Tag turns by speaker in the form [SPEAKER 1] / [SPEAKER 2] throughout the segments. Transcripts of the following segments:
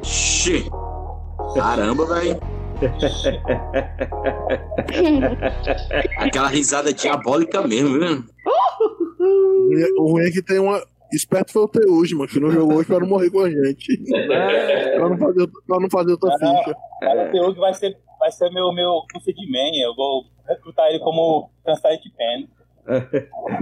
[SPEAKER 1] Oxi! Caramba, velho. Aquela risada diabólica mesmo, viu?
[SPEAKER 2] O ruim é que tem uma. Esperto foi o teu hoje, mano, que não jogou hoje pra não morrer com a gente.
[SPEAKER 3] É,
[SPEAKER 2] pra,
[SPEAKER 4] É.
[SPEAKER 2] não fazer, pra não fazer outra
[SPEAKER 3] Não.
[SPEAKER 2] ficha.
[SPEAKER 3] Cara, o Teudo vai ser, vai ser meu, meu Sidman. Eu vou recrutar ele como Transite Pen.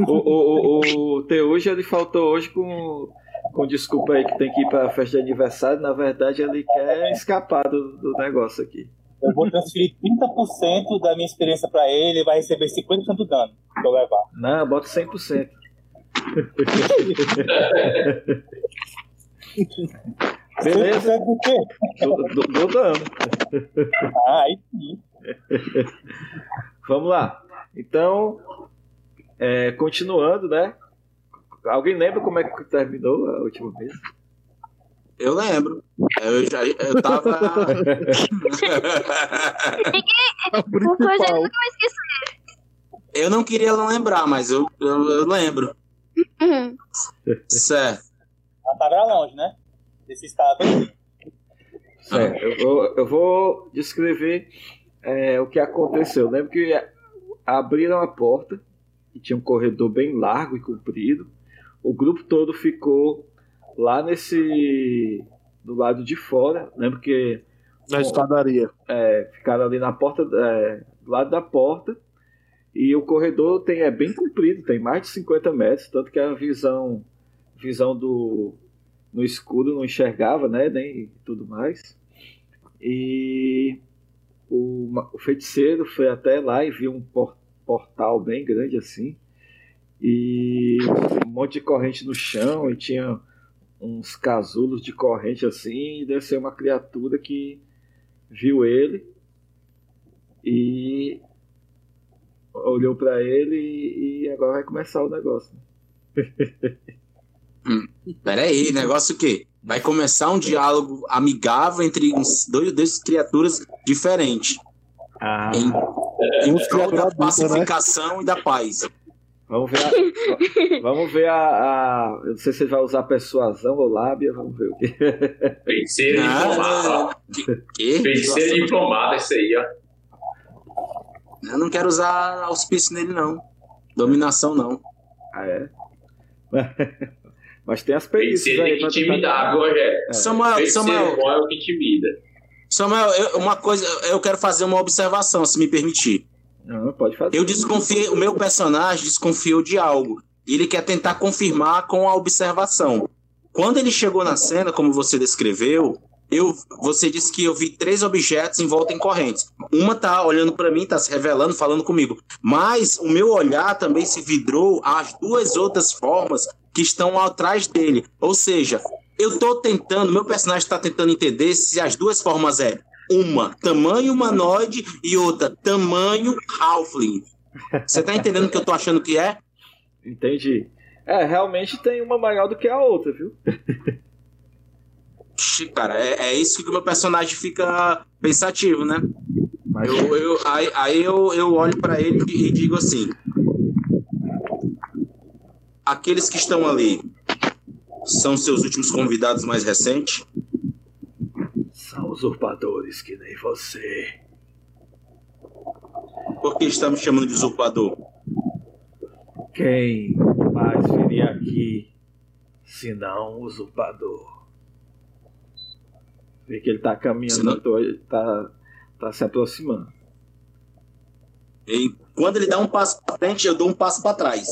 [SPEAKER 5] O, o, o, o Teujo, ele faltou hoje com, com desculpa aí que tem que ir pra festa de aniversário. Na verdade, ele quer escapar do, do negócio aqui.
[SPEAKER 3] Eu vou transferir 30% da minha experiência pra ele. Ele vai receber 50% do dano que eu levar.
[SPEAKER 5] Não, Né? bota 100%. Beleza.
[SPEAKER 3] 100% do quê?
[SPEAKER 5] Do, do, do dano.
[SPEAKER 3] Ah, aí sim.
[SPEAKER 5] Vamos lá. Então, é, continuando, né? Alguém lembra como é que terminou a última vez?
[SPEAKER 1] Eu lembro. Eu já eu tava.
[SPEAKER 2] A
[SPEAKER 6] Uma coisa que eu
[SPEAKER 2] principal.
[SPEAKER 6] nunca me esqueci.
[SPEAKER 1] eu não queria lembrar, mas eu, eu, eu lembro.
[SPEAKER 6] Uhum.
[SPEAKER 1] Certo.
[SPEAKER 3] A Tara longe, né? Desse estado.
[SPEAKER 5] Certo, eu vou, eu vou descrever é, o que aconteceu. Eu lembro que abriram a porta e tinha um corredor bem largo e comprido. O grupo todo ficou lá nesse. do lado de fora. né? Lembro que
[SPEAKER 2] Na estadaria.
[SPEAKER 5] ficaram ali na porta, é, do lado da porta. E o corredor tem, é bem comprido, tem mais de 50 metros, tanto que a visão, visão do no escuro não enxergava, né, nem tudo mais. E o, ma- o feiticeiro foi até lá e viu um por- portal bem grande assim, e um monte de corrente no chão, e tinha uns casulos de corrente assim, e desceu uma criatura que viu ele e olhou pra ele e, e agora vai começar o negócio. né?
[SPEAKER 1] Peraí, negócio o quê? Vai começar um diálogo amigável entre uns dois, duas criaturas diferentes. Em, em
[SPEAKER 2] Uns
[SPEAKER 1] prol
[SPEAKER 2] criatura
[SPEAKER 1] da
[SPEAKER 2] adulta, né?
[SPEAKER 1] pacificação e da paz.
[SPEAKER 5] Vamos ver, a, vamos ver a, a- Eu não sei se ele vai usar persuasão ou lábia, vamos ver o que.
[SPEAKER 4] Feiticeiro diplomado, ó.
[SPEAKER 1] Que?
[SPEAKER 4] Feiticeiro diplomado, isso aí, ó.
[SPEAKER 1] Eu não quero usar auspício nele, não. Dominação, não.
[SPEAKER 5] Ah, é? Mas tem as perícias
[SPEAKER 4] Feiticeiro
[SPEAKER 5] aí
[SPEAKER 4] tem que
[SPEAKER 5] pra tentar.
[SPEAKER 4] intimidar,
[SPEAKER 5] Ah,
[SPEAKER 4] Rogério.
[SPEAKER 1] Samuel,
[SPEAKER 4] Feiticeiro
[SPEAKER 1] Samuel,
[SPEAKER 4] bom é o que intimida.
[SPEAKER 1] Samuel, eu- uma coisa, eu quero fazer uma observação, se me permitir.
[SPEAKER 5] Não, pode fazer.
[SPEAKER 1] Eu desconfiei, o meu personagem desconfiou de algo. E ele quer tentar confirmar com a observação. Quando ele chegou na cena, como você descreveu, eu, você disse que eu vi três objetos envoltos em correntes. Uma tá olhando para mim, tá se revelando, falando comigo. Mas o meu olhar também se vidrou às duas outras formas que estão atrás dele. Ou seja, eu tô tentando, meu personagem está tentando entender se as duas formas é uma tamanho humanoide e outra tamanho halfling. Você tá entendendo o que eu tô achando que é?
[SPEAKER 5] Entendi. É, realmente tem uma maior do que a outra, viu?
[SPEAKER 1] Ixi, Cara, é, é isso que o meu personagem fica pensativo, né?
[SPEAKER 5] Mas
[SPEAKER 1] Eu, eu- aí aí eu, eu olho pra ele e digo assim: Aqueles que estão ali são seus últimos convidados mais recentes?
[SPEAKER 5] são usurpadores que nem você.
[SPEAKER 1] Por que estamos chamando de usurpador?
[SPEAKER 5] Quem mais viria aqui se não o usurpador? Vê que ele tá caminhando,
[SPEAKER 1] Senão-
[SPEAKER 5] tô- ele tá, tá se aproximando.
[SPEAKER 1] E quando ele dá um passo para frente, eu dou um passo para trás.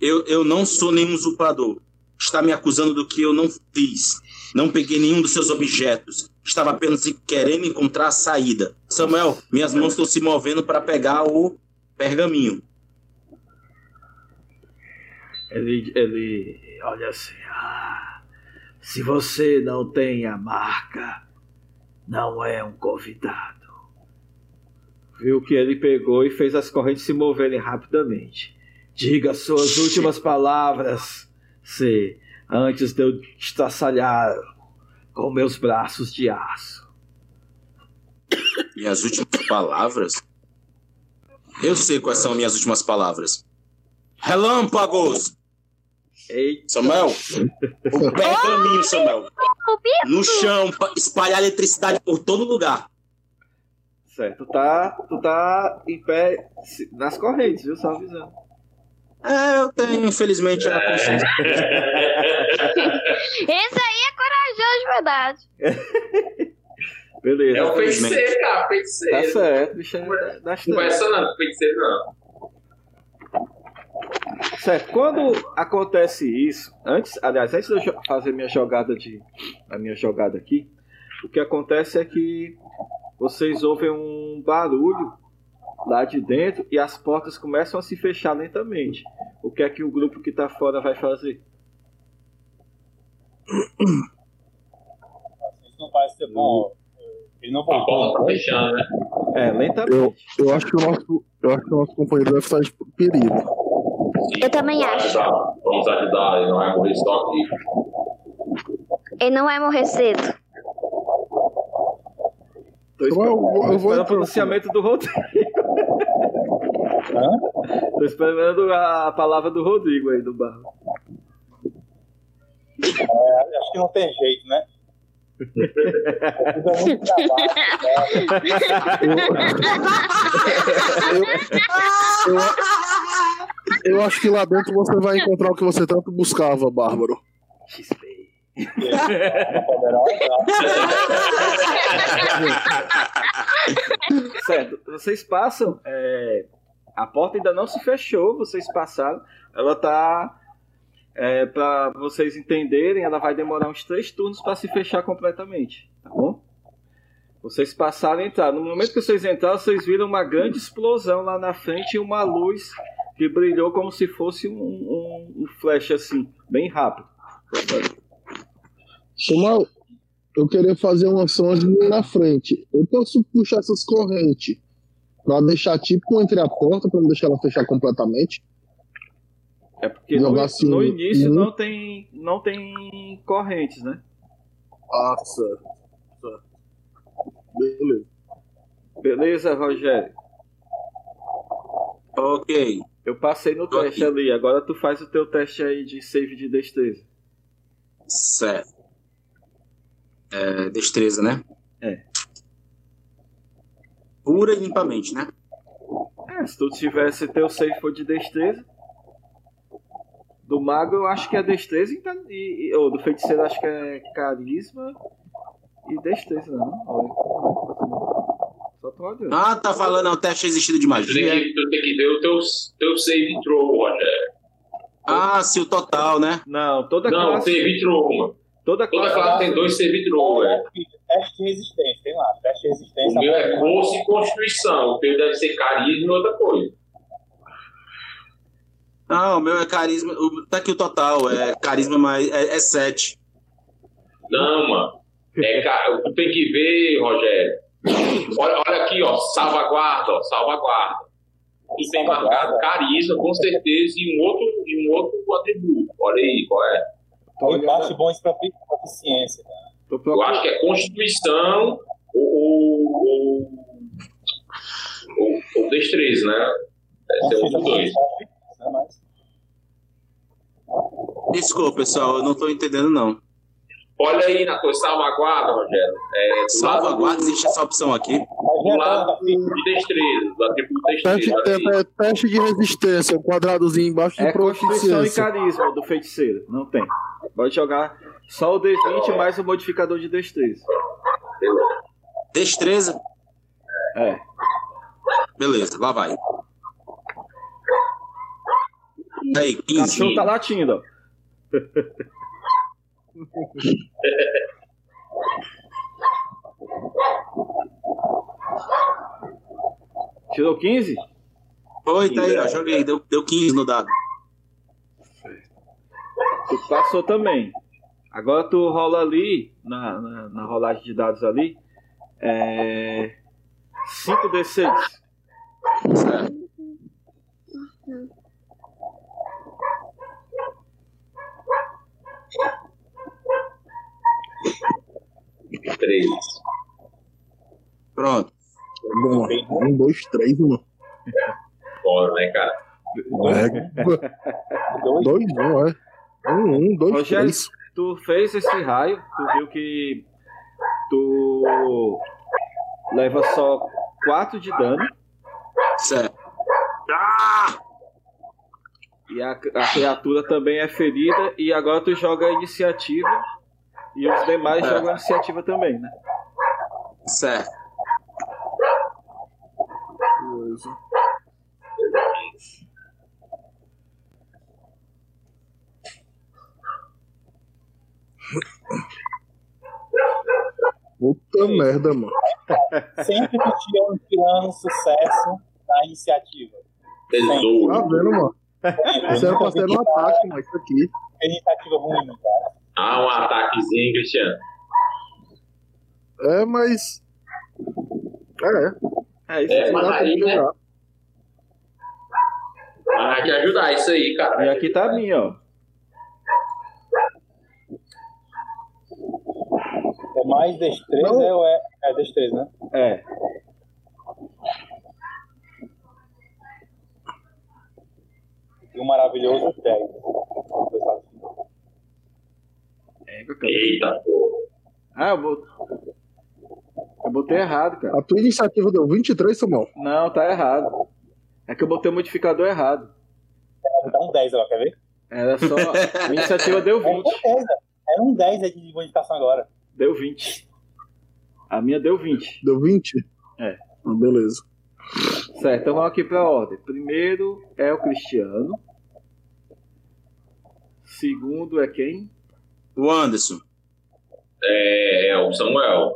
[SPEAKER 1] Eu, eu não sou nenhum usurpador. Está me acusando do que eu não fiz. Não peguei nenhum dos seus objetos. Estava apenas querendo encontrar a saída. Samuel, minhas mãos estão se movendo para pegar o pergaminho.
[SPEAKER 5] Ele, ele olha assim: "Ah, se você não tem a marca, não é um convidado. Viu que ele pegou e fez as correntes se moverem rapidamente. Diga suas últimas palavras, se antes de eu estraçalhar com meus braços de aço.
[SPEAKER 1] E as últimas palavras? Eu sei quais são minhas últimas palavras. Relâmpagos!
[SPEAKER 5] Ei,
[SPEAKER 1] é Samuel, o pergaminho, Samuel. No chão, pa- espalhar eletricidade por todo lugar.
[SPEAKER 5] Certo, tu tá, tu tá em pé se- nas correntes, viu? Só avisando.
[SPEAKER 1] É, eu tenho, infelizmente, a consciência.
[SPEAKER 6] Esse aí é corajoso de verdade.
[SPEAKER 5] Beleza.
[SPEAKER 4] É o feiticeiro, cara,
[SPEAKER 5] Tá
[SPEAKER 4] feiticeiro.
[SPEAKER 5] certo, bicho. é das
[SPEAKER 4] Não é
[SPEAKER 5] trevas.
[SPEAKER 4] só não, feiticeiro não.
[SPEAKER 5] Certo, quando acontece isso, antes, aliás, antes de eu jo- fazer minha jogada de a minha jogada aqui, o que acontece é que vocês ouvem um barulho lá de dentro e as portas começam a se fechar lentamente. O que é que o grupo que tá fora vai fazer?
[SPEAKER 3] Isso não parece ser bom. Ele não
[SPEAKER 4] A porta tá
[SPEAKER 3] voltou.
[SPEAKER 4] fechando, né?
[SPEAKER 5] É, lentamente.
[SPEAKER 2] Eu acho que o nosso, eu acho que o nosso companheiro vai estar de perigo.
[SPEAKER 6] Eu também
[SPEAKER 4] Vamos
[SPEAKER 6] acho.
[SPEAKER 4] ajudar, Vamos ajudar, ele não é um vai morrer só aqui.
[SPEAKER 6] Ele não vai morrer cedo.
[SPEAKER 5] Tô
[SPEAKER 2] Então eu vou- eu
[SPEAKER 5] esperando,
[SPEAKER 2] vou-
[SPEAKER 5] tô esperando o pronunciamento do Rodrigo. Tô esperando a palavra do Rodrigo aí do bar.
[SPEAKER 3] É, acho que não tem jeito, né? Precisa muito trabalho.
[SPEAKER 2] Eu acho que lá dentro você vai encontrar o que você tanto buscava, Bárbaro.
[SPEAKER 5] Certo, vocês passam. é, a porta ainda não se fechou, vocês passaram. Ela tá. É, para vocês entenderem, ela vai demorar uns três turnos para se fechar completamente, tá bom? Vocês passaram a entrar. No momento que vocês entraram, vocês viram uma grande explosão lá na frente e uma luz que brilhou como se fosse um, um, um flash assim, bem rápido.
[SPEAKER 2] Tomar, eu queria fazer uma ação de mim na frente. Eu posso puxar essas correntes pra deixar tipo entre a porta, pra não deixar ela fechar completamente.
[SPEAKER 5] É porque no,
[SPEAKER 2] Jogar assim,
[SPEAKER 5] no início
[SPEAKER 2] uhum.
[SPEAKER 5] não tem, não tem correntes, né?
[SPEAKER 2] Nossa. Beleza.
[SPEAKER 5] Beleza, Rogério?
[SPEAKER 1] Ok.
[SPEAKER 5] Eu passei no
[SPEAKER 1] Tô
[SPEAKER 5] teste
[SPEAKER 1] aqui.
[SPEAKER 5] ali, agora tu faz o teu teste aí de save de destreza.
[SPEAKER 1] Certo. É, destreza, né?
[SPEAKER 5] É.
[SPEAKER 1] Pura e limpamente, né?
[SPEAKER 5] É, se tu tivesse teu save for de destreza. Do mago eu acho que é destreza e, ca- e, e- ou do feiticeiro eu acho que é carisma e destreza, não. né? Olha, Só tô olhando.
[SPEAKER 1] Ah, tá falando, é um teste resistido de
[SPEAKER 4] Tu tem
[SPEAKER 1] magia.
[SPEAKER 5] é.
[SPEAKER 4] que, tu tem que ver o teu, teu save throw, olha.
[SPEAKER 1] Ah, se o total, né?
[SPEAKER 5] Não, toda
[SPEAKER 4] Não,
[SPEAKER 5] classe.
[SPEAKER 4] save throw, mano.
[SPEAKER 5] Toda
[SPEAKER 4] Toda
[SPEAKER 5] classe.
[SPEAKER 4] classe tem dois save throw, velho.
[SPEAKER 3] É, Teste de resistência, tem lá. Teste de
[SPEAKER 4] Uhum. O
[SPEAKER 3] resistência.
[SPEAKER 4] meu é força e constituição. O teu deve ser carisma e outra coisa.
[SPEAKER 1] Ah, o meu é carisma. o- Tá aqui o total. É carisma mais. É, é 7.
[SPEAKER 4] Não, mano. É, ca- tu tem que ver, Rogério. Olha, olha aqui, ó. Salvaguarda, ó. Salvaguarda. Tu tem marcado carisma, com certeza, e um outro, e um outro atributo. Olha aí, qual é?
[SPEAKER 5] Tô,
[SPEAKER 3] Tem parte
[SPEAKER 5] olhando,
[SPEAKER 3] bom isso pra proficiência. né?
[SPEAKER 5] tô
[SPEAKER 4] Eu
[SPEAKER 5] procurando.
[SPEAKER 4] acho que é constituição ou, ou, ou, ou, ou destreza, né? Deve ser um dos dois.
[SPEAKER 3] Né, Mas
[SPEAKER 1] Desculpa, pessoal, eu não tô entendendo, não.
[SPEAKER 4] Olha aí na tua salvaguarda, Rogério. É,
[SPEAKER 1] Salvaguarda, existe essa opção aqui.
[SPEAKER 3] mas
[SPEAKER 4] Do
[SPEAKER 3] já tá,
[SPEAKER 4] lado de destreza, do atributo
[SPEAKER 2] Teste,
[SPEAKER 4] destreza. olha aí.
[SPEAKER 2] é, é, teste de resistência, um quadradozinho embaixo de
[SPEAKER 5] É constituição e
[SPEAKER 2] proficiência.
[SPEAKER 5] carisma do feiticeiro. Não tem. Pode jogar só o D20 mais o modificador de destreza.
[SPEAKER 1] Destreza.
[SPEAKER 5] É.
[SPEAKER 1] Beleza, lá vai. Aí,
[SPEAKER 5] O cachorro
[SPEAKER 1] 15.
[SPEAKER 5] tá latindo, ó. Tirou 15?
[SPEAKER 1] Foi, tá aí, ó. Joguei. Deu, deu 15 no dado.
[SPEAKER 5] Tu passou também. Agora tu rola ali, na, na, na rolagem de dados ali, é... 5d6.
[SPEAKER 1] Certo.
[SPEAKER 4] Três.
[SPEAKER 1] Pronto.
[SPEAKER 2] Bom, um, dois, três, mano.
[SPEAKER 4] Fora, né, cara?
[SPEAKER 2] É,
[SPEAKER 3] dois,
[SPEAKER 2] dois, não, é. Um, um, dois,
[SPEAKER 5] Rogério,
[SPEAKER 2] três.
[SPEAKER 5] tu fez esse raio, tu viu que tu leva só 4 de dano
[SPEAKER 1] Certo.
[SPEAKER 5] e a, a criatura também é ferida e agora tu joga a iniciativa e os demais
[SPEAKER 1] É.
[SPEAKER 5] jogam a iniciativa também, né?
[SPEAKER 1] Certo.
[SPEAKER 2] Puta
[SPEAKER 3] Sim.
[SPEAKER 2] merda, mano.
[SPEAKER 3] Sempre que tinha um tirando sucesso na iniciativa.
[SPEAKER 2] Tá
[SPEAKER 4] Tesouro.
[SPEAKER 2] vendo, mano? Isso era pra ser no ataque, mano. Isso aqui.
[SPEAKER 3] Iniciativa ruim, né, cara.
[SPEAKER 4] Ah, um ataquezinho, Cristiano.
[SPEAKER 2] É, mas. É, é.
[SPEAKER 5] É isso
[SPEAKER 4] É,
[SPEAKER 5] aí.
[SPEAKER 4] mas
[SPEAKER 2] Dá pra
[SPEAKER 4] aí, né?
[SPEAKER 2] jogar.
[SPEAKER 4] Mas vai te ajudar isso aí, cara.
[SPEAKER 5] E aqui tá a minha, ó.
[SPEAKER 3] É mais destreza
[SPEAKER 2] Não.
[SPEAKER 3] é, ou é, é destreza, né?
[SPEAKER 5] É.
[SPEAKER 3] E o maravilhoso 10.
[SPEAKER 5] É
[SPEAKER 4] Eita, pô.
[SPEAKER 5] Ah, eu botei. Eu botei errado, cara.
[SPEAKER 2] A tua iniciativa deu 23, Samuel.
[SPEAKER 5] Não, tá errado. É que eu botei o modificador errado.
[SPEAKER 3] Dá um 10 agora, quer ver? É
[SPEAKER 5] Era só. A iniciativa deu
[SPEAKER 3] Com
[SPEAKER 5] 20.
[SPEAKER 3] certeza. Era um 10 aí de modificação agora.
[SPEAKER 5] Deu 20. A minha deu 20.
[SPEAKER 2] Deu 20?
[SPEAKER 5] É.
[SPEAKER 2] Ah, beleza.
[SPEAKER 5] Certo, então vamos aqui pra ordem. Primeiro é o Cristiano. Segundo é quem?
[SPEAKER 1] O Anderson.
[SPEAKER 4] É, é o Samuel.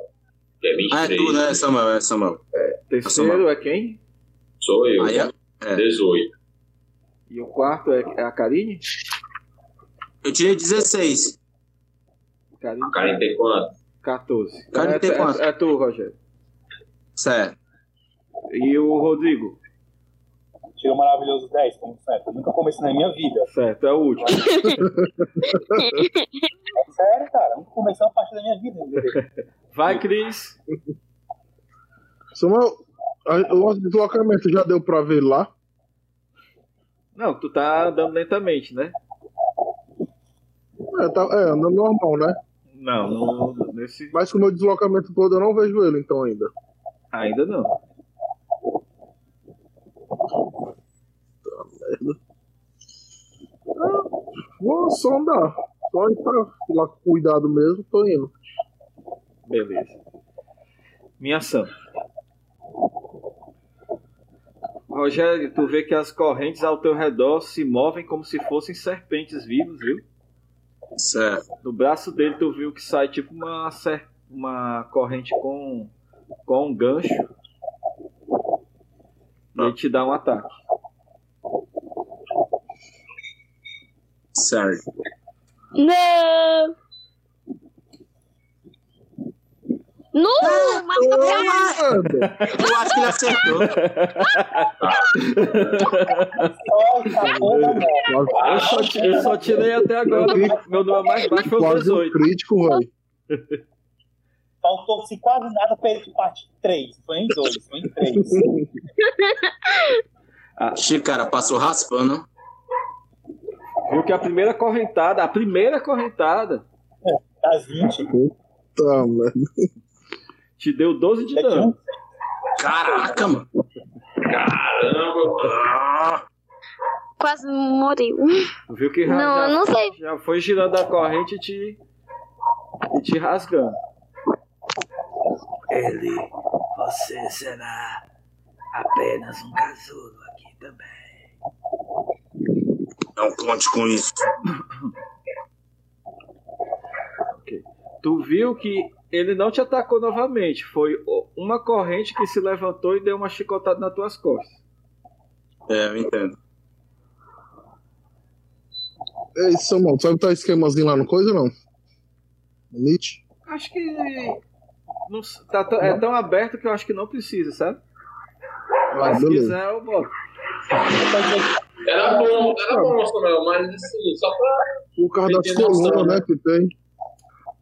[SPEAKER 4] Que é
[SPEAKER 1] Ah,
[SPEAKER 4] 23.
[SPEAKER 1] é tu, né, Samuel? É, Samuel.
[SPEAKER 5] Terceiro é quem?
[SPEAKER 4] Sou eu. né?
[SPEAKER 1] Aí é- é.
[SPEAKER 4] 18.
[SPEAKER 5] E o quarto é é a Karine?
[SPEAKER 1] Eu tirei 16.
[SPEAKER 5] Karine,
[SPEAKER 4] O cara tem quanto?
[SPEAKER 5] 14.
[SPEAKER 1] Karine
[SPEAKER 5] é,
[SPEAKER 1] tem
[SPEAKER 5] é-
[SPEAKER 1] quanto?
[SPEAKER 5] é tu, Rogério.
[SPEAKER 1] Certo.
[SPEAKER 5] E o Rodrigo?
[SPEAKER 3] Tirou um maravilhoso 10, como sempre. Nunca comecei na minha vida.
[SPEAKER 5] Certo, é o último.
[SPEAKER 3] É sério, cara. Nunca comecei uma partida da minha vida. entendeu?
[SPEAKER 5] Vai, Cris.
[SPEAKER 2] Samuel, a- o nosso deslocamento já deu pra ver lá.
[SPEAKER 5] Não, tu tá andando lentamente, né?
[SPEAKER 2] É, tá, é anda normal, né?
[SPEAKER 5] Não, não- nesse
[SPEAKER 2] Mas com o meu deslocamento todo eu não vejo ele então ainda.
[SPEAKER 5] ainda não.
[SPEAKER 2] Vou só andar. Só ir pra lá com cuidado mesmo, tô indo.
[SPEAKER 5] Beleza. Minha ação. Rogério, tu vê que as correntes ao teu redor se movem como se fossem serpentes vivos, viu?
[SPEAKER 1] Certo.
[SPEAKER 5] No braço dele tu viu que sai tipo uma, ser- uma corrente com, com um gancho. E ele te dá um ataque.
[SPEAKER 1] Certo.
[SPEAKER 6] Não!
[SPEAKER 2] Ah,
[SPEAKER 6] Não! Mas eu
[SPEAKER 1] Eu acho que ele acertou.
[SPEAKER 3] Só essa coisa, mano.
[SPEAKER 5] Eu só, ti- eu só tirei até agora. Meu número mais baixo foi o
[SPEAKER 2] Quase um
[SPEAKER 5] 18.
[SPEAKER 2] crítico, velho.
[SPEAKER 3] Faltou-se quase nada pra ele de parte 3. Foi em 2, foi em 3.
[SPEAKER 1] Ixi, cara, passou raspando.
[SPEAKER 5] Viu que a primeira correntada, a primeira correntada,
[SPEAKER 3] Das 20,
[SPEAKER 2] Tá, mano.
[SPEAKER 5] te deu 12 de
[SPEAKER 3] já tinha um
[SPEAKER 5] dano.
[SPEAKER 1] Caraca, mano.
[SPEAKER 4] Caramba, mano.
[SPEAKER 6] Quase morri.
[SPEAKER 2] um?
[SPEAKER 5] Viu que já,
[SPEAKER 6] Não, eu
[SPEAKER 5] já,
[SPEAKER 6] não sei.
[SPEAKER 5] já foi girando a corrente e te, e te rasgando. Ele, você será apenas um casulo aqui também.
[SPEAKER 1] Não conte com isso.
[SPEAKER 5] Tu viu que ele não te atacou novamente. Foi o- uma corrente que se levantou e deu uma chicotada nas tuas costas.
[SPEAKER 1] É, eu entendo.
[SPEAKER 2] Ei, Samuel, tu sabe tá esquemazinho lá no coisa não? No Nietzsche?
[SPEAKER 5] Acho que. não s- tá tão- é tão aberto que eu acho que não precisa, sabe?
[SPEAKER 2] Ah,
[SPEAKER 5] Mas se
[SPEAKER 2] beleza.
[SPEAKER 5] quiser, eu boto.
[SPEAKER 4] Era bom, era bom, Samuel, mas assim, só pra.
[SPEAKER 1] é
[SPEAKER 2] Por causa das
[SPEAKER 4] Tem noção,
[SPEAKER 2] colunas,
[SPEAKER 4] né?
[SPEAKER 2] né, que tem.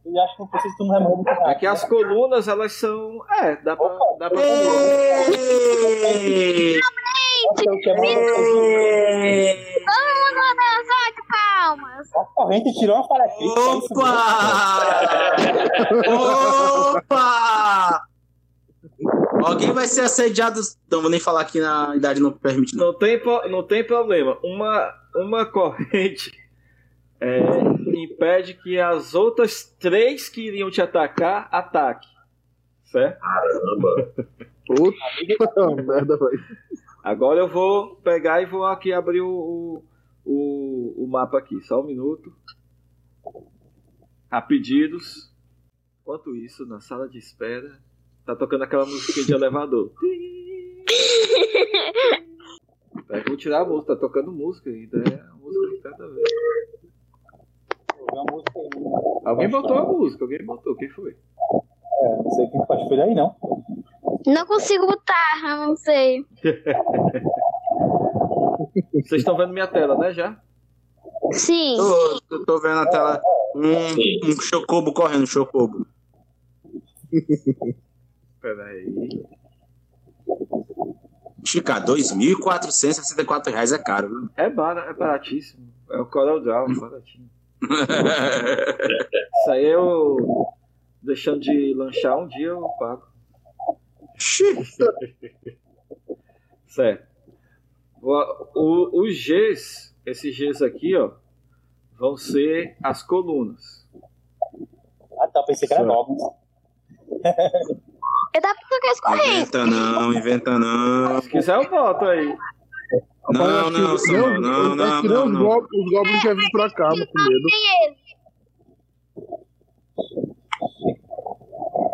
[SPEAKER 3] Eu um acho que não precisa, tu não remove muito
[SPEAKER 5] É
[SPEAKER 3] rápido.
[SPEAKER 5] que as colunas, elas são. É, dá pra. Dá pra
[SPEAKER 1] Ei!
[SPEAKER 3] é
[SPEAKER 5] assim.
[SPEAKER 3] Nossa, eu tinha mais-
[SPEAKER 6] Vamos, Nagasaki, palmas!
[SPEAKER 3] A corrente literalmente tirou uma paraquete. saiu subindo.
[SPEAKER 1] Opa! Opa! Alguém vai ser assediado. Não vou nem falar aqui na idade não permite, não.
[SPEAKER 5] Não tem, pro- não tem problema. Uma, uma corrente é, impede que as outras três que iriam te atacar ataquem. Certo?
[SPEAKER 2] Puta merda, velho.
[SPEAKER 5] Agora eu vou pegar e vou aqui abrir o, o, o mapa aqui. Só um minuto. A pedidos. Enquanto isso, na sala de espera, tá tocando aquela musiquinha de elevador. Aí vou tirar a música, tá tocando música ainda. É a música que tá da vez.
[SPEAKER 3] Uma música aí. né?
[SPEAKER 5] Alguém botou a música, alguém botou, quem foi?
[SPEAKER 3] É, Não sei quem faz por aí, não.
[SPEAKER 6] Não consigo botar, eu não sei.
[SPEAKER 5] Vocês estão vendo minha tela, né, já?
[SPEAKER 6] Sim.
[SPEAKER 1] Tô, tô- tô vendo na tela um, um chocobo correndo, chocobo.
[SPEAKER 5] Peraí.
[SPEAKER 1] Chica, R$ 2.464 reais é caro, viu?
[SPEAKER 5] É, bar, é baratíssimo. É o Coral Draw, é baratinho. Isso aí eu. Deixando de lanchar um dia, eu pago.
[SPEAKER 1] Xi.
[SPEAKER 5] Certo. O- o- os Gs, esses Gs aqui, ó, vão ser as colunas.
[SPEAKER 3] Ah, tá. Pensei que era
[SPEAKER 5] Só.
[SPEAKER 3] nova.
[SPEAKER 6] Eu dá pra tocar as correntes.
[SPEAKER 1] inventa não, inventa não.
[SPEAKER 5] Se quiser, eu boto aí.
[SPEAKER 1] Não, não, Samuel, não,
[SPEAKER 2] eu
[SPEAKER 1] não,
[SPEAKER 2] queria
[SPEAKER 1] não,
[SPEAKER 2] os
[SPEAKER 1] não.
[SPEAKER 2] go- Os goblins já vêm pra cá, mas com medo.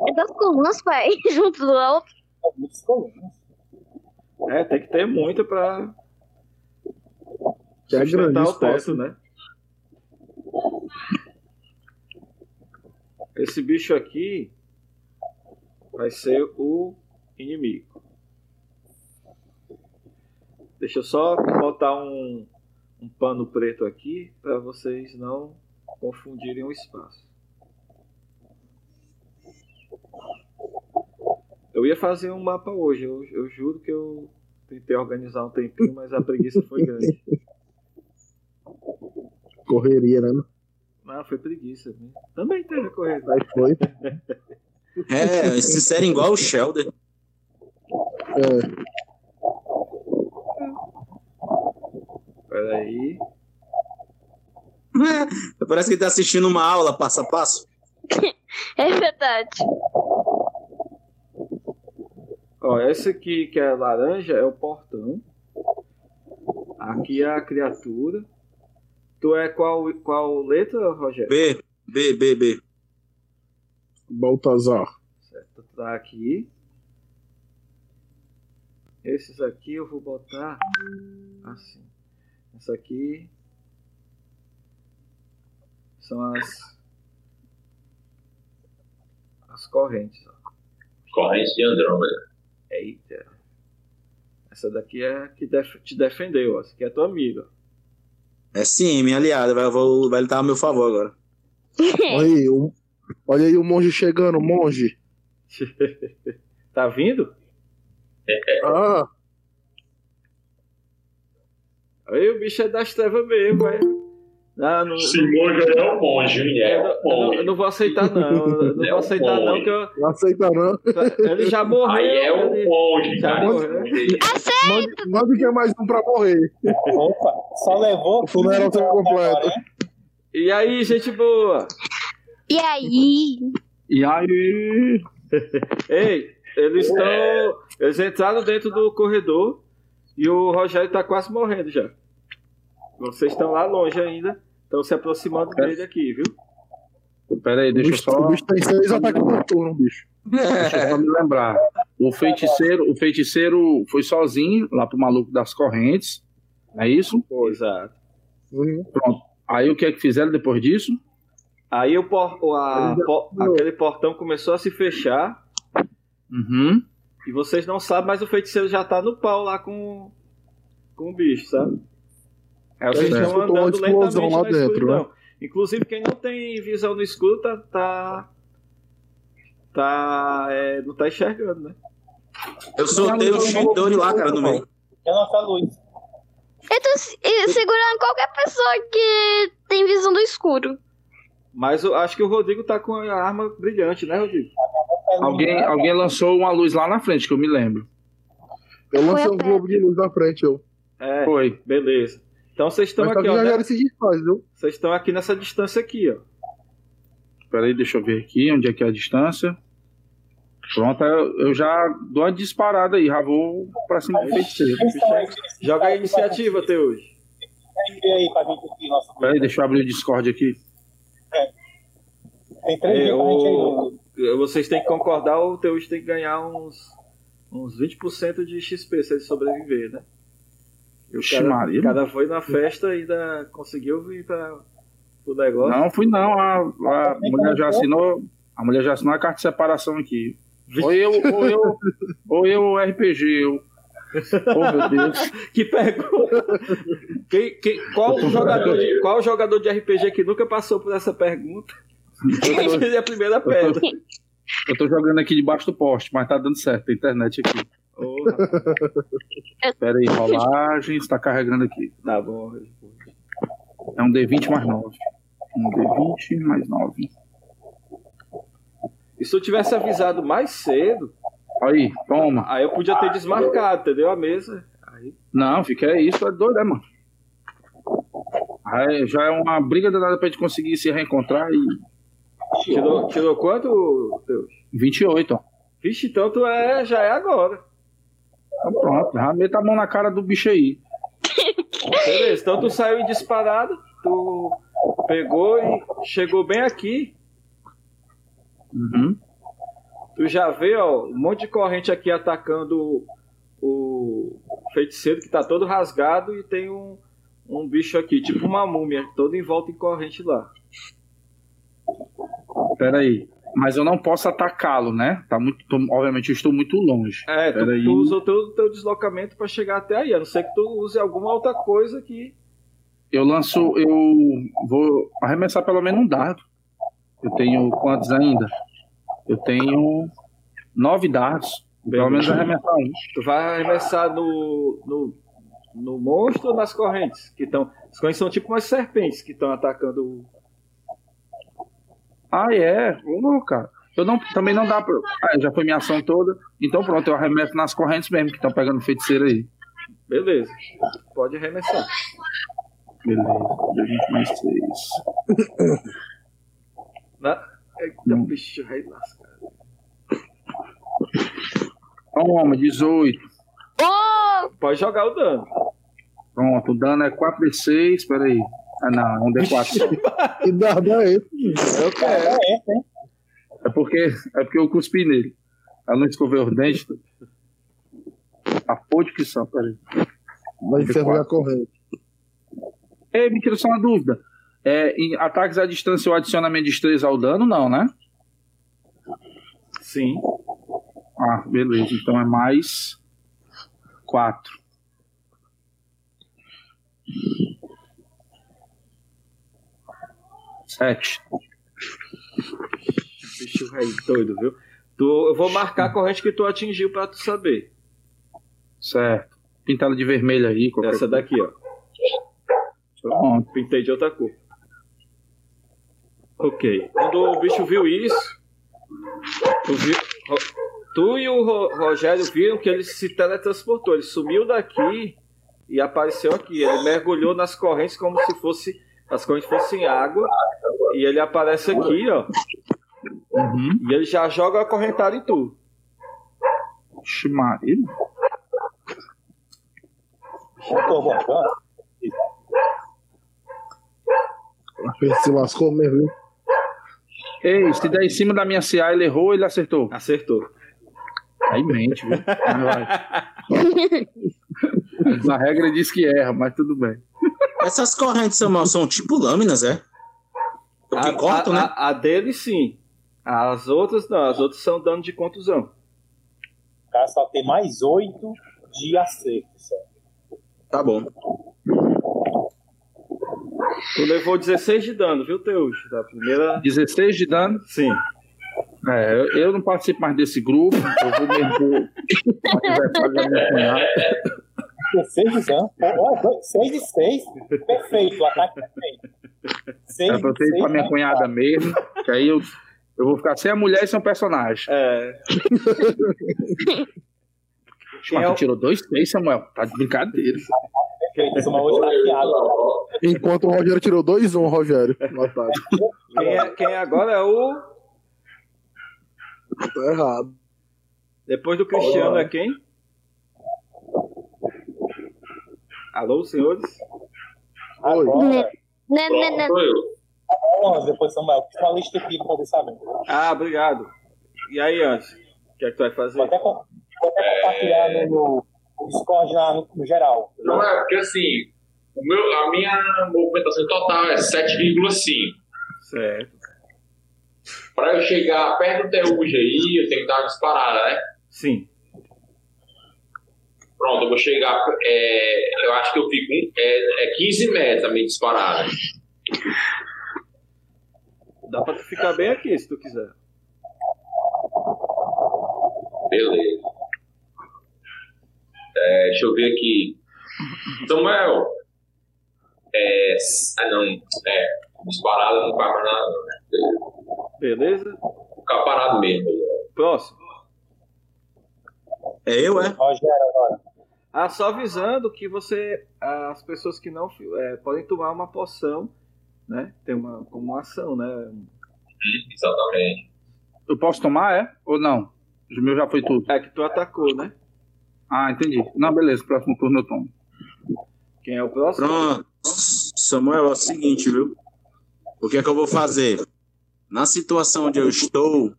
[SPEAKER 6] É das colunas, pai, junto do outro.
[SPEAKER 3] Muitas colunas.
[SPEAKER 5] É, tem que ter muito pra.
[SPEAKER 2] Que é grande
[SPEAKER 5] sustentar o
[SPEAKER 2] o
[SPEAKER 5] teto,
[SPEAKER 2] espaço.
[SPEAKER 5] né? Esse bicho aqui vai ser o inimigo. Deixa eu só botar um, um pano preto aqui para vocês não confundirem o espaço. Eu ia fazer um mapa hoje, eu, eu juro que eu tentei organizar um tempinho, mas a preguiça foi grande.
[SPEAKER 2] Correria, né? mano?
[SPEAKER 5] Não, foi preguiça. né? Também teve corrida.
[SPEAKER 2] Aí foi.
[SPEAKER 1] É, eles se serem igual o Sheldon.
[SPEAKER 2] É,
[SPEAKER 5] Peraí.
[SPEAKER 1] Parece que ele tá assistindo uma aula passo a passo.
[SPEAKER 6] É verdade.
[SPEAKER 5] Ó, esse aqui que é laranja é o portão. Aqui é a criatura. Tu é qual, qual letra, Rogério?
[SPEAKER 1] B, B, B, B.
[SPEAKER 2] Baltazar.
[SPEAKER 5] Certo, tu tá aqui. Esses aqui eu vou botar assim. Essa aqui são as as correntes. ó.
[SPEAKER 4] Corrente de Andrômeda.
[SPEAKER 5] Eita. Essa daqui é a que def- te defendeu, ó. Essa aqui é tua amiga.
[SPEAKER 1] É sim, minha aliada, vai, vou- vai lutar a meu favor agora.
[SPEAKER 2] Olha aí, o... Olha aí o monge chegando, monge.
[SPEAKER 5] Tá vindo?
[SPEAKER 2] Ah,
[SPEAKER 5] Aí o bicho é das trevas mesmo, é. Não, não,
[SPEAKER 4] Simone é um monge,
[SPEAKER 5] eu,
[SPEAKER 4] é
[SPEAKER 5] não- eu
[SPEAKER 4] um
[SPEAKER 5] não- eu
[SPEAKER 4] monge.
[SPEAKER 5] não vou aceitar, não. Eu não
[SPEAKER 4] É
[SPEAKER 5] vou
[SPEAKER 4] um
[SPEAKER 5] aceitar, não,
[SPEAKER 4] monge.
[SPEAKER 5] que eu-
[SPEAKER 2] não aceita não.
[SPEAKER 5] ele já morreu.
[SPEAKER 4] Aí é um
[SPEAKER 5] ele-
[SPEAKER 4] monge,
[SPEAKER 5] Já
[SPEAKER 4] cara.
[SPEAKER 5] morreu.
[SPEAKER 2] Manda, manda que é mais um pra morrer.
[SPEAKER 3] Opa, só levou.
[SPEAKER 2] Tu não era o teu completo.
[SPEAKER 5] E aí, gente boa?
[SPEAKER 6] E aí?
[SPEAKER 2] E aí?
[SPEAKER 5] Ei, eles
[SPEAKER 7] É.
[SPEAKER 5] estão. Eles entraram dentro do corredor e o Rogério tá quase morrendo já. Vocês estão lá longe ainda. Estão se aproximando dele aqui, viu?
[SPEAKER 7] Pera aí,
[SPEAKER 2] O
[SPEAKER 7] deixa eu
[SPEAKER 2] bicho, o
[SPEAKER 7] só,
[SPEAKER 2] bicho tem seis ataques por turno, bicho.
[SPEAKER 7] deixa eu só me lembrar. O feiticeiro, o feiticeiro foi sozinho lá pro maluco das correntes. É isso?
[SPEAKER 5] Exato.
[SPEAKER 2] Uhum.
[SPEAKER 7] Aí o que é que fizeram depois disso?
[SPEAKER 5] Aí o por- o- a-
[SPEAKER 2] Ainda-
[SPEAKER 5] po- aquele portão começou a se fechar
[SPEAKER 7] Uhum.
[SPEAKER 5] e vocês não sabem, mas o feiticeiro já tá no pau lá com, com o bicho, sabe?
[SPEAKER 7] É,
[SPEAKER 5] Vocês estão
[SPEAKER 7] certo.
[SPEAKER 2] escutou uma
[SPEAKER 5] andando
[SPEAKER 2] explosão
[SPEAKER 5] lentamente
[SPEAKER 2] lá
[SPEAKER 5] na
[SPEAKER 2] dentro, né?
[SPEAKER 5] escuridão. Inclusive, quem não tem visão no escuro tá. tá, tá é, não tá enxergando, né?
[SPEAKER 1] Eu soltei o Shidori lá, cara, no meio.
[SPEAKER 3] Eu não falo É luz.
[SPEAKER 6] Eu tô se- eh, segurando qualquer pessoa que tem visão do escuro.
[SPEAKER 5] Mas eu acho que o Rodrigo tá com a arma brilhante, né, Rodrigo?
[SPEAKER 3] é
[SPEAKER 7] Alguém, alguém lançou uma luz lá na frente, que eu me lembro.
[SPEAKER 2] Eu
[SPEAKER 6] Foi
[SPEAKER 2] lancei
[SPEAKER 6] a
[SPEAKER 2] um
[SPEAKER 6] pé.
[SPEAKER 2] globo de luz na frente, eu.
[SPEAKER 5] É,
[SPEAKER 7] Foi.
[SPEAKER 5] beleza. Então vocês estão
[SPEAKER 2] Mas tá
[SPEAKER 5] aqui, ó.
[SPEAKER 2] já
[SPEAKER 5] né?
[SPEAKER 2] era se desfaz, viu?
[SPEAKER 5] Vocês estão aqui nessa distância aqui, ó.
[SPEAKER 7] Peraí, deixa eu ver aqui onde é que é a distância. Pronto, eu eu já dou uma disparada aí, já vou pra cima do feiticeiro.
[SPEAKER 5] Joga a iniciativa, Teus.
[SPEAKER 3] Vê aí pra gente aqui, nosso grupo.
[SPEAKER 7] Peraí, deixa eu abrir o Discord aqui.
[SPEAKER 3] Tem
[SPEAKER 7] é,
[SPEAKER 3] três dias pra gente aí.
[SPEAKER 5] Eu, vocês têm que concordar ou o Teus tem que ganhar uns, uns 20% de XP se ele sobreviver, né? E o
[SPEAKER 7] Ixi,
[SPEAKER 5] cara,
[SPEAKER 7] Maria.
[SPEAKER 5] o cara foi na festa e ainda conseguiu vir para o negócio.
[SPEAKER 7] Não, fui não. A, a mulher já assinou. A mulher já assinou a carta de separação aqui. Ou eu, ou eu, ou eu RPG, eu. Oh, meu Deus.
[SPEAKER 5] Que pergunta! Quem- quem- qual, jogador de, qual jogador de RPG que nunca passou por essa pergunta? Eu fiz a primeira pedra.
[SPEAKER 7] Eu tô jogando aqui debaixo do poste, mas tá dando certo. Tem internet aqui.
[SPEAKER 5] Ô, rapaz,
[SPEAKER 7] Pera aí, rolagem. Está carregando aqui.
[SPEAKER 5] tá bom. Rodrigo.
[SPEAKER 7] É um D20 mais 9. Um D20 mais 9.
[SPEAKER 5] E se eu tivesse avisado mais cedo,
[SPEAKER 7] Aí, toma.
[SPEAKER 5] aí eu podia ter desmarcado, entendeu? A mesa. Aí,
[SPEAKER 7] Não, fica isso, é doido, é, mano. Aí já é uma briga danada pra gente conseguir se reencontrar e.
[SPEAKER 5] tirou, tirou quanto, Teus?
[SPEAKER 7] 28, ó.
[SPEAKER 5] Vixe, então tu é, já é agora.
[SPEAKER 7] Então pronto, já meta a mão na cara do bicho aí.
[SPEAKER 5] Beleza, então tu saiu disparado, tu pegou e chegou bem aqui.
[SPEAKER 7] Uhum.
[SPEAKER 5] Tu já vê, ó, um monte de corrente aqui atacando o, o feiticeiro que tá todo rasgado e tem um, um bicho aqui, tipo uma múmia, todo em volta em corrente lá.
[SPEAKER 7] Pera aí. Mas eu não posso atacá-lo, né? Tá muito, tô- obviamente eu estou muito longe.
[SPEAKER 5] É, tu,
[SPEAKER 7] Peraí.
[SPEAKER 5] tu usa todo o teu deslocamento pra chegar até aí, a não ser que tu use alguma outra coisa que.
[SPEAKER 7] Eu lanço, eu vou arremessar pelo menos um dardo. Eu tenho quantos ainda? Eu tenho nove dardos. Pelo menos arremessar um.
[SPEAKER 5] Tu vai arremessar no, no, no monstro ou nas correntes que estão. As correntes são tipo umas serpentes que estão atacando o.
[SPEAKER 7] Ah, é? Ô, cara. Eu não, também não dá pra. Ah, já foi minha ação toda. Então pronto, eu arremesso nas correntes mesmo que estão pegando feiticeiro aí.
[SPEAKER 5] Beleza. Pode arremessar.
[SPEAKER 7] Beleza. Deu 20 mais 6.
[SPEAKER 5] Na... Eita, bicho, rei lascado.
[SPEAKER 7] Toma, 18.
[SPEAKER 6] Oh,
[SPEAKER 5] Pode jogar o dano.
[SPEAKER 7] Pronto, o dano é 4d6. Peraí. Ah, não, é um d4 só.
[SPEAKER 2] E dardo é esse.
[SPEAKER 5] Eu quero.
[SPEAKER 3] É esse, hein?
[SPEAKER 7] É porque, é porque eu cuspi nele. Ela não escoveu os dentes. A porra de que são, peraí.
[SPEAKER 2] Vai
[SPEAKER 7] De
[SPEAKER 2] encerrar
[SPEAKER 7] quatro.
[SPEAKER 2] a corrente.
[SPEAKER 7] Ei, me tira só uma dúvida. É, em ataques à distância eu adiciono a minha destreza ao dano? Não, né?
[SPEAKER 5] Sim.
[SPEAKER 7] Ah, beleza. Então é mais 4. Sete.
[SPEAKER 5] Bicho rei doido, viu? Tu, eu vou marcar a corrente que tu atingiu pra tu saber.
[SPEAKER 7] Certo. Pinta ela de vermelho aí. Qualquer
[SPEAKER 5] Essa daqui, ó.
[SPEAKER 7] Pronto.
[SPEAKER 5] Pintei de outra cor. Ok. Quando o bicho viu isso, tu, vi- Ro- tu e o Ro- Rogério viram que ele se teletransportou. Ele sumiu daqui e apareceu aqui. Ele mergulhou nas correntes como se fosse as correntes fossem água. E ele aparece aqui, ó.
[SPEAKER 7] Uhum.
[SPEAKER 5] E ele já joga a correntada em tu.
[SPEAKER 7] Oxe, Maria.
[SPEAKER 3] Eu tô voltando.
[SPEAKER 2] Ele se lascou mesmo. viu?
[SPEAKER 7] Ei, se der em cima da minha CA, ele errou, ele acertou.
[SPEAKER 5] Acertou.
[SPEAKER 7] Aí mente, viu? Mas A regra diz que erra, mas tudo bem.
[SPEAKER 1] Essas correntes, Samuel, são tipo lâminas, é? O que corta,
[SPEAKER 5] a,
[SPEAKER 1] né?
[SPEAKER 5] a- a dele sim. As outras não. As outras são dano de contusão.
[SPEAKER 3] O cara só tem mais oito de acerto. só.
[SPEAKER 1] Tá bom.
[SPEAKER 5] Tu levou 16 de dano, viu, Teus? Da primeira.
[SPEAKER 7] 16 de dano.
[SPEAKER 5] Sim.
[SPEAKER 7] É, eu, eu não participo mais desse grupo. Eu vou mesmo pro aniversário da minha cunhada.
[SPEAKER 3] Seis de dano. Ó, ó, Seis de seis. Perfeito. O ataque é perfeito. Seis
[SPEAKER 7] Era É pra eu
[SPEAKER 3] de
[SPEAKER 7] ter ido
[SPEAKER 3] seis.
[SPEAKER 7] pra minha
[SPEAKER 3] né?
[SPEAKER 7] cunhada mesmo. Que aí eu, eu vou ficar sem a mulher e sem o personagem.
[SPEAKER 5] É,
[SPEAKER 7] Mas
[SPEAKER 5] é o-
[SPEAKER 7] tu tirou dois, três, Samuel. Tá de brincadeira.
[SPEAKER 3] Perfeito. Isso é uma outra hackeada.
[SPEAKER 2] Enquanto o Rogério tirou 2-1, um, Rogério. Otário.
[SPEAKER 5] quem, é, quem é agora é o.
[SPEAKER 2] Tá errado.
[SPEAKER 5] Depois do Cristiano é quem? Alô, senhores?
[SPEAKER 3] Agora,
[SPEAKER 6] Né, né, né.
[SPEAKER 4] Pronto, sou eu.
[SPEAKER 3] onze, depois Samuel. Fica a lista aqui pra poder saber. Vou
[SPEAKER 5] Ah, obrigado. E aí, Anjo? O que é que tu vai fazer?
[SPEAKER 3] até, co- vou até compartilhar no, no Discord na- no, no geral.
[SPEAKER 4] Não é porque assim, o meu, a minha movimentação total é 7,5.
[SPEAKER 5] Certo.
[SPEAKER 4] Para eu chegar perto do teu aí, eu tenho que dar uma disparada, né?
[SPEAKER 5] Sim.
[SPEAKER 4] Pronto, eu vou chegar. é, eu acho que eu fico. um- É, é 15 metros a minha disparada.
[SPEAKER 5] Dá pra tu ficar bem aqui se tu quiser.
[SPEAKER 4] Beleza. É, deixa eu ver aqui. Samuel. É, s- ah, não. É, disparada não vai pra nada. né?
[SPEAKER 5] Beleza?
[SPEAKER 4] Ficar parado mesmo.
[SPEAKER 5] Próximo.
[SPEAKER 1] É eu, é?
[SPEAKER 3] Rogério, agora.
[SPEAKER 5] Ah, só avisando que você. As pessoas que não. fi- eh, podem tomar uma poção, né? Tem uma, como uma ação, né?
[SPEAKER 4] Exatamente.
[SPEAKER 7] Eu posso tomar, é? Ou não? O meu já foi tudo.
[SPEAKER 5] É que tu atacou, né?
[SPEAKER 7] Ah, entendi. Não, beleza. Próximo turno eu tomo.
[SPEAKER 5] Quem é o próximo?
[SPEAKER 1] Pronto. Samuel, é o seguinte, viu? O que é que eu vou fazer? Na situação onde eu estou,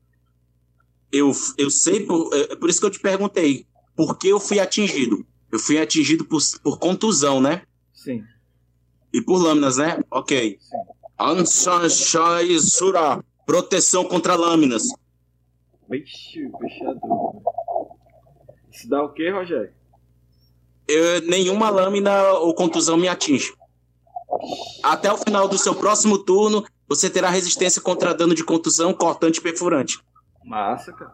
[SPEAKER 1] eu, eu sei, por, é por isso que eu te perguntei, por que eu fui atingido? Eu fui atingido por, por contusão, né?
[SPEAKER 5] Sim.
[SPEAKER 1] E por lâminas, né? Ok. Anshanshai Sura, proteção contra lâminas.
[SPEAKER 5] Vixe, fechador. né? Isso dá o quê, Rogério?
[SPEAKER 1] Eu- nenhuma lâmina ou contusão me atinge. Até o final do seu próximo turno, você terá resistência contra dano de contusão, cortante e perfurante.
[SPEAKER 5] Massa, cara.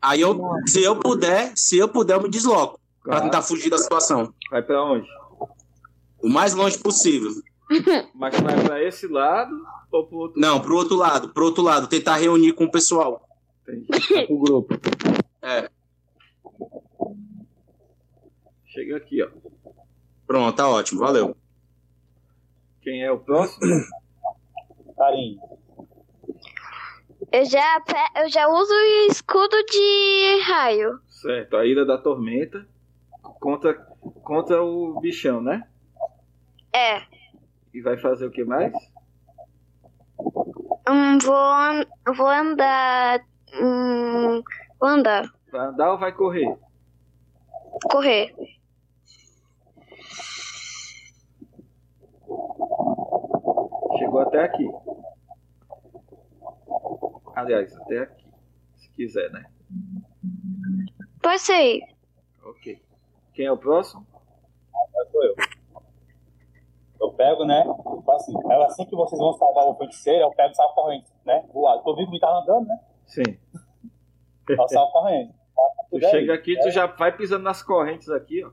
[SPEAKER 1] Aí eu, se eu puder, se eu puder, eu me desloco pra
[SPEAKER 5] Claro.
[SPEAKER 1] tentar fugir da situação.
[SPEAKER 5] Vai pra onde?
[SPEAKER 1] O mais longe possível.
[SPEAKER 5] Mas vai pra esse lado ou pro outro?
[SPEAKER 1] Não, pro outro lado, pro outro lado, tentar reunir com o pessoal.
[SPEAKER 5] Entendi.
[SPEAKER 7] Vai pro grupo.
[SPEAKER 5] Chega aqui, ó.
[SPEAKER 1] Pronto, tá ótimo, valeu.
[SPEAKER 5] Quem é o próximo?
[SPEAKER 3] Carinho.
[SPEAKER 6] Eu já, pe- eu já uso o escudo de raio.
[SPEAKER 5] Certo, a ira da tormenta contra, contra o bichão, né?
[SPEAKER 6] É.
[SPEAKER 5] E vai fazer o que mais?
[SPEAKER 6] Hum, vou, an- vou andar. Hum, vou andar.
[SPEAKER 5] Vai andar ou vai correr?
[SPEAKER 6] Correr.
[SPEAKER 5] Chegou até aqui. Aliás, até aqui. Se quiser, né?
[SPEAKER 6] Pode ser.
[SPEAKER 5] Ok. Quem é o próximo?
[SPEAKER 3] Mas sou eu. Eu pego, né? Eu faço assim. Ela, assim que vocês vão salvar o feiticeiro, eu pego e salvo corrente, né? Voado. Tô vivo, me tava andando, né?
[SPEAKER 5] Sim.
[SPEAKER 3] Eu salvo corrente. Faço
[SPEAKER 5] Tu
[SPEAKER 3] tudo aí.
[SPEAKER 5] chega aqui, tu já vai pisando nas correntes aqui, ó.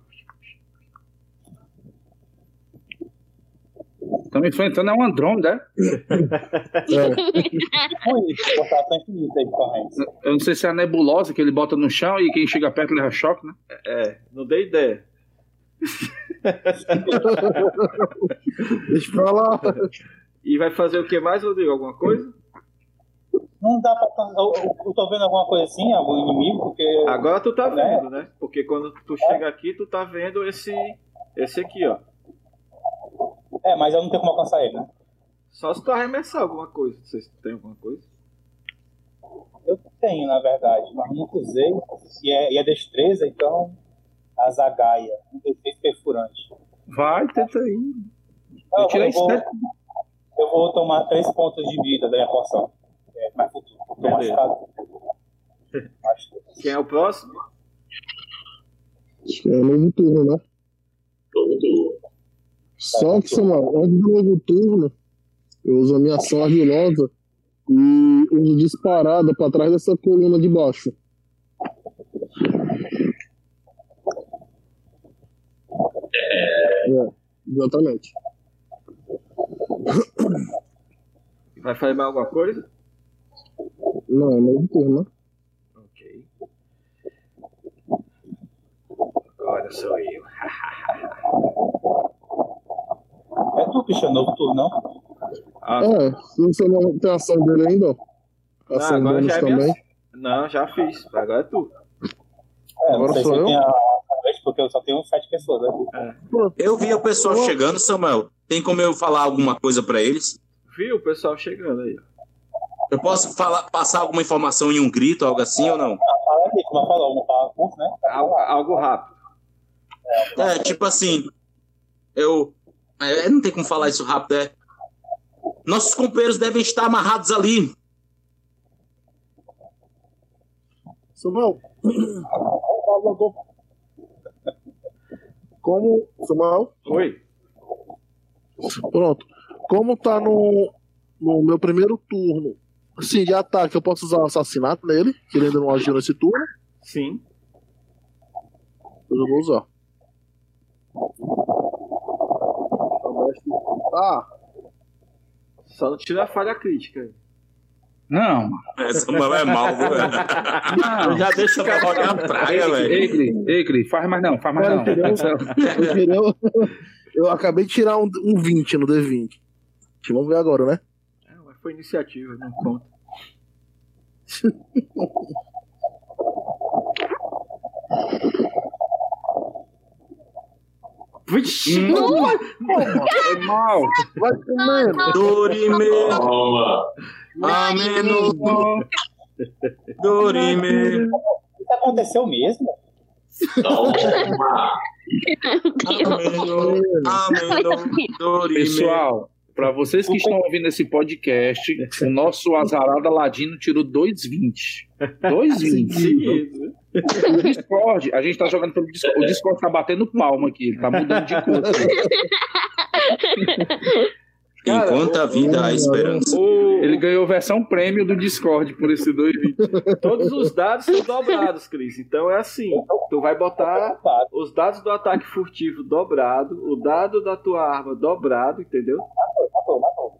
[SPEAKER 7] Estamos enfrentando é um Andrômeda, é?
[SPEAKER 2] É,
[SPEAKER 3] Por isso, portanto, é infinito aí de corrente.
[SPEAKER 7] Eu não sei se é a nebulosa que ele bota no chão e quem chega perto leva choque, né?
[SPEAKER 5] É, não dei ideia.
[SPEAKER 2] deixa pra lá.
[SPEAKER 5] E vai fazer o que mais, Rodrigo? Alguma coisa?
[SPEAKER 3] Não dá pra. Eu, eu, eu tô vendo alguma coisa assim, algum inimigo, porque.
[SPEAKER 5] Agora tu tá vendo, né? Porque quando tu chega aqui, tu tá vendo esse, esse aqui, ó.
[SPEAKER 3] É, mas eu não tenho como alcançar ele, né?
[SPEAKER 5] Só se tu arremessar alguma coisa. Não sei se tu tem alguma coisa.
[SPEAKER 3] Eu tenho, na verdade, mas nunca usei. E é, e é destreza, então. A zagaia. Um defeito perfurante.
[SPEAKER 7] Vai, tenta aí.
[SPEAKER 3] Eu,
[SPEAKER 7] tirei
[SPEAKER 3] eu, vou,
[SPEAKER 7] sete.
[SPEAKER 3] eu vou tomar três pontos de vida da minha porção. É, mais futuro. Tô
[SPEAKER 5] Beleza.
[SPEAKER 3] machucado. Acho que-
[SPEAKER 5] Quem é o próximo?
[SPEAKER 2] É novo turno, né?
[SPEAKER 4] Todo.
[SPEAKER 2] Só que, Samuel, antes do novo turno, eu uso a minha ação argilosa e uso disparada pra trás dessa coluna de baixo. É, Exatamente.
[SPEAKER 5] Vai fazer mais alguma coisa?
[SPEAKER 2] Não, é meio turno, né?
[SPEAKER 5] Ok. Agora sou eu.
[SPEAKER 3] É tu, bicho, novo turno, não?
[SPEAKER 5] Ah,
[SPEAKER 2] É, se você não tem ação dele ainda, ó.
[SPEAKER 7] Tá
[SPEAKER 5] não,
[SPEAKER 2] Ação
[SPEAKER 5] agora
[SPEAKER 2] bônus
[SPEAKER 5] já é
[SPEAKER 2] também.
[SPEAKER 5] minha... Não, já fiz. Agora é tu.
[SPEAKER 3] É,
[SPEAKER 2] Agora
[SPEAKER 3] não sei
[SPEAKER 2] sou
[SPEAKER 3] se
[SPEAKER 2] eu?
[SPEAKER 3] eu tenho a a vez, porque eu só tenho sete pessoas, né?
[SPEAKER 1] Eu vi o pessoal chegando, Samuel. Tem como eu falar alguma coisa pra eles?
[SPEAKER 5] Viu o pessoal chegando aí?
[SPEAKER 1] Eu posso falar, passar alguma informação em um grito, algo assim ou não?
[SPEAKER 3] Fala aqui, como eu falou, não fala curto, né?
[SPEAKER 5] Algo, algo rápido.
[SPEAKER 1] É, tipo assim, eu. é, não tem como falar isso rápido, é. Nossos companheiros devem estar amarrados ali.
[SPEAKER 2] Samuel. Como. Samuel?
[SPEAKER 5] Oi?
[SPEAKER 2] Pronto. Como tá no, no meu primeiro turno, assim, de ataque, eu posso usar o assassinato nele, que ele ainda não agiu nesse turno,
[SPEAKER 5] Sim.
[SPEAKER 2] mas eu vou usar. Ah,
[SPEAKER 5] Só não tira a falha crítica.
[SPEAKER 7] Não,
[SPEAKER 1] Essa mão é mal, velho.
[SPEAKER 7] não.
[SPEAKER 1] Já deixa pra rogar a praia, velho.
[SPEAKER 7] Ei, Gri, ei, Gri, faz mais não, faz mais
[SPEAKER 2] Olha,
[SPEAKER 7] não.
[SPEAKER 2] entendeu? um, eu, tirei, eu acabei de tirar um, um 20 no D20. Vamos ver agora, né?
[SPEAKER 5] É, mas foi iniciativa, não conta. Vixe!
[SPEAKER 7] Foi Hum, é mal.
[SPEAKER 2] Vai comendo.
[SPEAKER 1] Dorime,
[SPEAKER 4] Toma.
[SPEAKER 1] ameno, dorime.
[SPEAKER 3] Isso aconteceu mesmo?
[SPEAKER 4] Toma.
[SPEAKER 1] Ameno, ameno, dorime.
[SPEAKER 7] Pessoal, para vocês que estão ouvindo esse podcast, o nosso azarada ladino tirou 2,20. 2,20.
[SPEAKER 5] Seguido.
[SPEAKER 7] O Discord, a gente tá jogando pelo Discord. O Discord tá batendo palma aqui, ele tá mudando de cor.
[SPEAKER 1] Enquanto a vida há esperança.
[SPEAKER 5] O-
[SPEAKER 7] Ele ganhou versão prêmio do Discord por esse 2,20.
[SPEAKER 5] todos os dados são dobrados, Cris. Então é assim: tu vai botar
[SPEAKER 3] Tá.
[SPEAKER 5] os dados do ataque furtivo dobrado, o dado da tua arma dobrado, entendeu?
[SPEAKER 3] Matou, matou.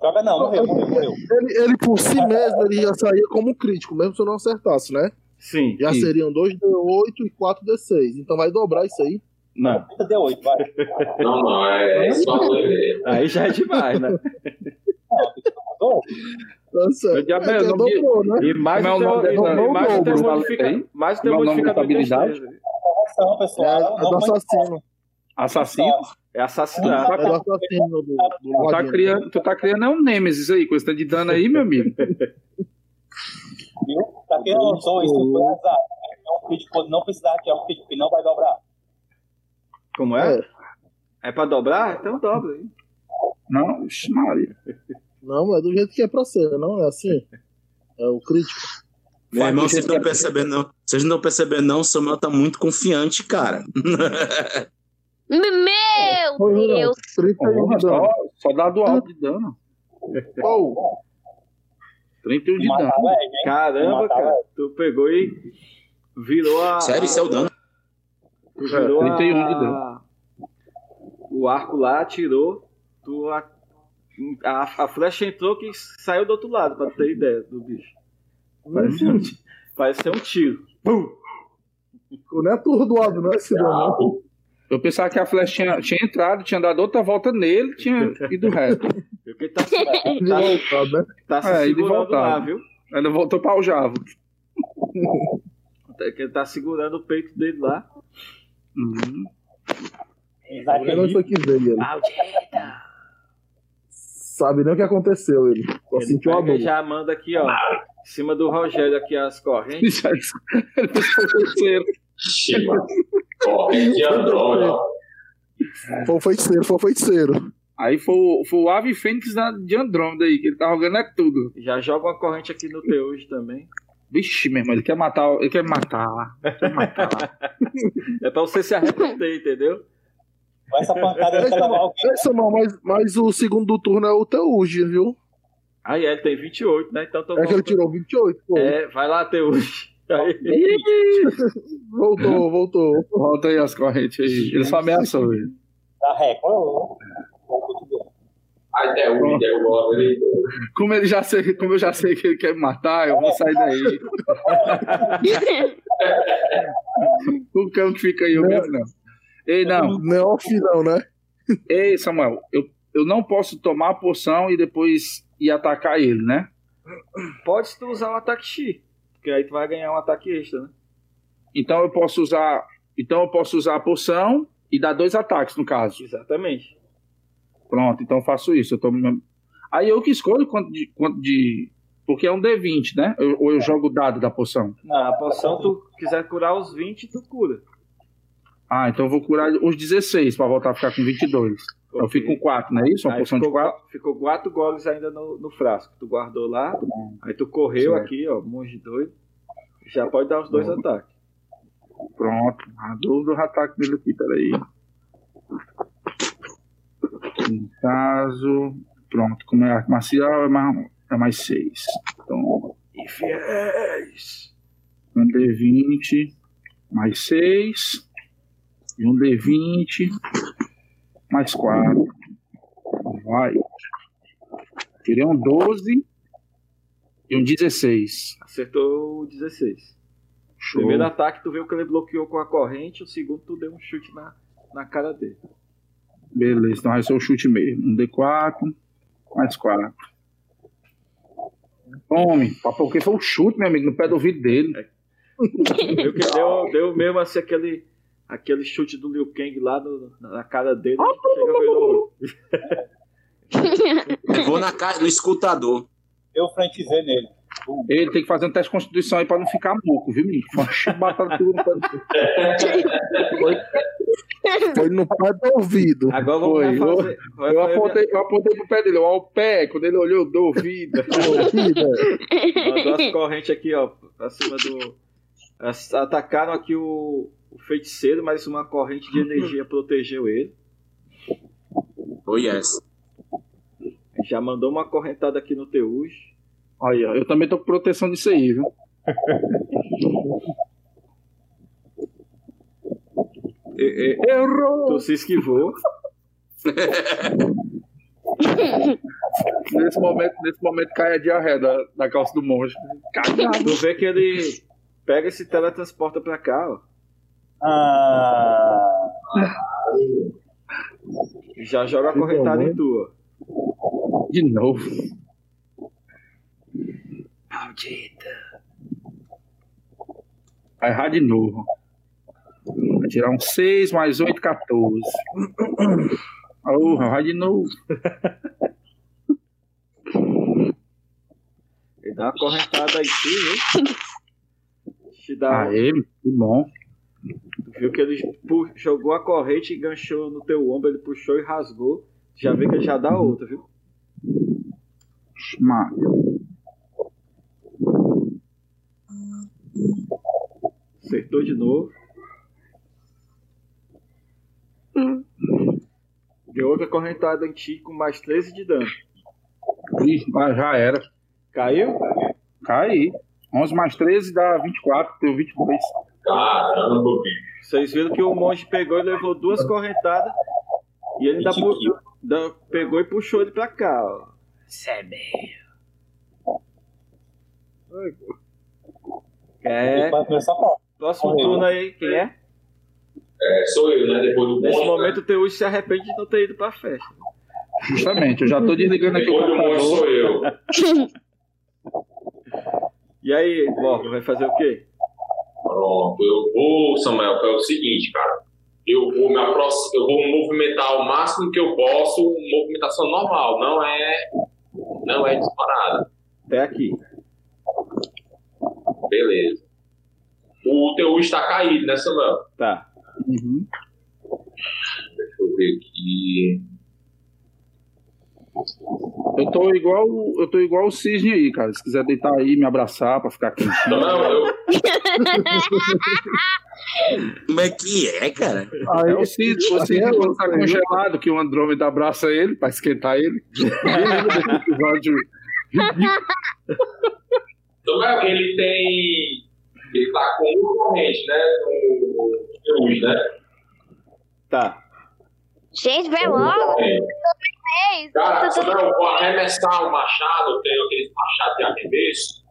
[SPEAKER 3] Joga não, morreu, morreu, morreu.
[SPEAKER 2] Ele, ele por si mesmo, ele já saía como crítico, mesmo se eu não acertasse, né?
[SPEAKER 5] Sim.
[SPEAKER 2] Já
[SPEAKER 7] Sim.
[SPEAKER 2] seriam 2D8 e 4D6. Então vai dobrar isso aí.
[SPEAKER 7] Não.
[SPEAKER 3] 30 deu 8, vai.
[SPEAKER 4] Não, não, é só doer.
[SPEAKER 5] Aí já é demais, né?
[SPEAKER 2] Tá certo.
[SPEAKER 7] Meu diabo, é,
[SPEAKER 2] já
[SPEAKER 7] o nome de-
[SPEAKER 2] dobrou, né?
[SPEAKER 5] E mais
[SPEAKER 7] Como é
[SPEAKER 5] o
[SPEAKER 7] o
[SPEAKER 5] teu,
[SPEAKER 7] é nome
[SPEAKER 5] e
[SPEAKER 7] dela?
[SPEAKER 5] e mais o teu
[SPEAKER 7] Dobro,
[SPEAKER 5] modifica-
[SPEAKER 7] falei.
[SPEAKER 5] mais o teu
[SPEAKER 7] Como é o nome
[SPEAKER 5] modificador de
[SPEAKER 7] da habilidade?
[SPEAKER 5] destreza.
[SPEAKER 3] Correção,
[SPEAKER 2] É,
[SPEAKER 3] pessoal.
[SPEAKER 2] é do
[SPEAKER 3] Vamos
[SPEAKER 2] assassino.
[SPEAKER 7] Assassino.
[SPEAKER 5] É
[SPEAKER 7] Ah,
[SPEAKER 5] assassinar.
[SPEAKER 2] É do assassino do, do né?
[SPEAKER 7] Tu tá
[SPEAKER 2] Ladino.
[SPEAKER 7] criando, tu tá criando é um Nemesis aí, com esse tanto de dano aí, meu amigo.
[SPEAKER 3] viu? Pra quem não usou, isso foi azar. É um crítico quando não precisar, que é um crítico que não vai dobrar.
[SPEAKER 5] Como é? É pra dobrar? Então dobra. hein?
[SPEAKER 7] Não, oxe, Maria.
[SPEAKER 2] Não, é do jeito que é pra ser, não é assim. É o crítico.
[SPEAKER 1] Meu irmão, vocês não estão percebendo, não. Vocês não estão percebendo, não. O Samuel tá muito confiante, cara.
[SPEAKER 6] Meu Deus.
[SPEAKER 2] 31
[SPEAKER 7] Porra,
[SPEAKER 2] de dano.
[SPEAKER 7] só, só dado alto de dano.
[SPEAKER 2] Pô,
[SPEAKER 7] 31
[SPEAKER 3] E
[SPEAKER 7] de dano.
[SPEAKER 3] matar o Ed, hein?
[SPEAKER 5] Caramba,
[SPEAKER 3] Matar,
[SPEAKER 5] cara. Tu pegou e virou a.
[SPEAKER 1] Sério, isso é o dano.
[SPEAKER 5] tu virou a-
[SPEAKER 7] 31 de dano.
[SPEAKER 5] O arco lá atirou. Tu a... A, a flecha entrou que saiu do outro lado, pra tu ter ideia do bicho. Parece, um, ti- parece ser um tiro.
[SPEAKER 2] não é atordoado, não é esse dano.
[SPEAKER 7] Eu pensava que a flechinha tinha entrado, tinha dado outra volta nele, tinha ido reto.
[SPEAKER 5] Porque tá,
[SPEAKER 2] né? De voltado, né?
[SPEAKER 5] tá se
[SPEAKER 7] É, e de
[SPEAKER 5] segurando lá,
[SPEAKER 7] voltar.
[SPEAKER 5] viu?
[SPEAKER 7] Ela voltou para o Javo.
[SPEAKER 5] Que ele tá segurando o peito dele lá.
[SPEAKER 7] Uhum.
[SPEAKER 3] é,
[SPEAKER 2] Tá vendo
[SPEAKER 3] Isaac,
[SPEAKER 2] isso aqui dele, ele. Sabe nem o que aconteceu, ele. Só
[SPEAKER 5] Ele
[SPEAKER 2] sentiu a
[SPEAKER 5] pega e
[SPEAKER 2] dor.
[SPEAKER 5] já manda aqui, ó. Em cima do Rogério aqui as correntes.
[SPEAKER 7] Isso aí. Ele foi o terceiro.
[SPEAKER 4] Ixi, mano. Ó, esse Android, ó.
[SPEAKER 2] Foi o feiticeiro, foi o feiticeiro.
[SPEAKER 7] Aí foi, o- foi o Ave Fênix na- de Andrômeda aí, que ele tá jogando é tudo.
[SPEAKER 5] Já joga uma corrente aqui no teu hoje também.
[SPEAKER 7] Vixe, meu irmão, ele quer matar, ele quer matar lá. Quer matar Então lá.
[SPEAKER 5] É pra você se arrepender, entendeu?
[SPEAKER 3] vai essa pancada
[SPEAKER 2] Ei,
[SPEAKER 3] no
[SPEAKER 2] Samuel,
[SPEAKER 3] carnaval.
[SPEAKER 2] ei, Samuel, É mas, mas o segundo turno é o Teuji, viu?
[SPEAKER 5] Aí ele tem 28, né? Então tô
[SPEAKER 2] É que ele
[SPEAKER 5] voltando.
[SPEAKER 2] tirou 28, pô.
[SPEAKER 5] É, vai lá, teu hoje. Aí,
[SPEAKER 2] Voltou, voltou.
[SPEAKER 7] Volta aí as correntes aí. Ele só ameaçou. ele.
[SPEAKER 3] Da ré. Ô, ô, ô.
[SPEAKER 4] Aí um, derruba, derruba logo ele.
[SPEAKER 7] Como, ele já sei, como eu já sei que ele quer me matar, eu vou sair daí. O cão que fica aí, eu mesmo não. Ei, não.
[SPEAKER 2] Neof não, né?
[SPEAKER 7] Ei, Samuel, eu, eu não posso tomar a poção e depois ir atacar ele, né?
[SPEAKER 5] Pode tu usar um ataque X, porque aí tu vai ganhar um ataque extra, né?
[SPEAKER 7] Então eu posso usar. Então eu posso usar a poção e dar dois ataques, no caso.
[SPEAKER 5] Exatamente.
[SPEAKER 7] Pronto, então eu faço isso. Eu tomo... Aí eu que escolho quanto de, quanto de. Porque é um D20, né? Eu-
[SPEAKER 5] É.
[SPEAKER 7] ou eu jogo o dado da poção.
[SPEAKER 5] Na poção, tu quiser curar os 20, tu cura.
[SPEAKER 7] Ah, então eu vou curar os 16 pra voltar a ficar com 22. Então Eu
[SPEAKER 5] Ok.
[SPEAKER 7] fico com 4, não é isso? Uma
[SPEAKER 5] Aí
[SPEAKER 7] poção de
[SPEAKER 5] ficou,
[SPEAKER 7] 4.
[SPEAKER 5] qua- ficou quatro goles ainda no, no frasco. Tu guardou lá, aí tu correu
[SPEAKER 7] Certo.
[SPEAKER 5] aqui, ó, monge doido. Já pode dar os dois ataques.
[SPEAKER 7] Pronto. A dúvida do ataque dele aqui, peraí. No caso. Pronto, como é arte marcial, é mais, é mais 6. Então. E fiéis! Um D20 mais 6. E um D20 mais 4. Vai. Tirei um 12 e um 16.
[SPEAKER 5] Acertou o 16.
[SPEAKER 7] Show.
[SPEAKER 5] Primeiro ataque, tu viu que ele bloqueou com a corrente. O segundo, tu deu um chute na, na cara dele.
[SPEAKER 7] Beleza, então vai ser o chute mesmo. Um D4, mais 4. Homem, porque foi um chute, meu amigo, no pé do ouvido dele.
[SPEAKER 5] Tu Viu que deu, deu mesmo assim aquele, aquele chute do Liu Kang lá no- na cara dele. Chega, virou-
[SPEAKER 1] Levou na ca... no escutador.
[SPEAKER 3] Eu frentizei nele.
[SPEAKER 7] Ele tem que fazer um teste de constituição aí pra não ficar louco, viu, menino? Foi uma chubatada tudo no pé do
[SPEAKER 2] Foi no pé do ouvido.
[SPEAKER 5] Agora vamos
[SPEAKER 7] Foi,
[SPEAKER 5] refazer. vai
[SPEAKER 7] Eu
[SPEAKER 5] fazer-
[SPEAKER 7] apontei, eu apontei pro pé dele, ó, o pé, quando ele olhou, eu dou vida.
[SPEAKER 2] É né?
[SPEAKER 5] Mandou as correntes aqui, ó, pra cima do. as- Atacaram aqui o, o feiticeiro, mas uma corrente de energia protegeu ele.
[SPEAKER 1] Oh, yes.
[SPEAKER 5] Já mandou uma correntada aqui no Teus.
[SPEAKER 7] Aí, ó, eu também tô com proteção disso aí, viu?
[SPEAKER 5] E- e-
[SPEAKER 7] Errou!
[SPEAKER 5] Tu se esquivou.
[SPEAKER 7] Nesse momento, nesse momento cai a diarreia da, da calça do monge. Cagado.
[SPEAKER 5] Tu vê que ele pega e se teletransporta pra cá, ó.
[SPEAKER 3] Ah,
[SPEAKER 5] e Já joga a correntada em tu, ó.
[SPEAKER 7] De novo. Vai errar de novo. Vai tirar um 6 mais 8, 14. Oh, vai de novo.
[SPEAKER 5] Ele dá uma correntada em tu, viu? Te dá.
[SPEAKER 7] Aê, que bom.
[SPEAKER 5] Tu viu que ele pu- jogou a corrente, enganchou no teu ombro, ele puxou e rasgou. Já vê que ele já dá outra, viu?
[SPEAKER 7] Mano.
[SPEAKER 5] Acertou de novo. Deu outra correntada em ti com mais 13 de dano.
[SPEAKER 7] Ih, mas já era.
[SPEAKER 5] Caiu?
[SPEAKER 7] Cai. 11 mais 13 dá 24. Teu 22.
[SPEAKER 4] Caramba, bicho.
[SPEAKER 5] Vocês viram que o monge pegou e levou duas correntadas. E ele tá ainda
[SPEAKER 3] Gente,
[SPEAKER 5] pu-
[SPEAKER 3] que-
[SPEAKER 5] da- pegou e puxou ele pra cá. Ó. É. É.
[SPEAKER 3] ele foi o primeiro socorro.
[SPEAKER 5] Próximo turno aí, quem é?
[SPEAKER 4] É, sou eu, né? Depois do
[SPEAKER 5] Nesse
[SPEAKER 4] monstro.
[SPEAKER 5] momento o Teus se arrepende de não ter ido pra festa.
[SPEAKER 7] Justamente, eu já tô desligando
[SPEAKER 4] né?
[SPEAKER 7] aqui o
[SPEAKER 4] Depois do monstro
[SPEAKER 7] computador.
[SPEAKER 4] sou eu.
[SPEAKER 5] E aí, Borgo, vai fazer o quê?
[SPEAKER 4] Pronto, eu vou, Samuel, que é o seguinte, cara. Eu vou me aproximar, eu vou movimentar o máximo que eu posso, movimentação normal, não é. Não é disparada.
[SPEAKER 5] Até aqui.
[SPEAKER 4] Beleza. O teu está caído, né, Samuel?
[SPEAKER 5] Tá.
[SPEAKER 7] Uhum.
[SPEAKER 4] Deixa eu ver aqui.
[SPEAKER 7] Eu tô igual, eu tô igual o cisne aí, cara. Se quiser deitar aí, me abraçar pra ficar quente.
[SPEAKER 4] Samuel, eu,
[SPEAKER 1] Como é que é, cara?
[SPEAKER 7] É o Cid, o Cid
[SPEAKER 2] Aí-
[SPEAKER 7] quando tá congelado, que o Andrômeda abraça ele pra esquentar ele. episódio.
[SPEAKER 4] Samuel, Então, é, ele tem. Ele tá com uma corrente, né? Com o Zeus, né?
[SPEAKER 5] Tá.
[SPEAKER 6] Gente, vai logo.
[SPEAKER 4] É.
[SPEAKER 6] É isso.
[SPEAKER 4] Cara,
[SPEAKER 6] Tá, tá,
[SPEAKER 4] não, eu vou arremessar o machado, eu tenho aqueles machados de arremesso.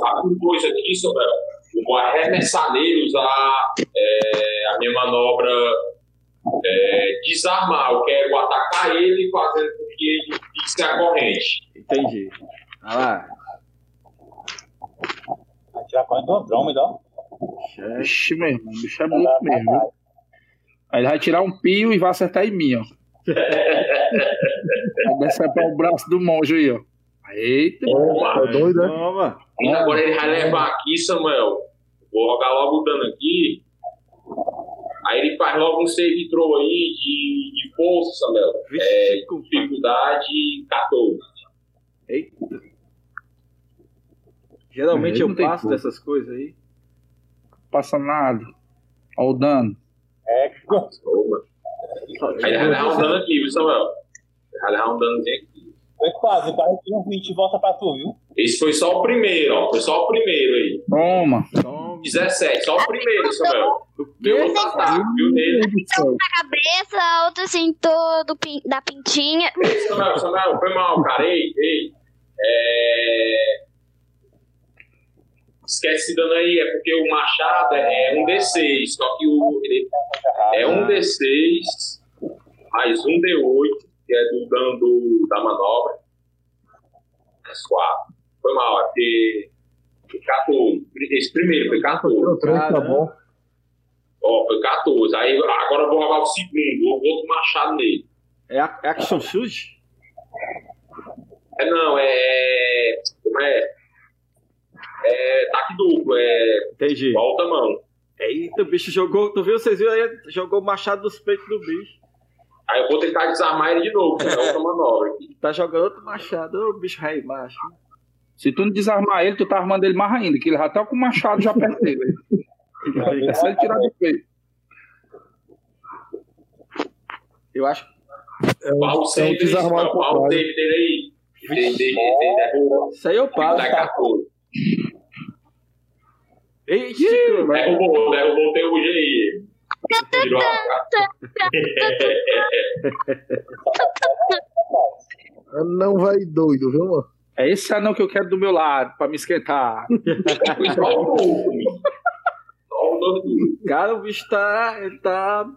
[SPEAKER 4] Sabe com dois aqui, Sobel? Eu vou arremessar nele, usar é, a minha manobra é, desarmar. Eu quero atacar ele, fazendo com que ele fixe a corrente.
[SPEAKER 5] Entendi. Vai lá.
[SPEAKER 3] Atirar a corrente do Andrômeda, ó.
[SPEAKER 5] Chefe.
[SPEAKER 7] Ixi, meu irmão, o bicho é muito mesmo. viu? Aí ele vai tirar um pio e vai acertar em mim, ó. Vai decepar o braço do monge aí, ó. Eita,
[SPEAKER 4] Toma.
[SPEAKER 2] É doido, né?
[SPEAKER 5] Toma.
[SPEAKER 4] E agora ele vai levar aqui, Samuel. Vou jogar logo o dano aqui. Aí ele faz logo um save throw aí de, de força, Samuel.
[SPEAKER 5] Vixe,
[SPEAKER 4] É,
[SPEAKER 5] compadre.
[SPEAKER 4] dificuldade 14.
[SPEAKER 5] Geralmente
[SPEAKER 7] É,
[SPEAKER 5] eu
[SPEAKER 7] não tem
[SPEAKER 5] passo
[SPEAKER 7] como.
[SPEAKER 5] dessas coisas aí.
[SPEAKER 7] passa nada. Ó o dano.
[SPEAKER 3] É,
[SPEAKER 4] Toma.
[SPEAKER 5] Só-
[SPEAKER 4] Aí ele vai levar um dano aqui, viu, Samuel? Ele Vai levar um danozinho aqui.
[SPEAKER 3] foi quase, quase que um 20 volta pra tu, viu?
[SPEAKER 4] Esse foi só o primeiro, ó. Foi só o primeiro aí.
[SPEAKER 7] Toma.
[SPEAKER 5] Toma.
[SPEAKER 4] 17, só o primeiro, Samuel. Deu outro ataque, viu, nele.
[SPEAKER 6] na cabeça, a outra sentou do pin- da pintinha.
[SPEAKER 4] Samuel, Samuel, foi mal, cara. Ei, ei. É... Esquece esse dano aí, é porque o machado é um D6, só que o... ele é um D6 mais um D8, que é do dano do- da manobra. Mais 4. Foi mal, é porque... foi 14. Esse primeiro foi 14.
[SPEAKER 2] Tirou três, tá bom.
[SPEAKER 4] Ó, foi 14. Aí agora eu vou rolar o segundo, o outro machado nele.
[SPEAKER 5] É a- é action shoot?
[SPEAKER 4] É não, é. Como é? É taque duplo, é
[SPEAKER 5] Entendi.
[SPEAKER 4] volta a mão.
[SPEAKER 5] Eita, o bicho jogou. Tu viu? Vocês viram aí? Jogou o machado nos peitos do bicho.
[SPEAKER 4] Aí eu vou tentar desarmar ele de novo, porque é outra manobra. aqui.
[SPEAKER 5] Tá jogando outro machado. Ô, bicho rei macho.
[SPEAKER 7] Se tu não desarmar ele, tu tá armando ele mais ainda, que ele já tá com o machado já perto dele. É só ele tirar do peito.
[SPEAKER 5] Eu acho que
[SPEAKER 2] É um,
[SPEAKER 4] Qual o
[SPEAKER 2] é um
[SPEAKER 4] save dele?
[SPEAKER 2] desarmado
[SPEAKER 4] Qual
[SPEAKER 2] por
[SPEAKER 4] o
[SPEAKER 2] trás.
[SPEAKER 4] save dele aí? Ele- ele- ele derrubou,
[SPEAKER 5] isso aí eu
[SPEAKER 4] ele
[SPEAKER 5] passo.
[SPEAKER 4] dá 14.
[SPEAKER 5] Ixi, cara.
[SPEAKER 4] Derrubou, derrubou o teu UG aí. Tirou a- é,
[SPEAKER 2] É, Não vai doido, viu, mano?
[SPEAKER 7] É esse anão que eu quero do meu lado, pra me esquentar.
[SPEAKER 4] Foi só um pouco, meu. Só um dano duro.
[SPEAKER 5] Cara, o bicho tá. Ele tá.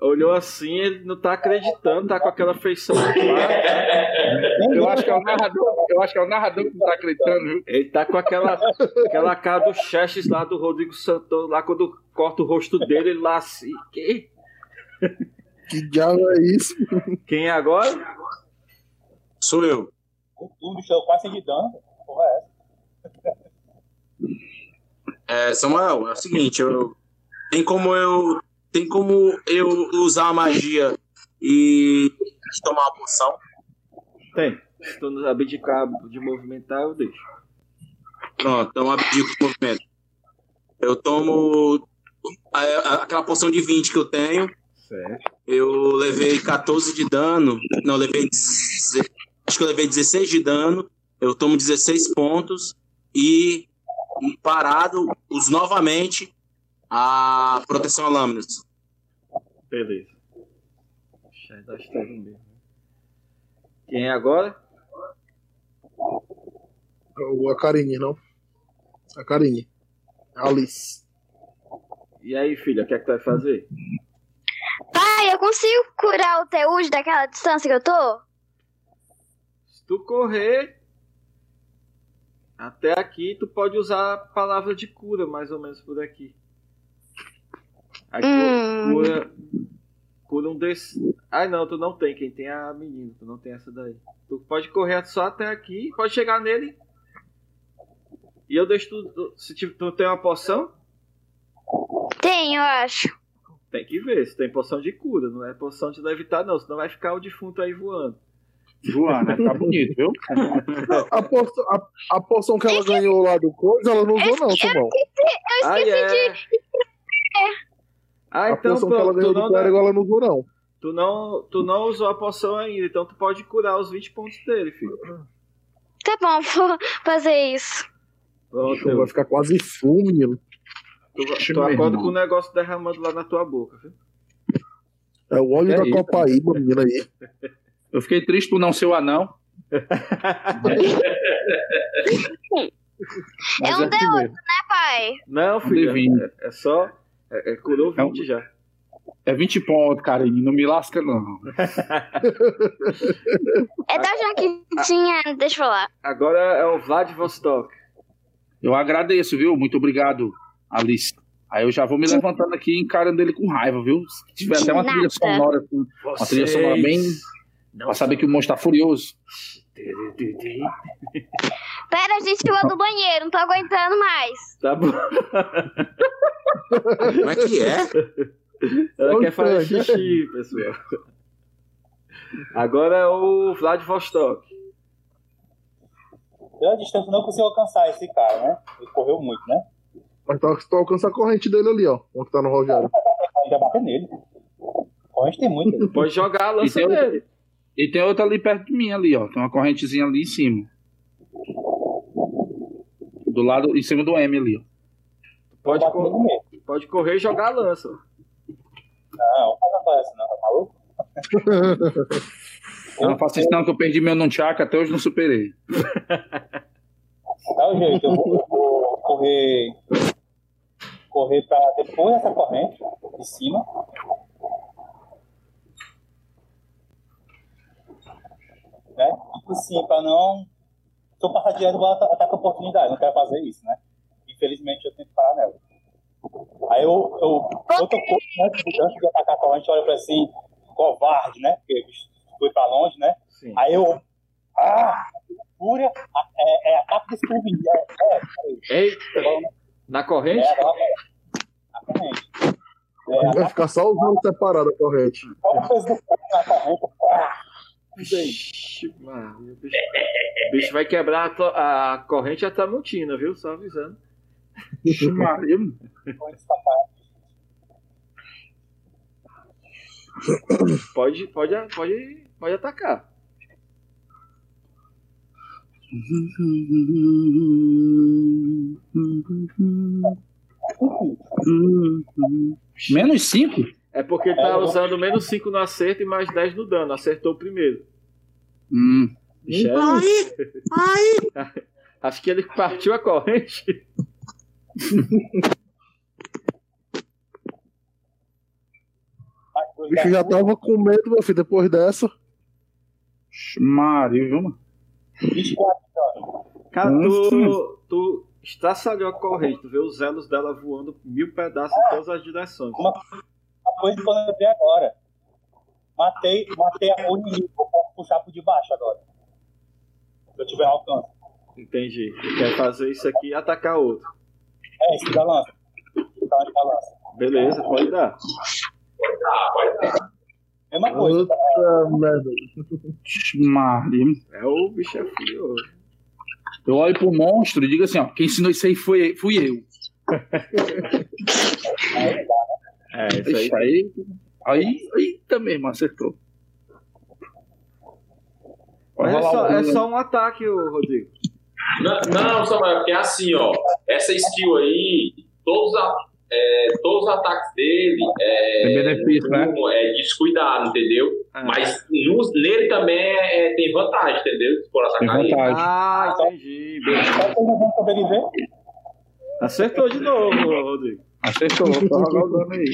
[SPEAKER 5] Olhou assim, ele não tá acreditando, tá com aquela feição de mar.
[SPEAKER 7] Eu acho que é o narrador, eu acho que é o narrador que não tá acreditando, viu?
[SPEAKER 5] Ele tá com aquela, aquela cara do Chestes lá do Rodrigo Santoro, lá quando corta o rosto dele, ele lá assim. "Quê?
[SPEAKER 2] Que diabo é isso?
[SPEAKER 5] Quem é agora?
[SPEAKER 1] Sou eu.
[SPEAKER 3] O turno bicho, quase de dano. Porra, é essa?
[SPEAKER 1] É, Samuel, é o seguinte, eu- tem como eu tem como eu usar a magia e tomar uma poção?
[SPEAKER 5] Tem. Se tu não abdicar de movimentar, eu deixo.
[SPEAKER 1] Pronto, então abdico o movimento. Eu tomo a- a- aquela poção de 20 que eu tenho.
[SPEAKER 5] Certo.
[SPEAKER 1] Eu levei 14 de dano. Não, levei. 16 Acho que eu levei 16 de dano. Eu tomo 16 pontos. E parado, uso novamente a proteção a lâminas.
[SPEAKER 5] Beleza. Já dá estado mesmo. Quem é agora?
[SPEAKER 2] O- A Karine, não? A Karine. Alice.
[SPEAKER 5] E aí, filha, o que é que tu vai fazer?
[SPEAKER 6] Pai, eu consigo curar o Teus daquela distância que eu tô?
[SPEAKER 5] Se tu correr até aqui, tu pode usar a palavra de cura, mais ou menos por aqui. Aqui
[SPEAKER 6] Hum.
[SPEAKER 5] cura, cura um desses. Ai não, tu não tem. Quem tem é a menina, tu não tem essa daí. Tu pode correr só até aqui, pode chegar nele. E eu deixo tu. Se tu- tu tem uma poção,
[SPEAKER 6] Tem, eu acho.
[SPEAKER 5] tem que ver. Se tem poção de cura, não é poção de levitar, não. Senão vai ficar o defunto aí voando.
[SPEAKER 7] Joana, tá bonito, viu?
[SPEAKER 2] A, poção, a, a poção que ela ganhou lá do coisa, ela não usou, não, Simão.
[SPEAKER 6] Eu esqueci
[SPEAKER 5] é. Ah,
[SPEAKER 2] A
[SPEAKER 5] então
[SPEAKER 2] poção que ela
[SPEAKER 5] pronto, tu
[SPEAKER 2] ganhou do
[SPEAKER 5] não, dá-
[SPEAKER 2] clérigo, ela não usou, não.
[SPEAKER 5] Tu não, tu não usou a poção ainda, então tu pode curar os 20 pontos dele, filho.
[SPEAKER 6] Tá bom, vou fazer isso.
[SPEAKER 5] Pronto,
[SPEAKER 2] Pô, Vai ficar quase full, menino.
[SPEAKER 5] tu,
[SPEAKER 7] Ixi,
[SPEAKER 5] tu
[SPEAKER 7] meu
[SPEAKER 5] acorda
[SPEAKER 7] irmão.
[SPEAKER 5] com o negócio derramando lá na tua boca, viu?
[SPEAKER 2] É o óleo
[SPEAKER 7] É
[SPEAKER 2] da
[SPEAKER 7] isso.
[SPEAKER 2] Copaíba, menina aí.
[SPEAKER 7] Eu fiquei triste por não ser o anão.
[SPEAKER 6] É um
[SPEAKER 7] assim
[SPEAKER 6] deus.
[SPEAKER 7] mesmo.
[SPEAKER 6] pai?
[SPEAKER 5] Não,
[SPEAKER 7] Adivinha.
[SPEAKER 5] filho. É, é só. É, é, curou
[SPEAKER 7] É um-
[SPEAKER 5] 20 já.
[SPEAKER 7] É 20 pontos, Karine. Não me lasca, não.
[SPEAKER 6] É da Janquitinha, deixa eu falar.
[SPEAKER 5] Agora é o Vladivostok.
[SPEAKER 7] Eu agradeço, viu? Muito obrigado, Alice. Aí eu já vou me levantando aqui e encarando ele com raiva, viu? Se tiver até uma
[SPEAKER 6] Nada.
[SPEAKER 7] trilha sonora assim, uma trilha sonora bem. Pra saber que o monstro tá furioso.
[SPEAKER 6] Pera, a gente ficou do banheiro, não tô aguentando mais.
[SPEAKER 5] Tá bom.
[SPEAKER 1] Como é que é?
[SPEAKER 5] Ela
[SPEAKER 2] Olha
[SPEAKER 5] quer fazer
[SPEAKER 2] aí.
[SPEAKER 5] xixi, pessoal. Agora é o Vladivostok.
[SPEAKER 3] Pela distância, não conseguiu alcançar esse cara, né? Ele correu muito, né?
[SPEAKER 2] Mas tá, tu alcança a corrente dele ali, ó. O que tá no Rogério.
[SPEAKER 3] Ainda bater nele. Corrente tem muito. ele.
[SPEAKER 5] Pode jogar a lança
[SPEAKER 7] Então-
[SPEAKER 5] dele.
[SPEAKER 7] E tem outra ali perto de mim, ali, ó. Tem uma correntezinha ali em cima. Do lado, em cima do M ali, ó.
[SPEAKER 5] Pode,
[SPEAKER 3] Bate
[SPEAKER 5] cor-
[SPEAKER 3] comigo mesmo.
[SPEAKER 5] pode correr e jogar a lança.
[SPEAKER 3] Não, faz uma palestra, não, tá maluco?
[SPEAKER 7] Eu não faço isso não, que eu perdi meu nunchaku, até hoje não superei.
[SPEAKER 3] Dá o jeito, Tá, eu vou, eu vou correr. Correr pra depois dessa corrente, de cima. Né? Tipo assim, pra não. Se eu passar direto, eu vou ata- atacar a tá, oportunidade, não quero fazer isso, né? Infelizmente eu tenho que parar nela. Aí eu. eu eu tô pouco antes, de- antes de atacar a corrente, eu olho pra assim, covarde, né? Porque eu fui pra longe, né?
[SPEAKER 5] Sim.
[SPEAKER 3] Aí eu. Ah! Fúria, a- é, é ataque desprevenido. É, é,
[SPEAKER 5] Ei,
[SPEAKER 3] é,
[SPEAKER 5] na
[SPEAKER 3] é,
[SPEAKER 5] corrente?
[SPEAKER 3] é, Exatamente.
[SPEAKER 7] Ah.
[SPEAKER 3] É,
[SPEAKER 2] Vai ficar só usando separado a corrente.
[SPEAKER 3] qual o peso do corpo na corrente? Ah,
[SPEAKER 5] Vixe, Maria, o bicho, o bicho vai quebrar a, to- a corrente e a tramontina, viu? Só avisando.
[SPEAKER 7] Ixi, Maria, mano.
[SPEAKER 3] foi escapar.
[SPEAKER 5] Pode, pode, pode, pode atacar.
[SPEAKER 7] Menos 5?
[SPEAKER 5] É porque ele tá usando menos 5 no acerto e mais 10 no dano. Acertou o primeiro.
[SPEAKER 7] Hum.
[SPEAKER 5] Bicho, é-
[SPEAKER 1] Ai, ai.
[SPEAKER 5] acho que ele partiu a corrente.
[SPEAKER 3] Mas dois
[SPEAKER 2] O bicho já
[SPEAKER 3] da-
[SPEAKER 2] tava com medo, meu filho, depois dessa.
[SPEAKER 7] Ixi, Maria, viu, mano?
[SPEAKER 3] 24
[SPEAKER 5] Cara, tu,
[SPEAKER 7] Nossa.
[SPEAKER 5] tu estraçalhou a corrente. Tu vê os elos dela voando mil pedaços em todas as direções.
[SPEAKER 3] Uma- uma coisa que eu lembrei agora. Matei, matei a cor inimigo. Eu posso puxar por debaixo agora. Se eu tiver alcance.
[SPEAKER 5] Entendi. Tu quer fazer isso aqui e atacar outro.
[SPEAKER 3] É, isso da lança. Tá onde da lança.
[SPEAKER 5] Beleza, pode dar.
[SPEAKER 3] Mesma coisa.
[SPEAKER 2] Puta merda.
[SPEAKER 7] Ixi, Maria. mano.
[SPEAKER 5] É o bicho é furioso.
[SPEAKER 7] Eu olho pro monstro e digo assim, ó, quem ensinou isso aí foi, fui eu.
[SPEAKER 5] É, isso aí.
[SPEAKER 7] Ixi, aí, aí, aí também, mano, acertou.
[SPEAKER 5] Mas é
[SPEAKER 7] Vai
[SPEAKER 5] só,
[SPEAKER 7] rolar um-
[SPEAKER 5] é só um ataque, ô, Rodrigo.
[SPEAKER 4] Não, não Samuel, porque é assim, ó. Essa skill aí, todos, os a- é, todos os ataques dele é,
[SPEAKER 7] É benefício, né?
[SPEAKER 4] um, é descuidado, entendeu?
[SPEAKER 5] Ah.
[SPEAKER 4] Mas nos- nele também é- é- tem vantagem, entendeu? Se for
[SPEAKER 7] Tem
[SPEAKER 4] atacar ele.
[SPEAKER 7] vantagem.
[SPEAKER 5] Ah, entendi. Beleza.
[SPEAKER 3] Só que eu não vou sobreviver.
[SPEAKER 5] Acertou de novo, ô, Rodrigo.
[SPEAKER 7] Acertou, vou rolar o dano aí.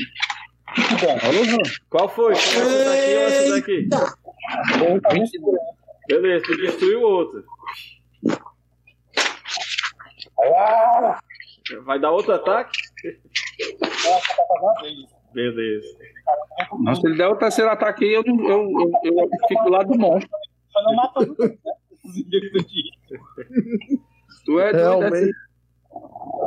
[SPEAKER 7] Olha o dano.
[SPEAKER 5] Qual foi? Foi Essa daqui ou essa daqui?
[SPEAKER 7] tá
[SPEAKER 5] Beleza, tu destruiu outro.
[SPEAKER 3] Ah,
[SPEAKER 5] Vai dar outro ataque?
[SPEAKER 3] nossa, tá fazendo uma vez.
[SPEAKER 5] Beleza.
[SPEAKER 7] Não, se ele der o terceiro ataque aí, eu, não- eu, eu, eu fico lá do monstro.
[SPEAKER 3] Só não mata todo mundo, né? Os inimigos do dia.
[SPEAKER 7] Tu é doido,
[SPEAKER 2] Realmente.
[SPEAKER 7] assim.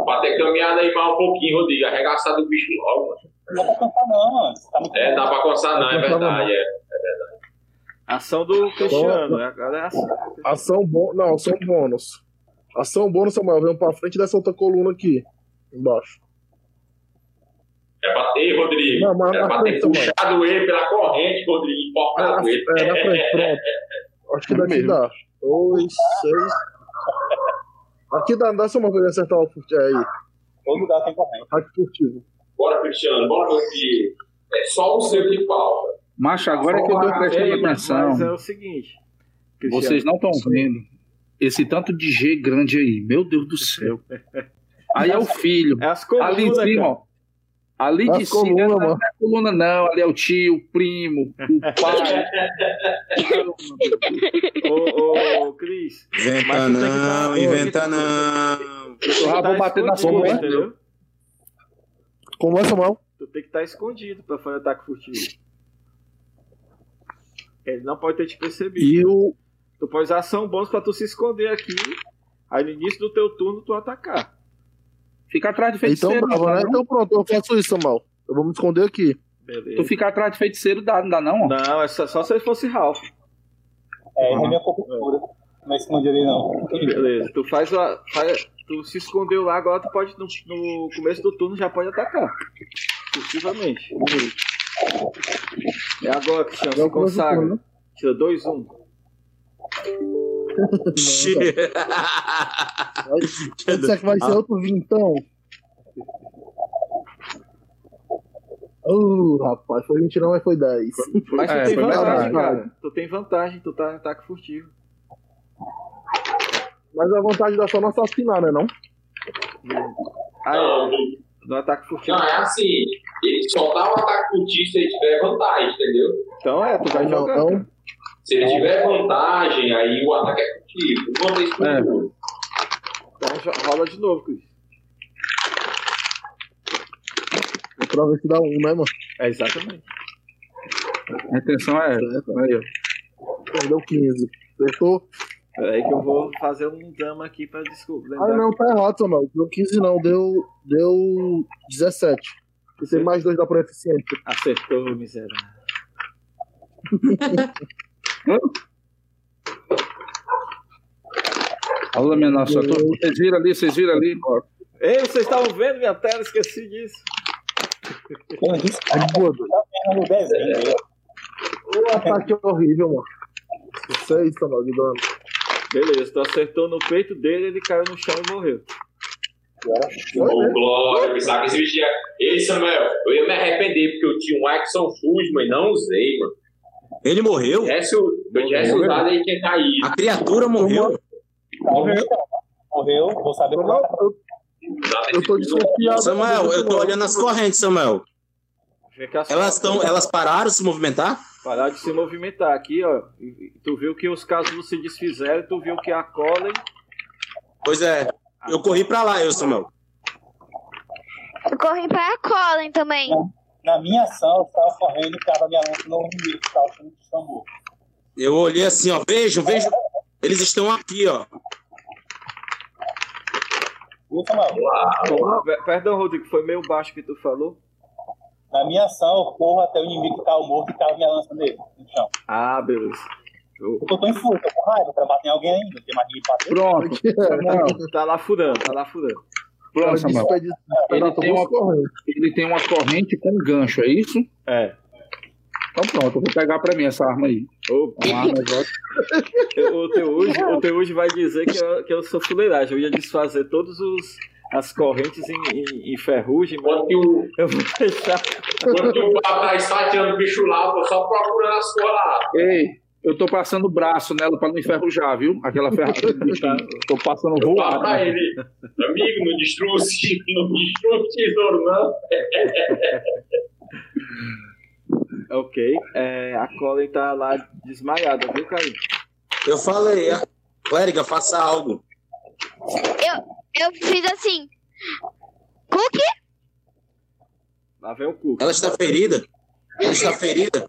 [SPEAKER 4] Pra ter caminhado aí mais um pouquinho, Rodrigo. Arregaçar do bicho logo. mano.
[SPEAKER 3] Não dá pra cantar, não, mano. Você tá muito
[SPEAKER 4] É, dá pra coçar, não, é
[SPEAKER 2] Não, não, não.
[SPEAKER 4] verdade. É.
[SPEAKER 5] Ação do Cristiano. né? Agora é ação.
[SPEAKER 2] Ação bônus. Não, ação bônus. Ação bônus, Samuel. Vem pra frente dessa outra coluna aqui. Embaixo.
[SPEAKER 4] É pra ter, Rodrigo.
[SPEAKER 2] Não, mas
[SPEAKER 4] Era
[SPEAKER 2] na
[SPEAKER 4] pra ter
[SPEAKER 2] frente, mano.
[SPEAKER 4] puxado ele pela corrente, Rodrigo.
[SPEAKER 2] É, na,
[SPEAKER 4] Empolgado ele.
[SPEAKER 2] é, na frente, pronto. Acho que
[SPEAKER 7] É
[SPEAKER 2] daqui
[SPEAKER 7] mesmo.
[SPEAKER 2] dá. Dois, seis. Aqui dá, dá Samuel pra ele acertar o furtivo. Aí,
[SPEAKER 3] Todo lugar tem corrente.
[SPEAKER 2] ataque furtivo.
[SPEAKER 4] Bora, Cristiano, bora, meu filho. É só o seu que falta.
[SPEAKER 7] Macho, agora que eu tô prestando
[SPEAKER 5] Ei, mas-
[SPEAKER 7] atenção.
[SPEAKER 5] Mas é o seguinte. Cristiano,
[SPEAKER 7] Vocês não estão vendo esse tanto de G grande aí. Meu Deus do céu. Aí é o filho.
[SPEAKER 5] É as
[SPEAKER 7] Ali em
[SPEAKER 5] colunas,
[SPEAKER 7] cima,
[SPEAKER 5] cara.
[SPEAKER 7] ó. Ali de
[SPEAKER 2] As
[SPEAKER 7] cima.
[SPEAKER 2] colunas,
[SPEAKER 7] não,
[SPEAKER 2] mano.
[SPEAKER 7] não é coluna, não. Ali é o tio, o primo,
[SPEAKER 5] É,
[SPEAKER 7] o pai.
[SPEAKER 5] Ô, ô, Cris.
[SPEAKER 1] Inventa
[SPEAKER 5] Mas tu tem que dar
[SPEAKER 1] não,
[SPEAKER 5] uma
[SPEAKER 1] inventa
[SPEAKER 5] olhada.
[SPEAKER 1] não.
[SPEAKER 5] Tu tem que tá
[SPEAKER 7] já vou bater na
[SPEAKER 5] escondido,
[SPEAKER 7] sua,
[SPEAKER 5] entendeu?
[SPEAKER 2] Como é, Samuel?
[SPEAKER 5] Tu tem que estar escondido pra fazer ataque furtivo. Ele não pode ter te percebido.
[SPEAKER 7] E o.
[SPEAKER 5] Tu pode usar ação bônus pra tu se esconder aqui. Aí no início do teu turno tu atacar.
[SPEAKER 7] Fica atrás de
[SPEAKER 2] Então,
[SPEAKER 7] feiticeiro.
[SPEAKER 2] bravo,
[SPEAKER 7] não
[SPEAKER 2] né?
[SPEAKER 7] dá, não?
[SPEAKER 2] Então pronto, eu faço isso, Samuel. Eu vou me esconder aqui.
[SPEAKER 5] Beleza.
[SPEAKER 7] Tu fica atrás de feiticeiro, dá, não dá, não? ó.
[SPEAKER 5] Não, é só, só se ele fosse Ralph.
[SPEAKER 3] É, essa é a minha cobertura. Não é esconde ele, não.
[SPEAKER 5] Beleza. Tu faz, a, faz- Tu se escondeu lá, agora tu pode, no, no começo do turno, já pode atacar. Possivelmente. É agora, Cristiano. Se
[SPEAKER 2] Eu começo com,
[SPEAKER 5] consagra.
[SPEAKER 2] né?
[SPEAKER 5] Tira 2, 1. Um.
[SPEAKER 2] Eu disser que vai
[SPEAKER 1] Ah.
[SPEAKER 2] ser outro vintão. Uh, rapaz, foi 29, mas foi 10.
[SPEAKER 5] Mas tu
[SPEAKER 7] É,
[SPEAKER 5] tem
[SPEAKER 7] foi mais
[SPEAKER 5] vantagem,
[SPEAKER 2] barato.
[SPEAKER 5] cara. Tu tem vantagem, tu tá em ataque furtivo.
[SPEAKER 2] Mas a vontade da só não assassinar, né? Não?
[SPEAKER 5] Ah,
[SPEAKER 4] Não,
[SPEAKER 5] é, no ataque furtivo.
[SPEAKER 4] não, é assim. Ele só dá o ataque com ti se ele tiver vantagem, entendeu?
[SPEAKER 5] Então é, tu vai
[SPEAKER 2] Não,
[SPEAKER 5] jogar.
[SPEAKER 2] não.
[SPEAKER 5] cara.
[SPEAKER 4] Se ele tiver vantagem, aí o ataque é contigo. Uma vez por
[SPEAKER 7] É.
[SPEAKER 4] tudo.
[SPEAKER 5] Então jo- rola de novo, Cris.
[SPEAKER 2] Vou pra ver se dá um, né, mano?
[SPEAKER 5] É, exatamente.
[SPEAKER 7] A intenção é. essa. Aí, ó.
[SPEAKER 2] Perdeu 15. Acertou?
[SPEAKER 5] Peraí que eu vou fazer um dama aqui pra desculpa.
[SPEAKER 2] Ah, não, tá errado, Samuel. Deu 15 não, deu, deu 17. E tem mais dois da proeficiente.
[SPEAKER 5] Acertou, miserável.
[SPEAKER 7] Alô, minha nossa. eu tô- Vocês viram ali, vocês viram ali. ó.
[SPEAKER 5] Ei, vocês estavam vendo minha tela? Esqueci disso.
[SPEAKER 3] Eu não disse
[SPEAKER 2] É boa, doido.
[SPEAKER 3] nada um no desenho. é dele.
[SPEAKER 2] O ataque é horrível, mano. 6, Samuel, de dano.
[SPEAKER 5] Beleza, tu acertou no peito dele, ele caiu no chão e morreu.
[SPEAKER 2] Foi,
[SPEAKER 4] Ô,
[SPEAKER 2] né?
[SPEAKER 4] Glória, eu pensava que esse bicho ia. Ei, Samuel, eu ia me arrepender porque eu tinha um Axon Fuse, mas não usei, mano.
[SPEAKER 1] Ele morreu?
[SPEAKER 4] Tivesse eu eu tivesse
[SPEAKER 5] Morreu.
[SPEAKER 4] usado, ele tinha caído.
[SPEAKER 1] A criatura morreu?
[SPEAKER 3] Morreu. um Morreu, vou saber como
[SPEAKER 2] Samuel,
[SPEAKER 3] é.
[SPEAKER 2] eu, eu tô desconfiado.
[SPEAKER 1] Samuel, eu tô olhando as correntes, Samuel.
[SPEAKER 5] Vê que as-
[SPEAKER 1] Elas, tão, elas pararam de se movimentar?
[SPEAKER 5] Parar de se movimentar aqui, ó. E- e Tu viu que os casulos se desfizeram, tu viu que a Colin.
[SPEAKER 1] Pois é. Eu corri pra lá, eu, Samuel.
[SPEAKER 6] Eu corri pra Colin também.
[SPEAKER 3] Na minha ação, eu tava correndo e o cara da minha lança não me tava tá achando que chamou.
[SPEAKER 1] Eu olhei assim, ó. Vejam, vejam. Eles estão aqui, ó.
[SPEAKER 3] Viu, Samuel?
[SPEAKER 5] Pe- Perdão, Rodrigo, foi meio baixo que tu falou.
[SPEAKER 3] Na minha ação, eu corro até o inimigo que tava morto e tava minha lança nele, no chão.
[SPEAKER 5] Ah, beleza. Eu-
[SPEAKER 3] Porque eu tô em fúria, tô com raiva pra bater em alguém ainda, porque mais ninguém bateu.
[SPEAKER 7] Pronto.
[SPEAKER 2] É.
[SPEAKER 7] Samuel,
[SPEAKER 5] Tá lá furando, tá lá furando.
[SPEAKER 7] pronto, Samuel.
[SPEAKER 2] Ele tá
[SPEAKER 7] Ele tem uma- Ele tem uma corrente com gancho, é isso?
[SPEAKER 5] É.
[SPEAKER 7] Então pronto, eu vou pegar pra mim essa arma aí.
[SPEAKER 5] O,
[SPEAKER 7] Uma arma exótica.
[SPEAKER 5] eu- o, teu hoje, o teu hoje vai dizer que eu, que eu sou fuleiragem. Eu ia desfazer todas as correntes em, em- em ferrugem, mas
[SPEAKER 4] Quando o,
[SPEAKER 5] eu vou deixar.
[SPEAKER 4] quando o papo tá estateando o bicho lá, eu tô só procurando a sua lá.
[SPEAKER 7] Ei, eu tô passando o braço nela pra não enferrujar, viu? Aquela ferrugem. tô passando
[SPEAKER 4] Eu falo
[SPEAKER 7] voado.
[SPEAKER 4] pra ele, amigo, não destrua o ci- não destrua o tesouro, não.
[SPEAKER 5] Ok. É, a Colin tá lá desmaiada, viu, Caio?
[SPEAKER 1] Eu falei, a clériga, faça algo.
[SPEAKER 6] Eu fiz assim. Cookie?
[SPEAKER 5] Lá vem o cu.
[SPEAKER 1] Ela está ferida? Ela está ferida?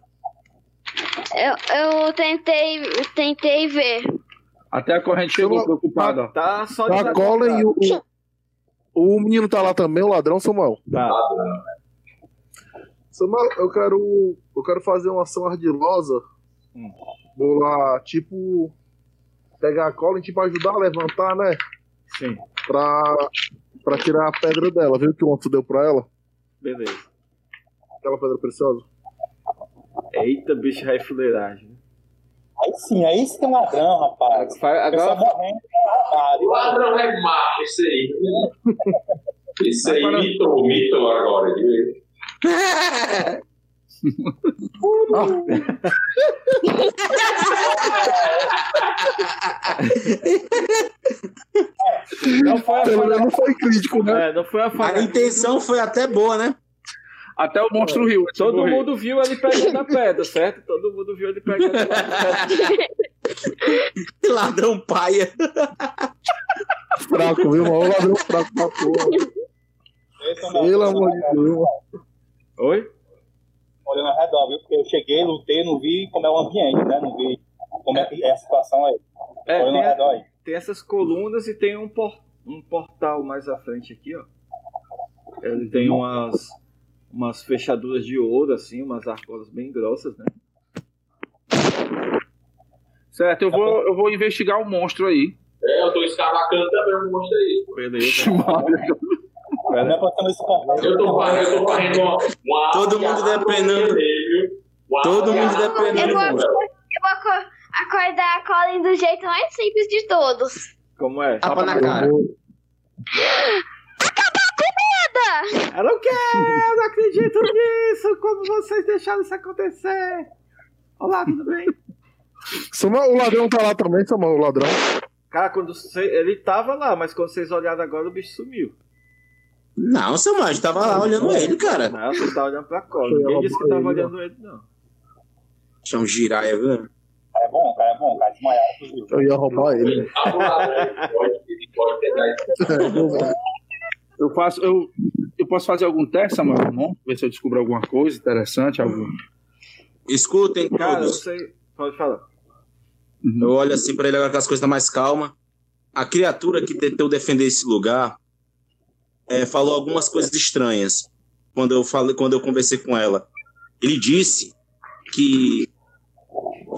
[SPEAKER 6] Eu, eu tentei, tentei ver.
[SPEAKER 7] Até a corrente chegou preocupada. ó.
[SPEAKER 5] Tá só
[SPEAKER 2] Tá a cola e o, o, o menino tá lá também, o ladrão, Samuel.
[SPEAKER 5] Tá.
[SPEAKER 2] Samuel, eu quero. Eu quero fazer uma ação ardilosa.
[SPEAKER 5] Hum.
[SPEAKER 2] Vou lá, tipo. Pegar a cola e tipo ajudar a levantar, né?
[SPEAKER 5] Sim.
[SPEAKER 2] Pra, pra tirar a pedra dela. Viu que o outro deu pra ela?
[SPEAKER 5] Beleza.
[SPEAKER 2] Aquela pedra preciosa.
[SPEAKER 5] Eita, bicho, vai fuleiragem.
[SPEAKER 3] Aí sim, aí sim tem um ladrão, rapaz.
[SPEAKER 5] Fa- Agora
[SPEAKER 3] Pessoal morrendo, cara.
[SPEAKER 4] Ladrão é macho, isso aí. Isso aí mitou, mitou agora. viu?
[SPEAKER 7] Não foi a
[SPEAKER 2] Pelo
[SPEAKER 7] falha,
[SPEAKER 2] menos foi crítico, né?
[SPEAKER 7] é, não foi a
[SPEAKER 1] A
[SPEAKER 7] falha.
[SPEAKER 1] intenção foi até boa, né?
[SPEAKER 7] Até o monstro riu. antes de
[SPEAKER 5] Todo
[SPEAKER 7] morrer.
[SPEAKER 5] mundo viu ele pegando a pedra, certo? Todo mundo viu ele pegando a pedra.
[SPEAKER 1] Ladrão paia.
[SPEAKER 2] Fraco, viu? Olha o ladrão fraco pra porra.
[SPEAKER 3] Esse é o meu-
[SPEAKER 2] Pelo amor de Deus.
[SPEAKER 5] Oi?
[SPEAKER 3] olhando ao redor, viu? Porque eu cheguei, lutei, não vi como é o ambiente, né? Não vi como é, que é a situação aí.
[SPEAKER 5] É,
[SPEAKER 3] olhando
[SPEAKER 5] tem,
[SPEAKER 3] ao
[SPEAKER 5] a-
[SPEAKER 3] redor aí.
[SPEAKER 5] tem essas colunas e tem um, por- um portal mais à frente aqui, ó. É, Ele tem umas, umas fechaduras de ouro, assim, umas argolas bem grossas, né?
[SPEAKER 7] Certo, eu vou, eu vou investigar o monstro aí.
[SPEAKER 4] É, eu tô escavacando também, eu não gostei.
[SPEAKER 5] Beleza.
[SPEAKER 3] Eu me aproximo desse portal.
[SPEAKER 4] Eu tô fazendo, eu tô fazendo uma, uma
[SPEAKER 1] Todo
[SPEAKER 4] uma-
[SPEAKER 1] mundo depenando.
[SPEAKER 4] vermelho, uma-
[SPEAKER 1] Todo mundo depenando.
[SPEAKER 6] Eu vou,
[SPEAKER 1] mano.
[SPEAKER 6] eu vou aco- acordar a Colin do jeito mais simples de todos.
[SPEAKER 5] Como é?
[SPEAKER 1] Tapa na
[SPEAKER 2] Eu
[SPEAKER 1] cara.
[SPEAKER 2] vou-
[SPEAKER 6] Tá.
[SPEAKER 5] Eu não quero, não acredito nisso! Como vocês deixaram isso acontecer? Olá, tudo bem?
[SPEAKER 2] Samuel, o ladrão tá lá também, Samuel, o ladrão.
[SPEAKER 5] Cara, quando você- ele tava lá, mas quando vocês olharam agora, o bicho sumiu.
[SPEAKER 1] Não, seu macho, tava lá olhando ele, cara.
[SPEAKER 5] Não, você tá olhando pra cola.
[SPEAKER 2] Foi
[SPEAKER 5] Ninguém
[SPEAKER 2] ela
[SPEAKER 5] disse que
[SPEAKER 2] pra
[SPEAKER 5] tava
[SPEAKER 2] ele,
[SPEAKER 5] olhando ele, não.
[SPEAKER 1] Chão giraia, viu?
[SPEAKER 3] Cara, é bom, cara, é bom, cara, desmaiado. fugiu.
[SPEAKER 2] Eu ia roubar ele.
[SPEAKER 4] Ele tá pro lado, né? Pode- ele pode pegar isso.
[SPEAKER 7] Eu faço, eu, eu posso fazer algum teste, Samuel? Não? Ver se eu descubro alguma coisa interessante, algum.
[SPEAKER 1] Escutem,
[SPEAKER 5] Cara,
[SPEAKER 1] todos.
[SPEAKER 5] você. Pode falar.
[SPEAKER 1] Eu olho assim pra ele agora com as coisas mais calma. A criatura que tentou defender esse lugar é, falou algumas coisas estranhas quando eu falei, quando eu conversei com ela. Ele disse que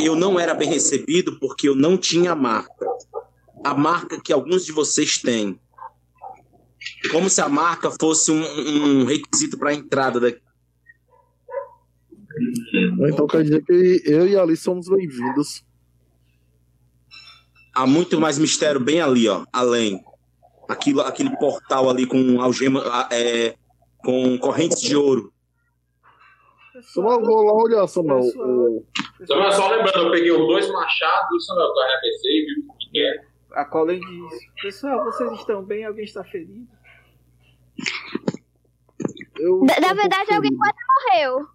[SPEAKER 1] eu não era bem recebido porque eu não tinha a marca. A marca que alguns de vocês têm. Como se a marca fosse um, um requisito para a entrada da,
[SPEAKER 2] Então quer dizer que eu e a Alice somos bem-vindos.
[SPEAKER 1] há muito mais mistério bem ali, ó, além. Aquilo, aquele portal ali com algema, a- é, com correntes de ouro.
[SPEAKER 2] Samuel, vou lá olhar, Samuel. Eu-
[SPEAKER 4] Então, é só lembrando, eu peguei os dois machados, Samuel, que eu arremessei, viu? Que é.
[SPEAKER 5] A Colin disse: Pessoal, vocês estão bem? Alguém está ferido?
[SPEAKER 2] eu-
[SPEAKER 6] Da- Na verdade, alguém quase morreu.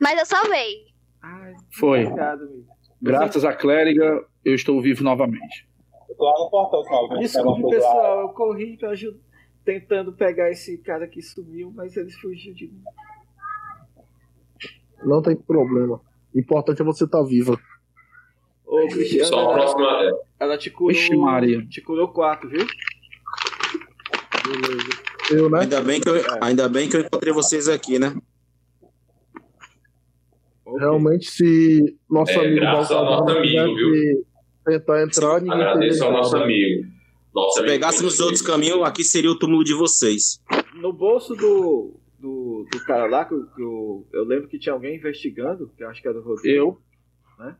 [SPEAKER 6] Mas eu salvei.
[SPEAKER 5] Ai,
[SPEAKER 7] Foi.
[SPEAKER 5] obrigado, amigo.
[SPEAKER 7] Graças à clériga, eu estou vivo novamente.
[SPEAKER 3] Eu tô lá no portal, senão alguém pega uma
[SPEAKER 5] Desculpe,
[SPEAKER 3] coisa lá.
[SPEAKER 5] pessoal, eu corri pra ajudar. Tentando pegar esse cara que sumiu, mas ele fugiu de mim.
[SPEAKER 2] Não tem problema. O importante é você estar viva.
[SPEAKER 5] Ô, Cristiano,
[SPEAKER 4] Só a
[SPEAKER 5] ela,
[SPEAKER 4] próxima. é.
[SPEAKER 5] ela te curou.
[SPEAKER 7] Vixe, Maria.
[SPEAKER 5] Te curou quatro, viu?
[SPEAKER 2] Eu, né?
[SPEAKER 1] Ainda bem que eu, ainda bem que eu encontrei vocês aqui, né?
[SPEAKER 5] Ok.
[SPEAKER 2] Realmente, se nosso
[SPEAKER 4] É,
[SPEAKER 2] amigo
[SPEAKER 4] graças ao
[SPEAKER 2] Baltazar
[SPEAKER 4] nosso
[SPEAKER 2] tivesse
[SPEAKER 4] amigo,
[SPEAKER 2] tentar entrar, ninguém
[SPEAKER 4] Agradeço
[SPEAKER 2] teria
[SPEAKER 4] ao nosso
[SPEAKER 2] entrado.
[SPEAKER 4] amigo. Nossa,
[SPEAKER 1] Se pegássemos outros caminhos, aqui seria o túmulo de vocês.
[SPEAKER 5] No bolso do, do, do cara lá, que, eu- que eu, eu lembro que tinha alguém investigando, que eu acho que era o Rodrigo.
[SPEAKER 7] Eu.
[SPEAKER 5] Né?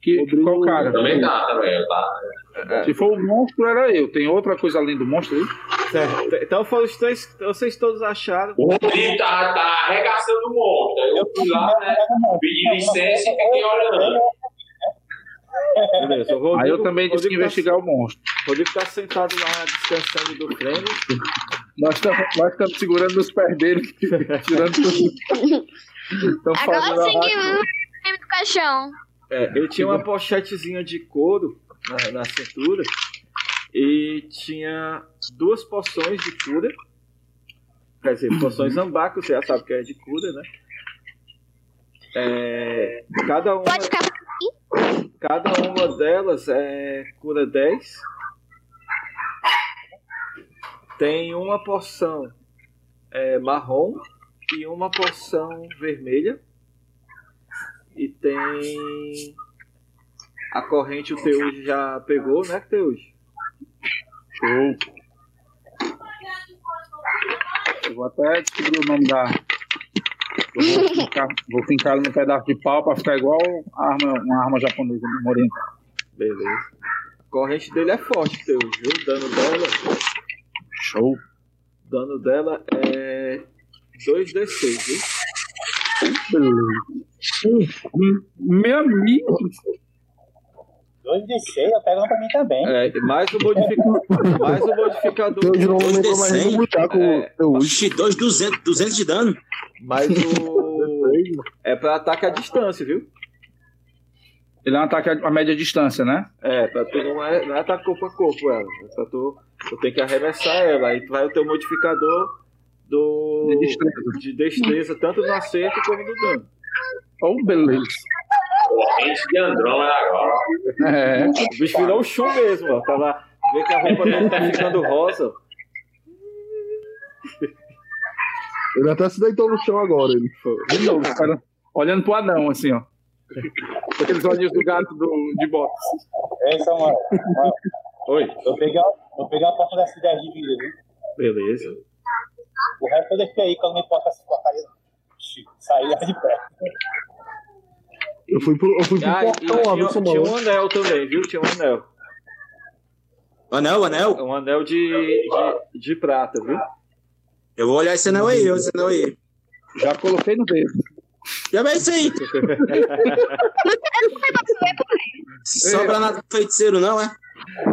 [SPEAKER 7] Que,
[SPEAKER 2] Rodrigo-
[SPEAKER 7] qual cara?
[SPEAKER 4] Também tá, também, tá.
[SPEAKER 5] é,
[SPEAKER 7] Se for o monstro, era eu. Tem outra coisa além do monstro aí?
[SPEAKER 5] Certo. Então foram os três. Vocês todos acharam.
[SPEAKER 4] O Rodrigo tá, tá arregaçando o monstro. Aí Eu fui lá, né? Pedi licença e fiquei olhando.
[SPEAKER 5] Beleza. O Rodrigo,
[SPEAKER 7] Aí eu também disse que
[SPEAKER 5] Rodrigo tá-
[SPEAKER 7] investigar o monstro.
[SPEAKER 5] Rodrigo tá sentado lá descansando do treino.
[SPEAKER 7] Nós estamos, nós estamos segurando os pés dele, tirando tudo.
[SPEAKER 5] Então,
[SPEAKER 7] Estamos fazendo
[SPEAKER 6] Agora sim
[SPEAKER 7] a
[SPEAKER 6] que
[SPEAKER 7] raça.
[SPEAKER 6] eu um do caixão.
[SPEAKER 5] É, ele tinha uma pochetezinha de couro na, na cintura e tinha duas poções de cura. Quer dizer, poções ambaco, você já sabe que é de cura, né? É, cada uma
[SPEAKER 6] Pode ficar.
[SPEAKER 5] Cada uma delas é cura 10. Tem uma porção é, marrom e uma porção vermelha. E tem a corrente o Teuji já pegou, né, Teuji?
[SPEAKER 7] Show. Eu vou até descobrir o nome da. Eu vou fincar, vou fincar ele num pedaço de pau pra ficar igual a arma, uma arma japonesa né, no oriental.
[SPEAKER 5] Beleza. A corrente dele é forte, Teuji, viu? O dano dela,
[SPEAKER 7] Show.
[SPEAKER 5] o dano dela é 2d6, viu?
[SPEAKER 7] Meu amigo,
[SPEAKER 3] 2D6, eu pego uma pra mim também.
[SPEAKER 5] É, mais o modificador. mais o modificador.
[SPEAKER 2] Eu não
[SPEAKER 1] Dois
[SPEAKER 2] lembro mais
[SPEAKER 1] decente,
[SPEAKER 2] do boteco
[SPEAKER 5] é.
[SPEAKER 2] eu uso.
[SPEAKER 1] Oxi, 2, 200, 200 de dano.
[SPEAKER 5] Mais o. É pra ataque à distância, viu?
[SPEAKER 7] ele é um ataque a média distância, né?
[SPEAKER 5] É, pra tu não é, não é ataque corpo a corpo, ela. É pra tu, tu tem que arremessar ela. Aí tu vai o teu modificador do.
[SPEAKER 7] De destreza.
[SPEAKER 5] de destreza, tanto no acerto como no dano.
[SPEAKER 7] Oh, beleza.
[SPEAKER 4] Corrente de Andrômeda agora.
[SPEAKER 7] É.
[SPEAKER 5] O bicho virou um chum mesmo, ó. Tava. Vê que a roupa dele tá ficando rosa.
[SPEAKER 2] Ele até se deitou no chão agora. Ele.
[SPEAKER 7] De novo, os caras olhando pro anão, assim, ó. Com Aqueles olhinhos do gato do, de bota.
[SPEAKER 3] É, Samuel. Samuel,
[SPEAKER 5] Oi.
[SPEAKER 3] Eu peguei, a- eu peguei a porta da cidade de vida, viu?
[SPEAKER 5] Beleza.
[SPEAKER 3] O resto eu deixei aí, que eu não importa essa porcaria. não. Ixi, Saí lá de perto.
[SPEAKER 2] Eu fui pro, eu fui pro
[SPEAKER 5] Ah, e,
[SPEAKER 2] portão lá, viu,
[SPEAKER 5] tinha, tinha
[SPEAKER 2] Samuel?
[SPEAKER 5] um anel também, viu? Tinha um anel.
[SPEAKER 1] Anel, anel.
[SPEAKER 5] Um anel de, de, de prata, viu?
[SPEAKER 1] Eu vou olhar esse anel aí, esse anel aí.
[SPEAKER 7] Já coloquei no dedo.
[SPEAKER 1] Já vem isso aí. Sobra nada pro feiticeiro, não, é?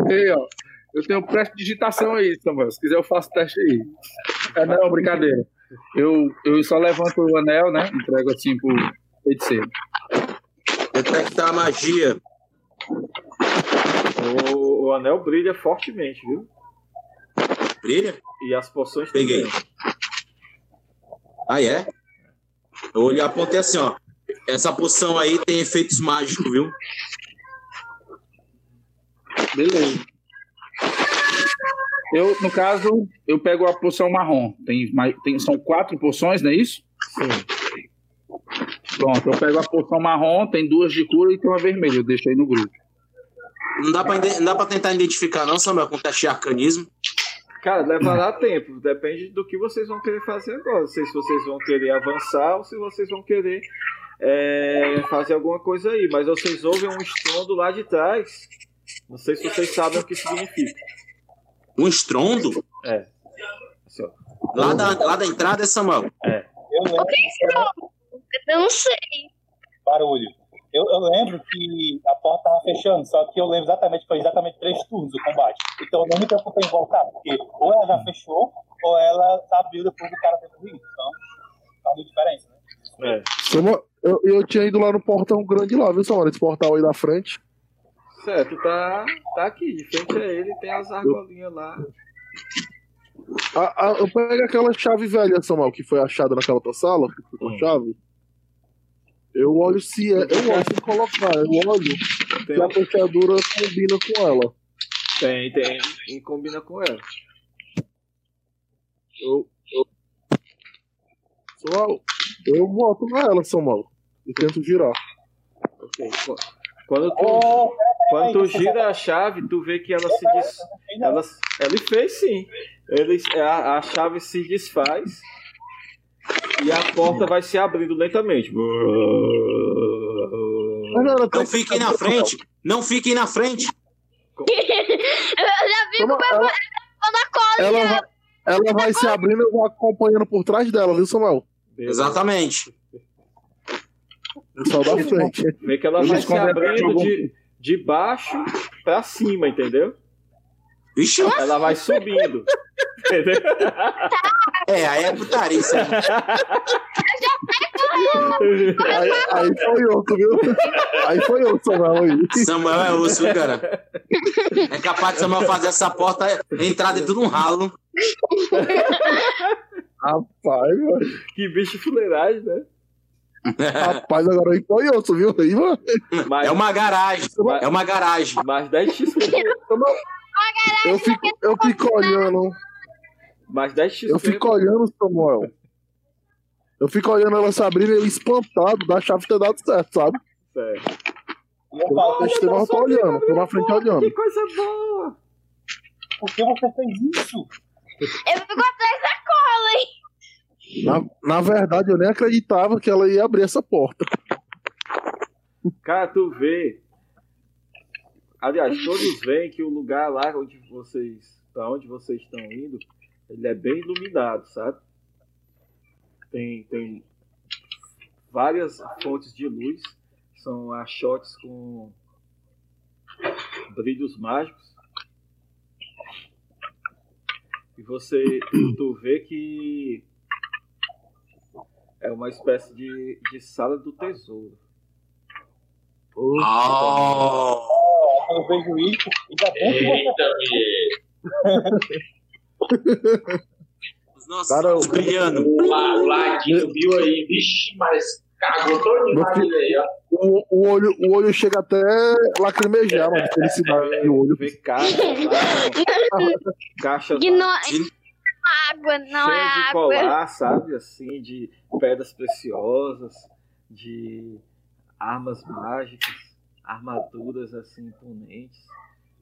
[SPEAKER 7] Ei, ó. Eu tenho prestidigitação aí, Samuel. Se quiser, eu faço teste aí. É, não, brincadeira. Eu, eu só levanto o anel, né? Entrego assim pro feiticeiro.
[SPEAKER 1] Detectar a magia.
[SPEAKER 5] O, o anel brilha fortemente, viu?
[SPEAKER 1] Brilha?
[SPEAKER 5] E as poções
[SPEAKER 1] Peguei.
[SPEAKER 5] também.
[SPEAKER 1] Aí é. Eu olhei, apontei assim, ó. Essa poção aí tem efeitos mágicos, viu?
[SPEAKER 7] Beleza. Eu, no caso, eu pego a poção marrom. Tem, mais- tem, são quatro poções, não é isso?
[SPEAKER 5] Sim.
[SPEAKER 7] Pronto, eu pego a poção marrom, tem duas de cura e tem uma vermelha. Eu deixo aí no grupo.
[SPEAKER 1] Não dá pra, ide- não dá pra tentar identificar, não, Samuel, com teste de arcanismo.
[SPEAKER 5] Cara, levará tempo. Depende do que vocês vão querer fazer agora. Não sei se vocês vão querer avançar ou se vocês vão querer é, fazer alguma coisa aí. Mas vocês ouvem um estrondo lá de trás. Não sei se vocês sabem o que significa.
[SPEAKER 1] Um estrondo?
[SPEAKER 5] Assim, ó.
[SPEAKER 1] Lá da, lá da entrada, é, Samuel?
[SPEAKER 3] Eu lembro
[SPEAKER 6] Eu não sei.
[SPEAKER 3] barulho. Eu, eu lembro que a porta tava fechando, só que eu lembro exatamente, foi exatamente três turnos o combate. Então eu não me preocupei em voltar, porque ou ela já fechou, ou ela abriu depois do cara ter corrido. Então, tá muito diferença, né?
[SPEAKER 5] É.
[SPEAKER 2] Samuel, eu, eu tinha ido lá no portão grande lá, viu, Samuel? Esse portal aí da frente.
[SPEAKER 5] Certo, tá, tá aqui. De frente a ele tem as argolinhas lá.
[SPEAKER 2] A- a- eu pego aquela chave velha, Samuel, que foi achada naquela outra sala, que ficou com a
[SPEAKER 5] Hum.
[SPEAKER 2] chave. Eu olho se é. Eu olho se colocar, eu olho
[SPEAKER 5] Tem,
[SPEAKER 2] se a fechadura combina com ela.
[SPEAKER 5] tem, tem. E combina com ela.
[SPEAKER 2] Eu, eu... Samuel, eu boto nela, Samuel. E tento girar.
[SPEAKER 5] Ok. Qu- Quando tu,
[SPEAKER 3] Ô,
[SPEAKER 5] quando
[SPEAKER 3] peraí,
[SPEAKER 5] tu
[SPEAKER 3] você
[SPEAKER 5] gira a chave, tu vê que ela se des...
[SPEAKER 3] peraí, não.
[SPEAKER 5] Ela, ele fez sim. Ele, é, a, a chave se desfaz e a porta vai se abrindo lentamente.
[SPEAKER 2] Mas não era
[SPEAKER 1] Não
[SPEAKER 2] tão-
[SPEAKER 1] fiquem na frente! Não fiquem na frente!
[SPEAKER 6] Eu já vi
[SPEAKER 2] Samuel, ela, ela, vai, ela vai se abrindo, eu vou acompanhando por trás dela, viu, Samuel?
[SPEAKER 1] Exatamente.
[SPEAKER 2] Eu só da frente.
[SPEAKER 5] Vê que ela
[SPEAKER 7] Eu
[SPEAKER 5] vai
[SPEAKER 7] já
[SPEAKER 5] se abrindo
[SPEAKER 7] escondi-
[SPEAKER 5] de, de baixo pra cima, entendeu?
[SPEAKER 1] Vixe,
[SPEAKER 5] Ela vai subindo. Entendeu?
[SPEAKER 1] é, aí é putaria isso aí.
[SPEAKER 2] Aí, aí foi outro, viu? Aí foi outro, Samuel. Aí.
[SPEAKER 1] Samuel é osso, viu, cara. É capaz de Samuel fazer essa porta entrar dentro de um ralo.
[SPEAKER 2] Rapaz, mano.
[SPEAKER 5] que bicho fuleiragem, né?
[SPEAKER 2] Rapaz, agora aí foi outro, viu? Aí, mano.
[SPEAKER 5] Mas,
[SPEAKER 1] É uma garagem.
[SPEAKER 5] mas,
[SPEAKER 1] É uma garagem.
[SPEAKER 5] mas 10 XP, por-
[SPEAKER 2] Eu fico, eu fico olhando,
[SPEAKER 5] mais 10 XP.
[SPEAKER 2] eu fico olhando, Samuel. Eu fico olhando ela se abrindo, ele espantado da chave ter dado certo, sabe?
[SPEAKER 5] Certo.
[SPEAKER 3] E eu
[SPEAKER 2] Eu
[SPEAKER 3] falo, tá
[SPEAKER 2] acho que não tô olhando, tô na frente olhando.
[SPEAKER 5] Que coisa boa!
[SPEAKER 3] por que você fez isso?
[SPEAKER 6] Eu fico atrás da cola, hein?
[SPEAKER 2] Na, na verdade, eu nem acreditava que ela ia abrir essa porta.
[SPEAKER 5] Cara, tu vê. Aliás, todos veem que o lugar lá onde vocês. Pra onde vocês estão indo, ele é bem iluminado, sabe? tem, tem várias fontes de luz. São achotes com brilhos mágicos. E você tu vê que é uma espécie de, de sala do tesouro.
[SPEAKER 1] Ah,
[SPEAKER 3] Eu vejo isso e dá bem que você
[SPEAKER 4] Eita, Mie.
[SPEAKER 1] os nossos
[SPEAKER 2] Cara,
[SPEAKER 1] olhos
[SPEAKER 2] eu-
[SPEAKER 1] brilhando.
[SPEAKER 4] Lá, lá aqui, viu aí. Vixe, mas cagou todo demais aí, ó.
[SPEAKER 2] O, o olho, o olho chega até lacrimejar, mano, de felicidade
[SPEAKER 5] Vê,
[SPEAKER 2] no olho.
[SPEAKER 5] vê caixas, lá, caixas
[SPEAKER 6] Que não, isso
[SPEAKER 1] De-
[SPEAKER 6] não é água, não é
[SPEAKER 5] cheias de
[SPEAKER 6] água.
[SPEAKER 5] colar, sabe? Assim, de pedras preciosas, de armas mágicas, armaduras assim imponentes,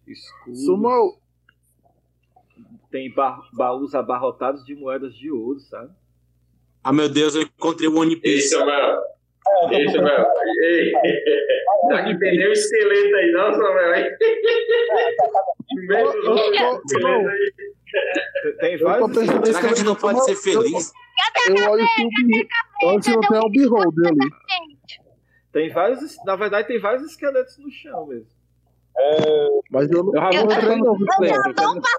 [SPEAKER 5] escudos.
[SPEAKER 2] Sumou!
[SPEAKER 5] Tem ba- baús abarrotados de moedas de ouro, sabe?
[SPEAKER 1] Ah, meu Deus, eu encontrei o One
[SPEAKER 4] Ei,
[SPEAKER 1] Piece.
[SPEAKER 4] Samuel. Ei, Samuel. Ei. Tá que tem nem o esqueleto aí, não, Samuel. hein? Primeiro,
[SPEAKER 2] Eu- eu- eu-
[SPEAKER 4] esqueleto aí.
[SPEAKER 5] Tem, tem
[SPEAKER 2] Eu tô
[SPEAKER 5] vários.
[SPEAKER 2] pensando nesse
[SPEAKER 1] Será que a gente não
[SPEAKER 2] esqueleto.
[SPEAKER 1] pode ser
[SPEAKER 2] Eu-
[SPEAKER 1] feliz?
[SPEAKER 2] Eu olho se, o bi- eu olho se não tem o beholder ali.
[SPEAKER 5] Tem vários, na verdade, tem vários esqueletos no chão mesmo.
[SPEAKER 2] Mas eu não
[SPEAKER 7] Eu já vou
[SPEAKER 6] Eu-
[SPEAKER 7] entrando no esqueleto,
[SPEAKER 6] eu dou um
[SPEAKER 7] entendeu?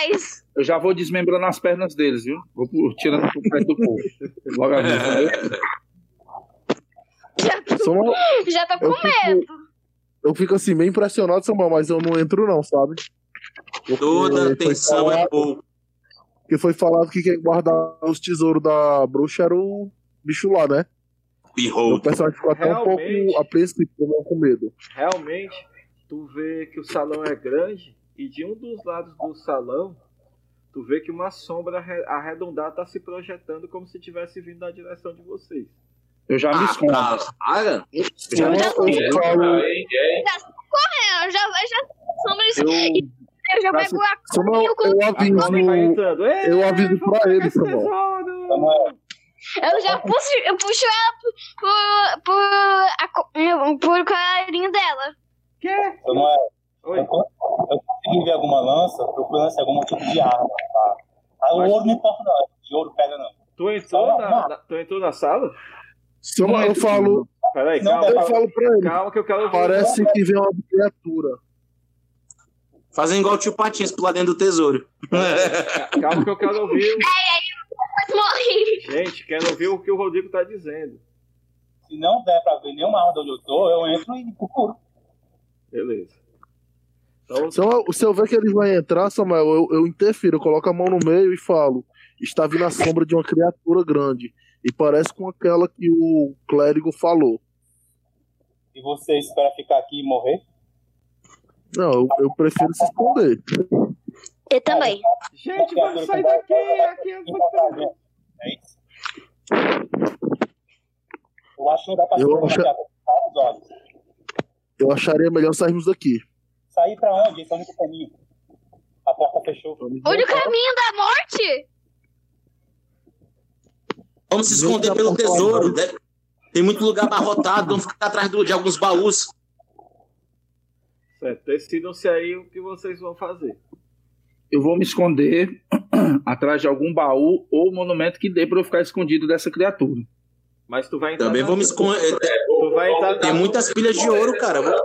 [SPEAKER 6] Traz.
[SPEAKER 7] Eu já vou desmembrando as pernas deles, viu? Vou por- tirando o pé do povo. Logo ali. né? entendeu?
[SPEAKER 6] Já tô,
[SPEAKER 2] Samuel,
[SPEAKER 6] já tô
[SPEAKER 2] eu
[SPEAKER 6] com medo.
[SPEAKER 2] fico, eu fico assim, meio impressionado, Samuel, mas eu não entro, não, sabe? Porque
[SPEAKER 1] Toda
[SPEAKER 2] foi
[SPEAKER 1] atenção é
[SPEAKER 2] falado-
[SPEAKER 1] pouco.
[SPEAKER 2] Porque foi falado que quem guardava os tesouros da bruxa era o bicho lá, né? O
[SPEAKER 1] Behold.
[SPEAKER 2] personagem ficou até um
[SPEAKER 5] Realmente.
[SPEAKER 2] pouco apreensivo, né, com medo.
[SPEAKER 5] realmente tu vê que o salão é grande e de um dos lados do salão tu vê que uma sombra arre- arredondada está se projetando como se tivesse vindo na direção de vocês.
[SPEAKER 7] Eu já me
[SPEAKER 1] Ah,
[SPEAKER 7] escondo.
[SPEAKER 1] pra- ah,
[SPEAKER 2] Então, eu falo,
[SPEAKER 4] Ei, ei.
[SPEAKER 6] Eu já vejo as sombras.
[SPEAKER 7] Eu,
[SPEAKER 6] Eu já
[SPEAKER 7] Mas-
[SPEAKER 6] pego a
[SPEAKER 2] Samuel, eu
[SPEAKER 5] A Connie vai
[SPEAKER 2] aviso.
[SPEAKER 5] entrando. "Ei,
[SPEAKER 2] eu
[SPEAKER 5] vamos
[SPEAKER 2] aviso pra
[SPEAKER 5] pegar
[SPEAKER 2] ele,
[SPEAKER 5] esse
[SPEAKER 2] Samuel."
[SPEAKER 5] tesouro!
[SPEAKER 3] Samuel,
[SPEAKER 6] Eu já puxo, eu puxo ela por, por, a, co- eu- por colarinho dela.
[SPEAKER 5] Quê?
[SPEAKER 3] Samuel,
[SPEAKER 5] Oi.
[SPEAKER 3] eu con- eu consegui ver alguma lança, procurando assim, algum tipo de arma. Tá? Aí o
[SPEAKER 5] Mas-
[SPEAKER 3] ouro não importa, não. De ouro pega, não.
[SPEAKER 5] Tu entrou na, na- tu entrou na sala?
[SPEAKER 2] Samuel, eu falo,
[SPEAKER 5] Peraí,
[SPEAKER 3] Não,
[SPEAKER 5] calma,
[SPEAKER 2] eu
[SPEAKER 5] calma,
[SPEAKER 2] falo pra ele.
[SPEAKER 5] calma que eu quero ouvir.
[SPEAKER 2] Parece que vem uma criatura.
[SPEAKER 1] Fazendo igual o tio Patins pular dentro do tesouro.
[SPEAKER 5] Calma que eu quero ouvir.
[SPEAKER 6] Mas morri.
[SPEAKER 5] Gente, quero ouvir o que o Rodrigo tá dizendo.
[SPEAKER 3] Se não der pra ver nenhuma arma de onde eu tô, eu entro e procuro.
[SPEAKER 5] Beleza. Então,
[SPEAKER 2] Samuel, se eu ver que ele vai entrar, Samuel, eu, eu interfiro, eu coloco a mão no meio e falo. Está vindo a sombra de uma criatura grande. E parece com aquela que o clérigo falou.
[SPEAKER 3] E você espera ficar aqui e morrer?
[SPEAKER 2] Não, eu, eu prefiro se esconder.
[SPEAKER 6] Eu também.
[SPEAKER 5] gente, vamos sair daqui. Aqui eu vou te pegar.
[SPEAKER 3] É isso? Eu acho que não dá pra
[SPEAKER 2] Eu
[SPEAKER 3] sair
[SPEAKER 2] acho-
[SPEAKER 3] daqui agora. Os olhos.
[SPEAKER 2] Eu acharia melhor sairmos daqui.
[SPEAKER 3] Sair pra onde? Esse é o único caminho. A porta fechou.
[SPEAKER 6] Olha o caminho da morte.
[SPEAKER 1] Vamos se esconder pelo tesouro. Deve- Tem muito lugar abarrotado, vamos ficar atrás do- de alguns baús.
[SPEAKER 5] Certo, decidam-se é aí o que vocês vão fazer.
[SPEAKER 7] eu vou me esconder atrás de algum baú ou monumento que dê pra eu ficar escondido dessa criatura.
[SPEAKER 5] Mas tu vai entrar.
[SPEAKER 1] Também
[SPEAKER 5] na-
[SPEAKER 1] vou me esconder. tem-
[SPEAKER 5] Tu vai entrar.
[SPEAKER 1] Tem muitas pilhas de ouro, cara. Eu vou-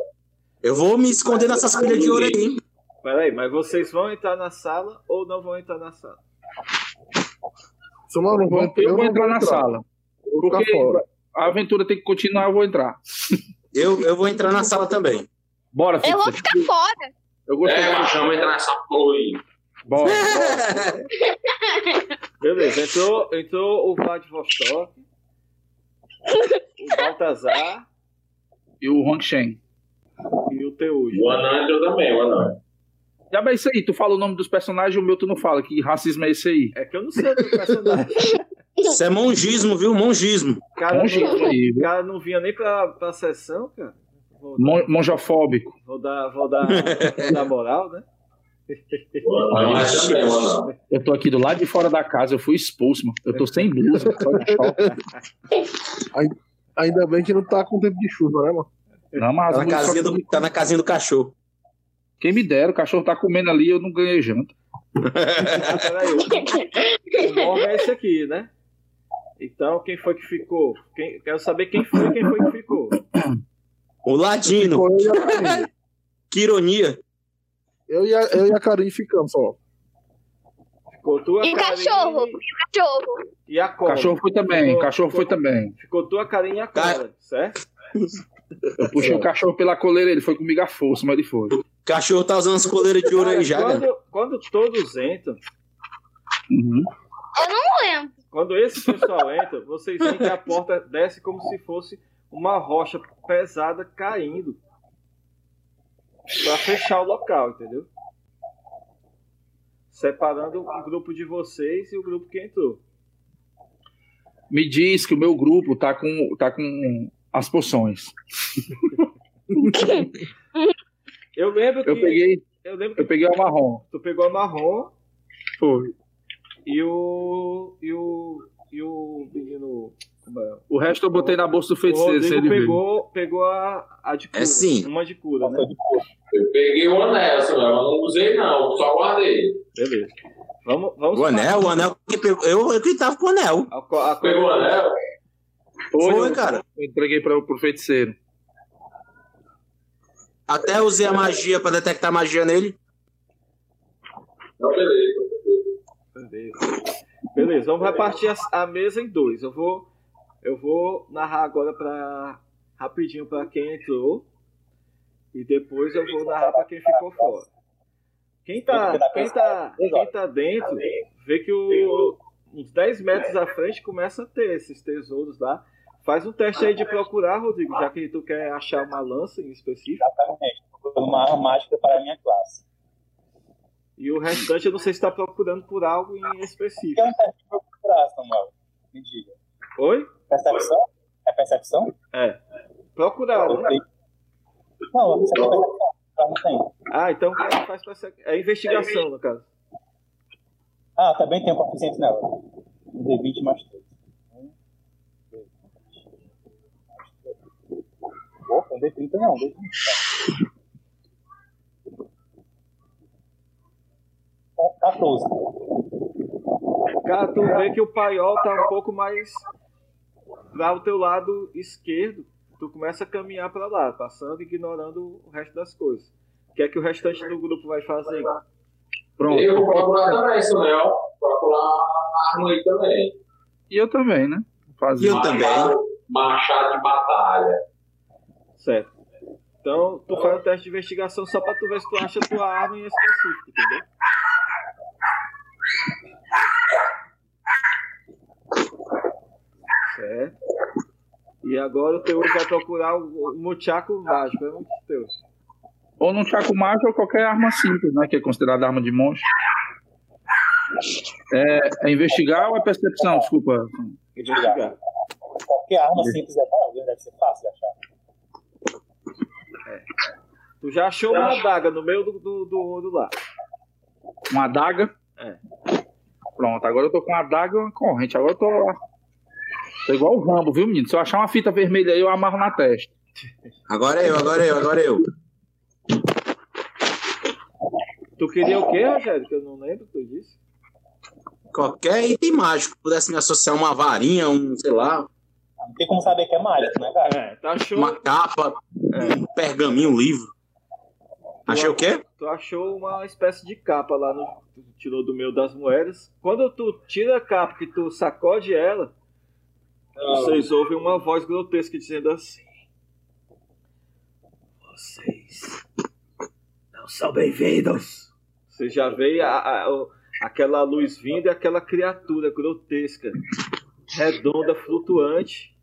[SPEAKER 1] Eu vou me esconder nessas pilhas de ouro aí.
[SPEAKER 5] Peraí, mas vocês vão entrar na sala ou não vão entrar na sala?
[SPEAKER 2] Samuel, não
[SPEAKER 7] Eu vou,
[SPEAKER 2] vai, eu não
[SPEAKER 7] entrar na sala.
[SPEAKER 2] Eu vou ficar
[SPEAKER 7] Porque-
[SPEAKER 2] fora.
[SPEAKER 7] A aventura tem que continuar, eu vou entrar.
[SPEAKER 1] Eu, eu vou entrar na sala também.
[SPEAKER 7] Bora,
[SPEAKER 6] é Eu vou
[SPEAKER 7] Fitz.
[SPEAKER 6] ficar fora.
[SPEAKER 7] Eu gostei.
[SPEAKER 4] É, machão, entra nessa porra aí.
[SPEAKER 7] Bora.
[SPEAKER 5] Beleza, entrou, entrou o Vladivostok, o Baltazar
[SPEAKER 7] E o Hong Shen.
[SPEAKER 5] e o Teujo.
[SPEAKER 4] O anão entrou também, o anão.
[SPEAKER 7] Já bem, isso aí. Tu fala o nome dos personagens, o meu tu não fala. Que racismo é esse aí?
[SPEAKER 5] É que eu não sei do personagem.
[SPEAKER 1] Isso é mongismo, viu? Mongismo.
[SPEAKER 5] O cara,
[SPEAKER 7] Monjo-
[SPEAKER 5] não, o cara não vinha nem pra, pra sessão, cara. Vou,
[SPEAKER 7] Mon- Monjofóbico.
[SPEAKER 5] vou dar, vou, dar, vou dar moral, né?
[SPEAKER 4] O anão entra também, o anão.
[SPEAKER 7] Eu tô aqui do lado de fora da casa, eu fui expulso, mano. Eu tô sem blusa. só de short.
[SPEAKER 2] Ainda bem que não tá com tempo de chuva, né, mano?
[SPEAKER 7] Não, mas
[SPEAKER 1] Tá na
[SPEAKER 7] as blusas
[SPEAKER 1] casinha
[SPEAKER 7] só-
[SPEAKER 1] do, tá na casinha do cachorro.
[SPEAKER 7] Quem me dera, o cachorro tá comendo ali, eu não ganhei janta.
[SPEAKER 5] Ah, peraí, o nome é esse aqui, né? Então, quem foi que ficou? Quem- quero saber quem foi, quem foi que ficou.
[SPEAKER 1] O Ladino,
[SPEAKER 2] Ficou eu, e a Karine.
[SPEAKER 1] que ironia.
[SPEAKER 2] eu, e a, eu e a Karine ficamos só.
[SPEAKER 5] Ficou tua
[SPEAKER 6] E o
[SPEAKER 5] Karine
[SPEAKER 6] cachorro? Cachorro.
[SPEAKER 5] E a Cora.
[SPEAKER 7] Cachorro foi também,
[SPEAKER 5] Ficou-
[SPEAKER 7] cachorro foi
[SPEAKER 5] ficou-
[SPEAKER 7] também.
[SPEAKER 5] Ficou tua carinha e a Cora, certo?
[SPEAKER 7] Eu puxei o cachorro pela coleira, ele foi comigo à força, mas ele foi.
[SPEAKER 1] Cachorro tá usando as coleiras de ouro aí já,
[SPEAKER 5] Cara,
[SPEAKER 1] galera.
[SPEAKER 5] quando, quando todos entram,
[SPEAKER 7] Uhum.
[SPEAKER 6] Não lembro.
[SPEAKER 5] quando esse pessoal entra, vocês veem que a porta desce como se fosse uma rocha pesada caindo pra fechar o local, entendeu? Separando o grupo de vocês e o grupo que entrou.
[SPEAKER 7] Me diz que o meu grupo tá com, tá com as poções.
[SPEAKER 5] Eu lembro que
[SPEAKER 7] Eu peguei,
[SPEAKER 5] eu lembro que
[SPEAKER 7] eu peguei o marrom.
[SPEAKER 5] tu pegou a marrom
[SPEAKER 7] Foi.
[SPEAKER 5] e o e o e o menino como é?
[SPEAKER 7] O resto eu botei na bolsa do
[SPEAKER 5] O Rodrigo
[SPEAKER 7] feiticeiro, se ele veio.
[SPEAKER 5] pegou, pegou a, a de cura.
[SPEAKER 1] É sim.
[SPEAKER 5] Uma de cura, né?
[SPEAKER 4] Eu peguei o anel, Samuel, mas não usei não, só guardei.
[SPEAKER 5] Beleza. Vamos, vamos
[SPEAKER 1] O anel, o anel que pegou. Eu, eu que tava com o anel.
[SPEAKER 5] A, co- a co-
[SPEAKER 4] Pegou o anel?
[SPEAKER 7] Foi, né?
[SPEAKER 1] Foi,
[SPEAKER 7] eu-
[SPEAKER 1] cara.
[SPEAKER 7] eu Entreguei pra, pro feiticeiro.
[SPEAKER 1] Até usei a magia pra detectar magia nele.
[SPEAKER 4] Não, beleza.
[SPEAKER 5] Beleza. Beleza, vamos repartir a, a mesa em dois. Eu vou, eu vou narrar agora pra, rapidinho para quem entrou. E depois eu vou narrar para quem ficou fora. Quem tá, quem tá, quem tá dentro, vê que o, uns 10 metros à frente começa a ter esses tesouros lá. Faz um teste aí de procurar, Rodrigo, já que tu quer achar uma lança em específico.
[SPEAKER 3] Exatamente. Procurando uma arma mágica para a minha classe.
[SPEAKER 5] E o restante eu não sei se está procurando por algo em
[SPEAKER 3] O que é
[SPEAKER 5] específico.
[SPEAKER 3] um teste de procurar, Samuel? Me diga.
[SPEAKER 5] Oi?
[SPEAKER 3] Percepção? É percepção?
[SPEAKER 5] Procurar, né?
[SPEAKER 3] Não, isso aqui é percepção. Pra mim tem.
[SPEAKER 5] Ah, então faz perse- É investigação, no caso.
[SPEAKER 3] Ah, também tem um coeficiente nela. Um D20 mais 3. Um, dois, mais três. Opa, um D30 não, um D20. tá? 14.
[SPEAKER 5] Cara, tu vê que o paiol tá um pouco mais para o teu lado esquerdo. Tu começa a caminhar para lá, passando e ignorando o resto das coisas. O que é que o restante do grupo vai fazer?
[SPEAKER 7] Pronto.
[SPEAKER 4] Eu vou procurar também, Samuel. Procurar a arma aí também.
[SPEAKER 7] E eu também, né? Fazia.
[SPEAKER 1] Eu também.
[SPEAKER 4] Machado de batalha.
[SPEAKER 5] Certo. Então, tu faz um teste de investigação só pra tu ver se tu acha tua arma em específico, entendeu? Certo. E agora o teu vai procurar o o muchaco mágico, é um dos teus.
[SPEAKER 7] Ou num chaco mágico ou qualquer arma simples, né? Que é considerada arma de monstro. É, é investigar ou é percepção? Desculpa.
[SPEAKER 5] Investigar.
[SPEAKER 3] Qualquer arma simples é válida, deve ser fácil de achar.
[SPEAKER 5] Tu já achou uma adaga no meio do, do, do ouro lá.
[SPEAKER 7] Uma adaga.
[SPEAKER 5] É.
[SPEAKER 7] Pronto, agora eu tô com uma adaga e uma corrente. Agora eu tô lá. Tô igual o Rambo, viu, menino? Se eu achar uma fita vermelha aí, eu amarro na testa.
[SPEAKER 1] Agora é eu, agora eu, agora eu.
[SPEAKER 5] Tu queria o quê, Rogério? Que eu não lembro, tu disse.
[SPEAKER 1] Qualquer item mágico. Pudesse me associar uma varinha, um, sei lá,
[SPEAKER 3] Não tem como saber que é mágico, né, cara?
[SPEAKER 5] É, tu achou,
[SPEAKER 1] uma capa, um pergaminho, um livro. Achei o quê?
[SPEAKER 5] Tu achou uma espécie de capa lá no. Tu tirou do meio das moedas. Quando tu tira a capa e tu sacode ela, vocês ouvem uma voz grotesca dizendo assim. Vocês não são bem-vindos. Você já vê a- a- o- aquela luz vindo e aquela criatura grotesca, redonda, flutuante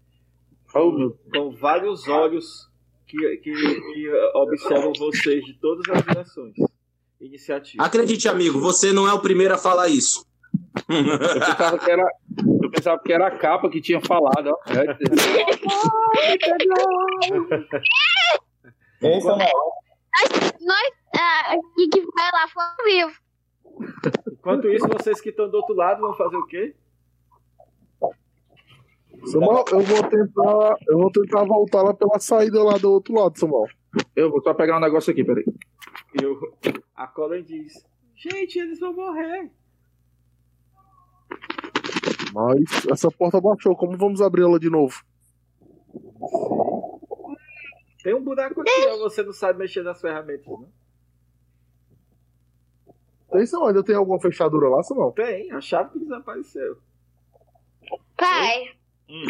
[SPEAKER 7] Oh, meu.
[SPEAKER 5] com vários olhos que, que, que observam vocês de todas as direções. Iniciativa.
[SPEAKER 1] Acredite, amigo, você não é o primeiro a falar isso.
[SPEAKER 7] Eu pensava que era, eu pensava que era a capa que tinha falado, ó. É,
[SPEAKER 3] Ei, Samuel,
[SPEAKER 6] Nós, ah, que, que vai lá fora vivo.
[SPEAKER 5] Enquanto isso, vocês que estão do outro lado vão fazer o quê?
[SPEAKER 2] Samuel, eu vou tentar, eu vou tentar voltar lá pela saída lá do outro lado, Samuel.
[SPEAKER 7] Eu vou só pegar um negócio aqui, peraí.
[SPEAKER 5] E o- a Colin diz: Gente, eles vão morrer.
[SPEAKER 2] Mas essa porta baixou. Como vamos abrir ela de novo?
[SPEAKER 5] Tem um buraco aqui, ó, você não sabe mexer nas ferramentas, não?
[SPEAKER 2] Tem não, ainda tem alguma fechadura lá, se não?
[SPEAKER 5] Tem, a chave que desapareceu.
[SPEAKER 6] Pai.
[SPEAKER 4] Hum.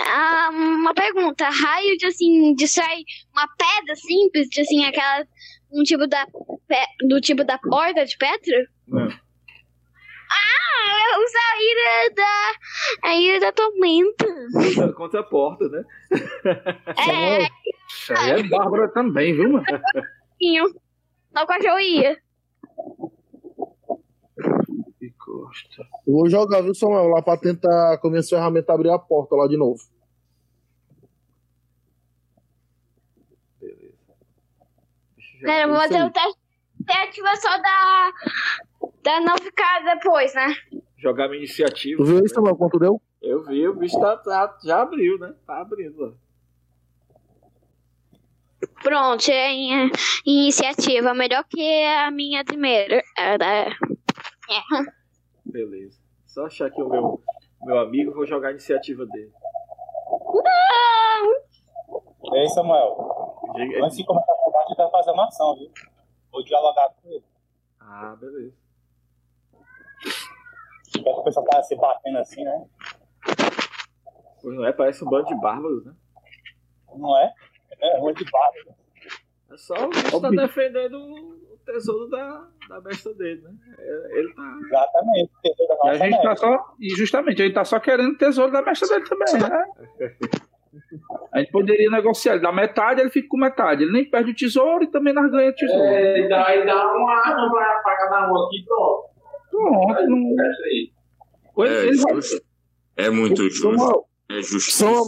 [SPEAKER 6] Ah, uma pergunta. Raio de assim, distrai uma pedra simples, de assim, aquela. Um tipo da. pe- Do tipo da porta de pedra?
[SPEAKER 5] Não.
[SPEAKER 6] Ah, usa a ira da. A ira da tormenta.
[SPEAKER 5] Contra, contra a porta, né?
[SPEAKER 6] É,
[SPEAKER 7] Isso aí é Bárbara também, viu, mano?
[SPEAKER 6] tinha. Não quase eu ia.
[SPEAKER 7] Que gosta.
[SPEAKER 2] Eu vou jogar, viu, Samuel, lá pra tentar com minhas ferramentas abrir a porta lá de novo.
[SPEAKER 5] Deixa eu já-
[SPEAKER 6] Pera, eu vou
[SPEAKER 5] Isso
[SPEAKER 6] fazer
[SPEAKER 5] aí.
[SPEAKER 6] o teste de ativação da. Da não ficar depois, né?
[SPEAKER 5] Jogar minha iniciativa. né?
[SPEAKER 2] Tu viu isso, Samuel, quanto deu?
[SPEAKER 5] Eu vi, o bicho tá, tá- já abriu, né? Tá abrindo, ó.
[SPEAKER 6] Pronto, é em- iniciativa. Melhor que a minha primeira. É, da-
[SPEAKER 5] Beleza. Só achar aqui o meu, meu amigo, vou jogar a iniciativa dele.
[SPEAKER 3] Ei, Samuel,
[SPEAKER 5] Diga-
[SPEAKER 3] antes de começar a combate, eu quero fazer uma ação, viu? Vou dialogar com ele.
[SPEAKER 5] Ah, beleza.
[SPEAKER 3] Quero que o pessoal tá se batendo assim, né?
[SPEAKER 5] Pois não é? Parece um bando de bárbaros, né?
[SPEAKER 3] Não é? É um de barro.
[SPEAKER 5] É só o bicho tá
[SPEAKER 7] bicho.
[SPEAKER 5] defendendo o tesouro da, da besta dele, né? É, Ele tá.
[SPEAKER 3] Exatamente. entendeu? Da
[SPEAKER 7] E a
[SPEAKER 3] nossa
[SPEAKER 7] gente tá
[SPEAKER 3] meta.
[SPEAKER 7] só. E justamente, a gente tá só querendo o tesouro da mestra dele também, né? A gente poderia negociar, ele dá metade, ele fica com metade. Ele nem perde o tesouro e também nós ganhamos o tesouro.
[SPEAKER 4] É, daí dá uma arma pra, pra cada um aqui, pronto.
[SPEAKER 7] Pronto, não.
[SPEAKER 4] É isso aí.
[SPEAKER 7] Ele-
[SPEAKER 1] É
[SPEAKER 7] ele vai-
[SPEAKER 1] justo. É muito justo.
[SPEAKER 2] Samuel,
[SPEAKER 1] É justo.
[SPEAKER 2] só uma,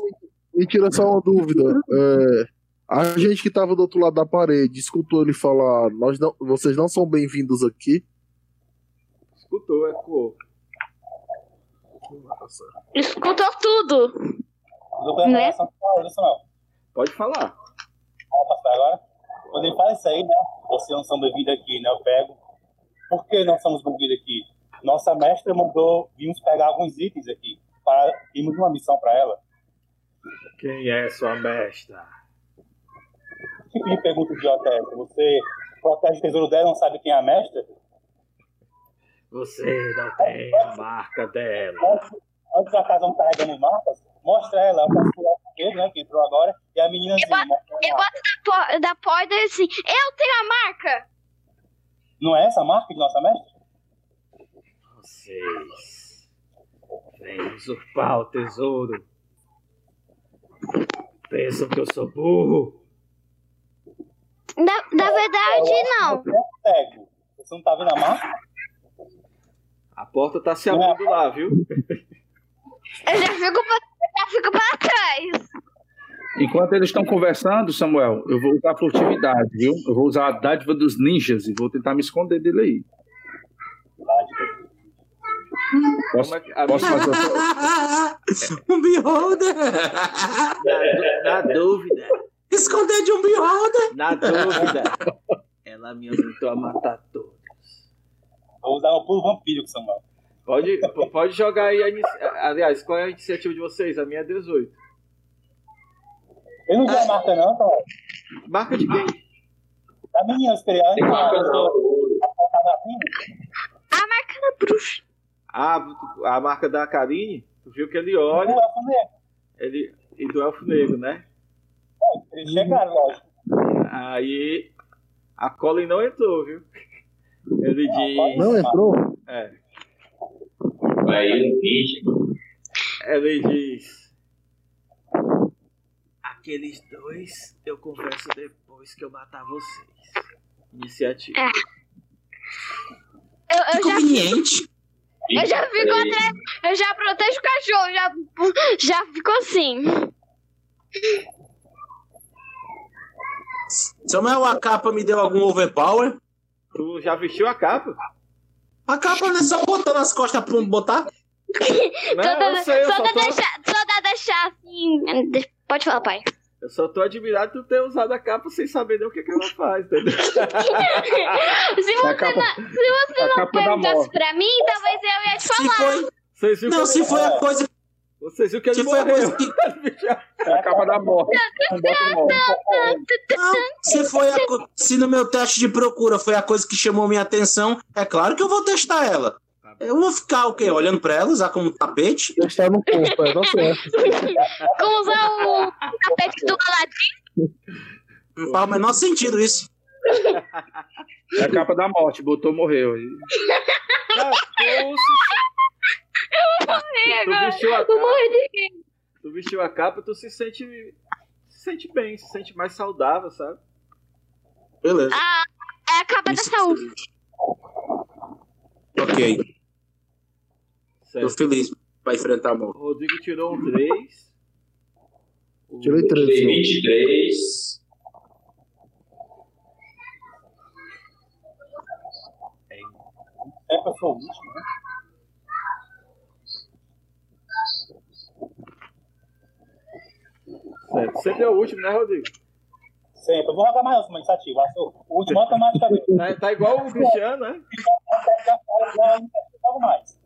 [SPEAKER 2] me tira só uma dúvida. É, a gente que tava do outro lado da parede escutou ele falar: Nós não, vocês não são bem-vindos aqui.
[SPEAKER 5] Escutou, é ecoou.
[SPEAKER 6] Escutou tudo.
[SPEAKER 3] Eu vou fazer
[SPEAKER 6] Né?
[SPEAKER 3] uma ação com ele, Samuel.
[SPEAKER 5] Pode falar.
[SPEAKER 3] Vamos passar Tá agora? Quando ele faz isso aí, né? Vocês não são bem-vindos aqui, né? Eu pego. Por que não somos bem-vindos aqui? Nossa mestra mandou virmos pegar alguns itens aqui. Para irmos uma missão para ela.
[SPEAKER 5] Quem é sua mestra?
[SPEAKER 3] Que tipo de pergunta idiota é essa? Você protege o tesouro dela e não sabe quem é a mestra?
[SPEAKER 5] Você não tem a marca dela.
[SPEAKER 3] Antes, antes da casa não carregando mapas, mostra ela, o pastor dele, né? Que entrou agora. E a meninazinha.
[SPEAKER 6] Eu
[SPEAKER 3] mostra lá.
[SPEAKER 6] Eu boto da, po da porta e assim, eu tenho a marca!
[SPEAKER 3] Não é essa a marca de nossa mestra?
[SPEAKER 5] Vocês. Vem usurpar o tesouro. Pensam que eu sou burro.
[SPEAKER 6] Na, na verdade, não.
[SPEAKER 3] Você é cego. Você não tá vendo a marca?
[SPEAKER 5] A porta tá se abrindo lá, viu?
[SPEAKER 6] Eu já fico, pra- já fico pra trás.
[SPEAKER 7] Enquanto eles estão conversando, Samuel, eu vou usar a furtividade, viu? Eu vou usar a dádiva dos ninjas e vou tentar me esconder dele aí. Posso,
[SPEAKER 5] Como é que- a
[SPEAKER 7] posso
[SPEAKER 5] minha-
[SPEAKER 7] fazer essa-
[SPEAKER 1] um beholder!
[SPEAKER 5] Na, du- na dúvida,
[SPEAKER 1] Esconder de um beholder!
[SPEAKER 5] na dúvida. Ela me obrigou a matar todos.
[SPEAKER 3] Vou usar o pulo vampírico, Samuel.
[SPEAKER 5] Pode, p- pode jogar aí. A, inici- aliás, qual é a iniciativa de vocês? A minha é 18.
[SPEAKER 3] Eu não vi a marca, não, Samuel.
[SPEAKER 5] Marca de quem?
[SPEAKER 3] A menina, eu esperei ela
[SPEAKER 4] Tem que
[SPEAKER 3] entrar.
[SPEAKER 4] marcar não.
[SPEAKER 5] Ah, a marca da Karine. Tu viu que ele
[SPEAKER 3] Olha,
[SPEAKER 5] olha.
[SPEAKER 3] eu falei,
[SPEAKER 5] Ele, e do Elfo Negro, né?
[SPEAKER 3] eles chegaram, lógico.
[SPEAKER 5] Aí a Colin não entrou, viu? Ele diz.
[SPEAKER 2] Não entrou?
[SPEAKER 5] É,
[SPEAKER 4] Aí um 20.
[SPEAKER 5] ele diz. Aqueles dois eu converso depois que eu matar vocês. Iniciativa.
[SPEAKER 6] Eu, eu
[SPEAKER 5] assim?
[SPEAKER 6] já,
[SPEAKER 1] Conveniente!
[SPEAKER 6] Eu já fico
[SPEAKER 4] Aí,
[SPEAKER 6] eu já protejo o cachorro, já, já fico assim.
[SPEAKER 1] Samuel, a capa me deu algum overpower?
[SPEAKER 5] Tu já vestiu a capa?
[SPEAKER 1] A capa não é só botar nas costas pra um botar?
[SPEAKER 5] Não, eu sei, eu
[SPEAKER 6] só
[SPEAKER 5] só
[SPEAKER 6] dá
[SPEAKER 5] tô.
[SPEAKER 6] deixar, só dá deixar assim. Pode falar, pai.
[SPEAKER 5] Eu só tô admirado de tu ter usado a capa sem saber nem o que, que ela faz, entendeu?
[SPEAKER 6] Se
[SPEAKER 7] É
[SPEAKER 6] você,
[SPEAKER 7] a capa,
[SPEAKER 6] você
[SPEAKER 7] a
[SPEAKER 6] não
[SPEAKER 7] capa da
[SPEAKER 6] perguntasse
[SPEAKER 7] morte.
[SPEAKER 6] pra mim, talvez eu ia te
[SPEAKER 1] Se
[SPEAKER 6] falar.
[SPEAKER 1] foi,
[SPEAKER 5] Vocês viram
[SPEAKER 1] não, tipo,
[SPEAKER 5] que,
[SPEAKER 1] se foi a coisa,
[SPEAKER 5] vocês viram que ele
[SPEAKER 1] se foi a
[SPEAKER 5] morreu.
[SPEAKER 1] coisa que,
[SPEAKER 7] É a capa da morte. Não bota morte.
[SPEAKER 1] não, se foi a co- se no meu teste de procura foi a coisa que chamou minha atenção, é claro que eu vou testar ela. Eu vou ficar o quê? Olhando pra ela, usar como tapete?
[SPEAKER 2] Testar no corpo, é, tá certo.
[SPEAKER 6] Como usar o tapete Tá do Aladdin.
[SPEAKER 1] Não faz o menor sentido isso.
[SPEAKER 7] É a capa da morte. Botou, morreu.
[SPEAKER 5] Cacou-se. Tu
[SPEAKER 6] agora.
[SPEAKER 5] vestiu a
[SPEAKER 6] Eu
[SPEAKER 5] capa.
[SPEAKER 6] morro de medo.
[SPEAKER 5] tu vestiu a capa, tu se sente, se sente bem, se sente mais saudável, sabe?
[SPEAKER 1] Beleza.
[SPEAKER 6] Ah, é a capa da saúde.
[SPEAKER 1] Ok. Tô
[SPEAKER 5] Certo.
[SPEAKER 1] feliz pra enfrentar a morte.
[SPEAKER 5] O Rodrigo tirou um 3.
[SPEAKER 2] Tirei
[SPEAKER 4] Tirei
[SPEAKER 2] 13.
[SPEAKER 4] 23.
[SPEAKER 3] É que eu sou o último, né?
[SPEAKER 5] Certo. Você deu o último, né, Rodrigo?
[SPEAKER 3] Sempre. Eu vou jogar mais uma iniciativa. eu sou O último automaticamente.
[SPEAKER 5] Tá, tá igual o Cristiano, né?
[SPEAKER 3] Já não jogo mais.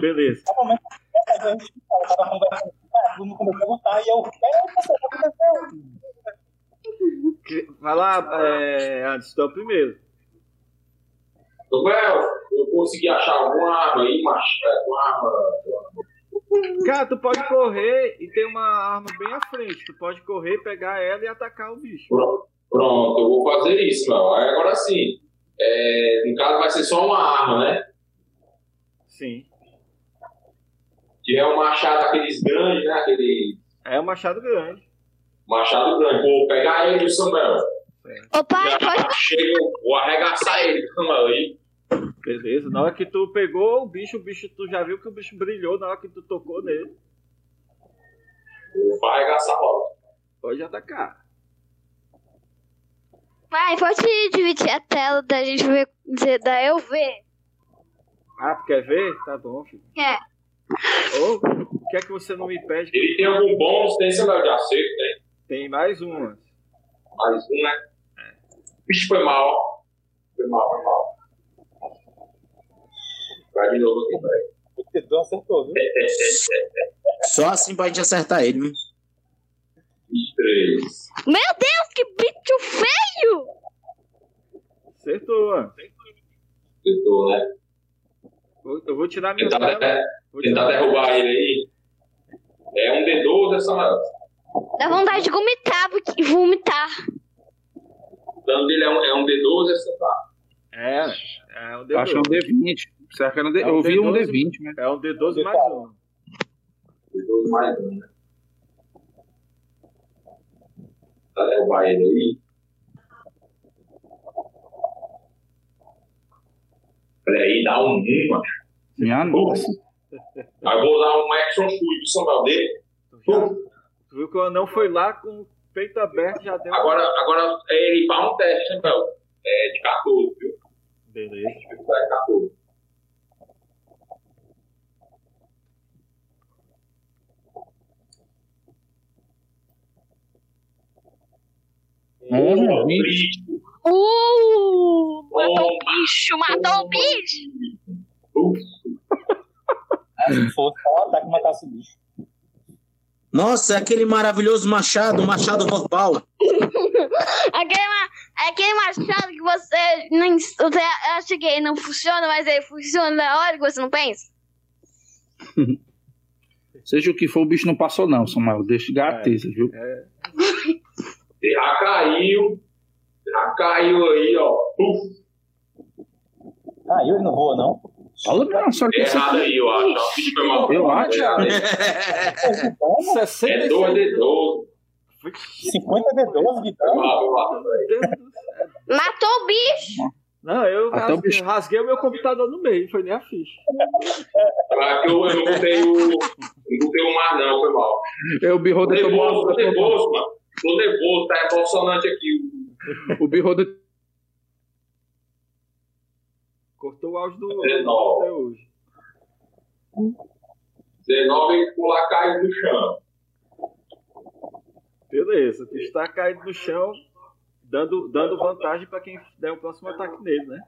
[SPEAKER 5] Beleza.
[SPEAKER 3] Normalmente, essa vez, eu tava conversando. Cara, todo mundo começou a lutar e eu. Peraí, pessoal, o que aconteceu?
[SPEAKER 5] Cri- Vai lá, é, antes, tu é o primeiro.
[SPEAKER 4] Ô, Bel, eu consegui achar alguma arma aí, macho. É, Uma arma.
[SPEAKER 5] Cara, tu pode correr e tem uma arma bem à frente. Tu pode correr, pegar ela e atacar o bicho.
[SPEAKER 4] Pro- Pronto, eu vou fazer isso, meu. Aí Agora sim. É, no caso, vai ser só uma arma, né?
[SPEAKER 5] Sim.
[SPEAKER 4] Que é um machado aqueles grandes, né? Aquele
[SPEAKER 5] É um machado grande.
[SPEAKER 4] machado grande. Vou pegar ele, Samuel.
[SPEAKER 6] Ô pai, pode.
[SPEAKER 4] Chega, eu vou arregaçar ele, Samuel. aí.
[SPEAKER 5] Beleza. Na hora que tu pegou o bicho, o bicho, tu já viu que o bicho brilhou na hora que tu tocou nele.
[SPEAKER 4] Vou arregaçar logo.
[SPEAKER 5] Pode atacar.
[SPEAKER 6] Pai, pode dividir a tela da gente ver. dizer, Da eu ver.
[SPEAKER 5] Ah, tu quer ver? Tá bom, filho.
[SPEAKER 6] É.
[SPEAKER 5] Ô, o que é que você não me pede?
[SPEAKER 4] Ele tem algum bônus, tem Samuel de acerto, né?
[SPEAKER 5] Tem mais um antes.
[SPEAKER 4] Mais um, né? Vixe, foi mal. Foi mal, foi mal. Vai de novo aqui, peraí. É,
[SPEAKER 3] O Tedu acertou, viu?
[SPEAKER 1] Só assim pra gente acertar ele. né?
[SPEAKER 4] 23.
[SPEAKER 6] Meu Deus, que bicho feio!
[SPEAKER 5] Acertou, antes.
[SPEAKER 4] Tentou, né?
[SPEAKER 5] Vou- Eu vou tirar minha
[SPEAKER 4] Tentar,
[SPEAKER 5] tela.
[SPEAKER 4] der-
[SPEAKER 5] Vou
[SPEAKER 4] tentar
[SPEAKER 5] tirar-
[SPEAKER 4] derrubar ele aí. É um D12 essa
[SPEAKER 6] Dá vontade de vomitar, porque- vomitar.
[SPEAKER 4] O dano dele é um, é um D12 essa
[SPEAKER 5] É, é um
[SPEAKER 7] Eu acho que é um
[SPEAKER 5] D12.
[SPEAKER 7] D20. Será que era um D...
[SPEAKER 5] É um
[SPEAKER 7] Eu ouvi um
[SPEAKER 5] D12.
[SPEAKER 7] D20, né?
[SPEAKER 5] É um D12 mais um.
[SPEAKER 4] D12 mais um, né? Tentar derrubar ele é aí. Olha aí, dá um 1, mano.
[SPEAKER 7] Minha nossa.
[SPEAKER 4] Aí vou dar um action fui do Samuel dele.
[SPEAKER 5] Tu já- tu viu que o anão foi lá com o peito aberto já deu. um
[SPEAKER 4] Agora, agora é ele faz um teste, né, Bel? É de 14, viu?
[SPEAKER 5] Beleza.
[SPEAKER 4] Dificuldade 14.
[SPEAKER 7] Onze,
[SPEAKER 4] Boa,
[SPEAKER 7] Um vinte.
[SPEAKER 4] crítico.
[SPEAKER 6] Uh! Matou o
[SPEAKER 4] Toma,
[SPEAKER 6] bicho, matou o bicho!
[SPEAKER 4] Uf,
[SPEAKER 3] Ah, Se fosse pra um ataque, matasse o bicho.
[SPEAKER 1] Nossa, é aquele maravilhoso machado, o machado verbal.
[SPEAKER 6] Aquele, É ma- aquele machado que você, nem, você acha que ele não funciona, mas ele funciona na hora que você não pensa.
[SPEAKER 7] Seja o que for, o bicho não passou, não, Samuel. Deixa de gateza, viu?
[SPEAKER 4] já caiu. Já caiu aí, ó. Uf,
[SPEAKER 3] Ah, eu não vou, não.
[SPEAKER 7] Fala, não, só que você.
[SPEAKER 4] errado aí, eu acho. ó. Ixi, foi mal.
[SPEAKER 7] Eu acho.
[SPEAKER 4] É
[SPEAKER 5] 66.
[SPEAKER 4] 2 de 12.
[SPEAKER 3] 50 D12 de
[SPEAKER 4] Foi
[SPEAKER 3] dano.
[SPEAKER 4] mal, foi
[SPEAKER 5] Meu
[SPEAKER 4] mal.
[SPEAKER 5] Deus do céu.
[SPEAKER 6] Matou o bicho!
[SPEAKER 5] Não, eu
[SPEAKER 7] Até o
[SPEAKER 5] rasguei,
[SPEAKER 7] bicho-
[SPEAKER 5] rasguei o meu computador no meio, foi nem a ficha.
[SPEAKER 4] Ah, que Eu, eu não botei o. Não botei o mar, não, foi mal.
[SPEAKER 7] Eu, É, o
[SPEAKER 4] Tô
[SPEAKER 7] Birroder
[SPEAKER 4] nervoso, tô
[SPEAKER 7] tomou.
[SPEAKER 4] nervoso, mano. Tô nervoso, tá emocionante aqui.
[SPEAKER 7] O Birroder
[SPEAKER 5] Cortou o áudio
[SPEAKER 4] É,
[SPEAKER 5] do
[SPEAKER 4] Dezenove.
[SPEAKER 5] até hoje.
[SPEAKER 4] 19 e pular caiu no chão.
[SPEAKER 5] Beleza, tu está caído no chão, dando, dando vantagem para quem der o próximo ataque nele, né?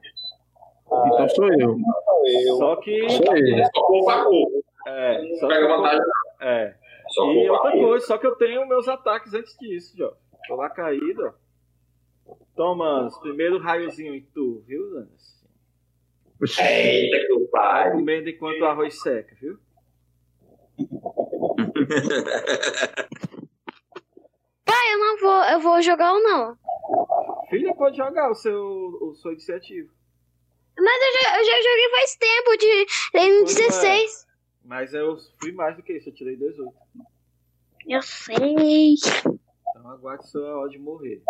[SPEAKER 7] Então sou eu.
[SPEAKER 5] Só que.
[SPEAKER 7] Sou eu.
[SPEAKER 4] Só corpo a corpo.
[SPEAKER 5] É, só
[SPEAKER 4] Não pega
[SPEAKER 5] que,
[SPEAKER 4] vantagem.
[SPEAKER 5] é, E
[SPEAKER 4] Só corpo a
[SPEAKER 5] outra
[SPEAKER 4] corpo.
[SPEAKER 5] coisa, só que eu tenho meus ataques antes disso, ó. Tô lá caído, ó. Toma, os primeiro raiozinho em tu, viu, Danas?
[SPEAKER 4] Eita, que eu pai.
[SPEAKER 5] Comendo enquanto o arroz seca, viu?
[SPEAKER 6] Eu não vou, eu vou jogar ou não.
[SPEAKER 5] Filha, pode jogar o seu, o seu iniciativa.
[SPEAKER 6] Eu já, eu já joguei faz tempo, de dei no
[SPEAKER 5] Pois é.
[SPEAKER 6] 16.
[SPEAKER 5] Mas eu fui mais do que isso, eu tirei 18.
[SPEAKER 6] Eu sei.
[SPEAKER 5] Então aguarde sua hora de morrer.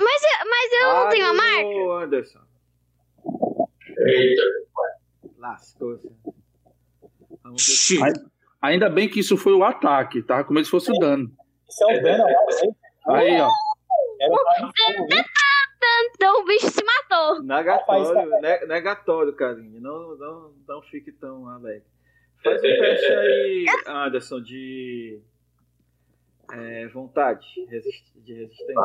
[SPEAKER 6] Mas eu não tenho a marca.
[SPEAKER 5] Ô, Anderson,
[SPEAKER 4] Eita,
[SPEAKER 5] lascou-se. Vamos ver.
[SPEAKER 1] Xi,
[SPEAKER 7] Ai. Ainda bem que isso foi o ataque, tá? Como se fosse o dano.
[SPEAKER 3] Isso é um dano, eu acho.
[SPEAKER 7] Aí, ó.
[SPEAKER 3] Era um raio de fogo, viu?
[SPEAKER 6] Então o bicho se matou.
[SPEAKER 5] Negatório, ne- negatório, é Karine. Não, não, não fique tão alegre. Faz um teste aí, Anderson, de é, vontade, resist- de resistência.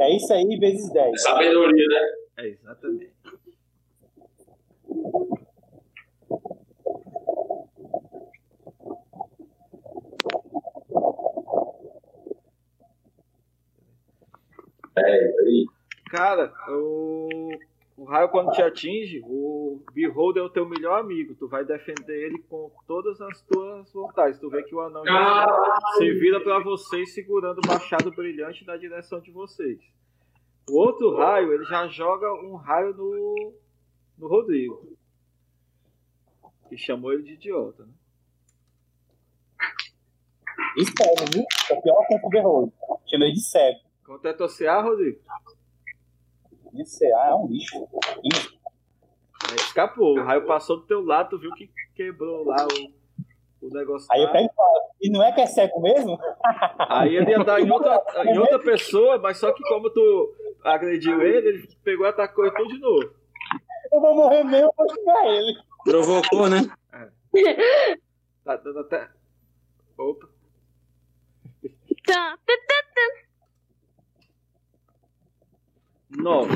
[SPEAKER 3] É isso aí, vezes 10.
[SPEAKER 4] sabedoria, né?
[SPEAKER 5] É, exatamente.
[SPEAKER 4] É, isso aí.
[SPEAKER 5] Cara, o, o raio quando te atinge, o Beholder é o teu melhor amigo. Tu vai defender ele com todas as tuas vontades. Tu vê que o anão
[SPEAKER 4] Caralho.
[SPEAKER 5] se vira pra vocês segurando o machado brilhante na direção de vocês. O outro raio, ele já joga um raio no, no Rodrigo. Que chamou ele de idiota, né?
[SPEAKER 3] Isso é, viu? É pior que o Berrolho. Chamei de cego.
[SPEAKER 5] Quanto é tua CA, Rodrigo?
[SPEAKER 3] Isso é, ah, é um lixo.
[SPEAKER 5] É, escapou. O raio passou do teu lado, tu viu que quebrou lá o, o negócio.
[SPEAKER 3] Aí
[SPEAKER 5] lá.
[SPEAKER 3] eu pego e falo, e não é que é cego mesmo?
[SPEAKER 5] Aí ele ia dar em outra, em outra pessoa, mas só que como tu agrediu ele, ele pegou e atacou e tudo de novo.
[SPEAKER 3] Eu vou morrer mesmo, eu vou xingar ele.
[SPEAKER 1] provocou, né?
[SPEAKER 5] Tá dando até. Opa.
[SPEAKER 6] Tá.
[SPEAKER 5] Nove.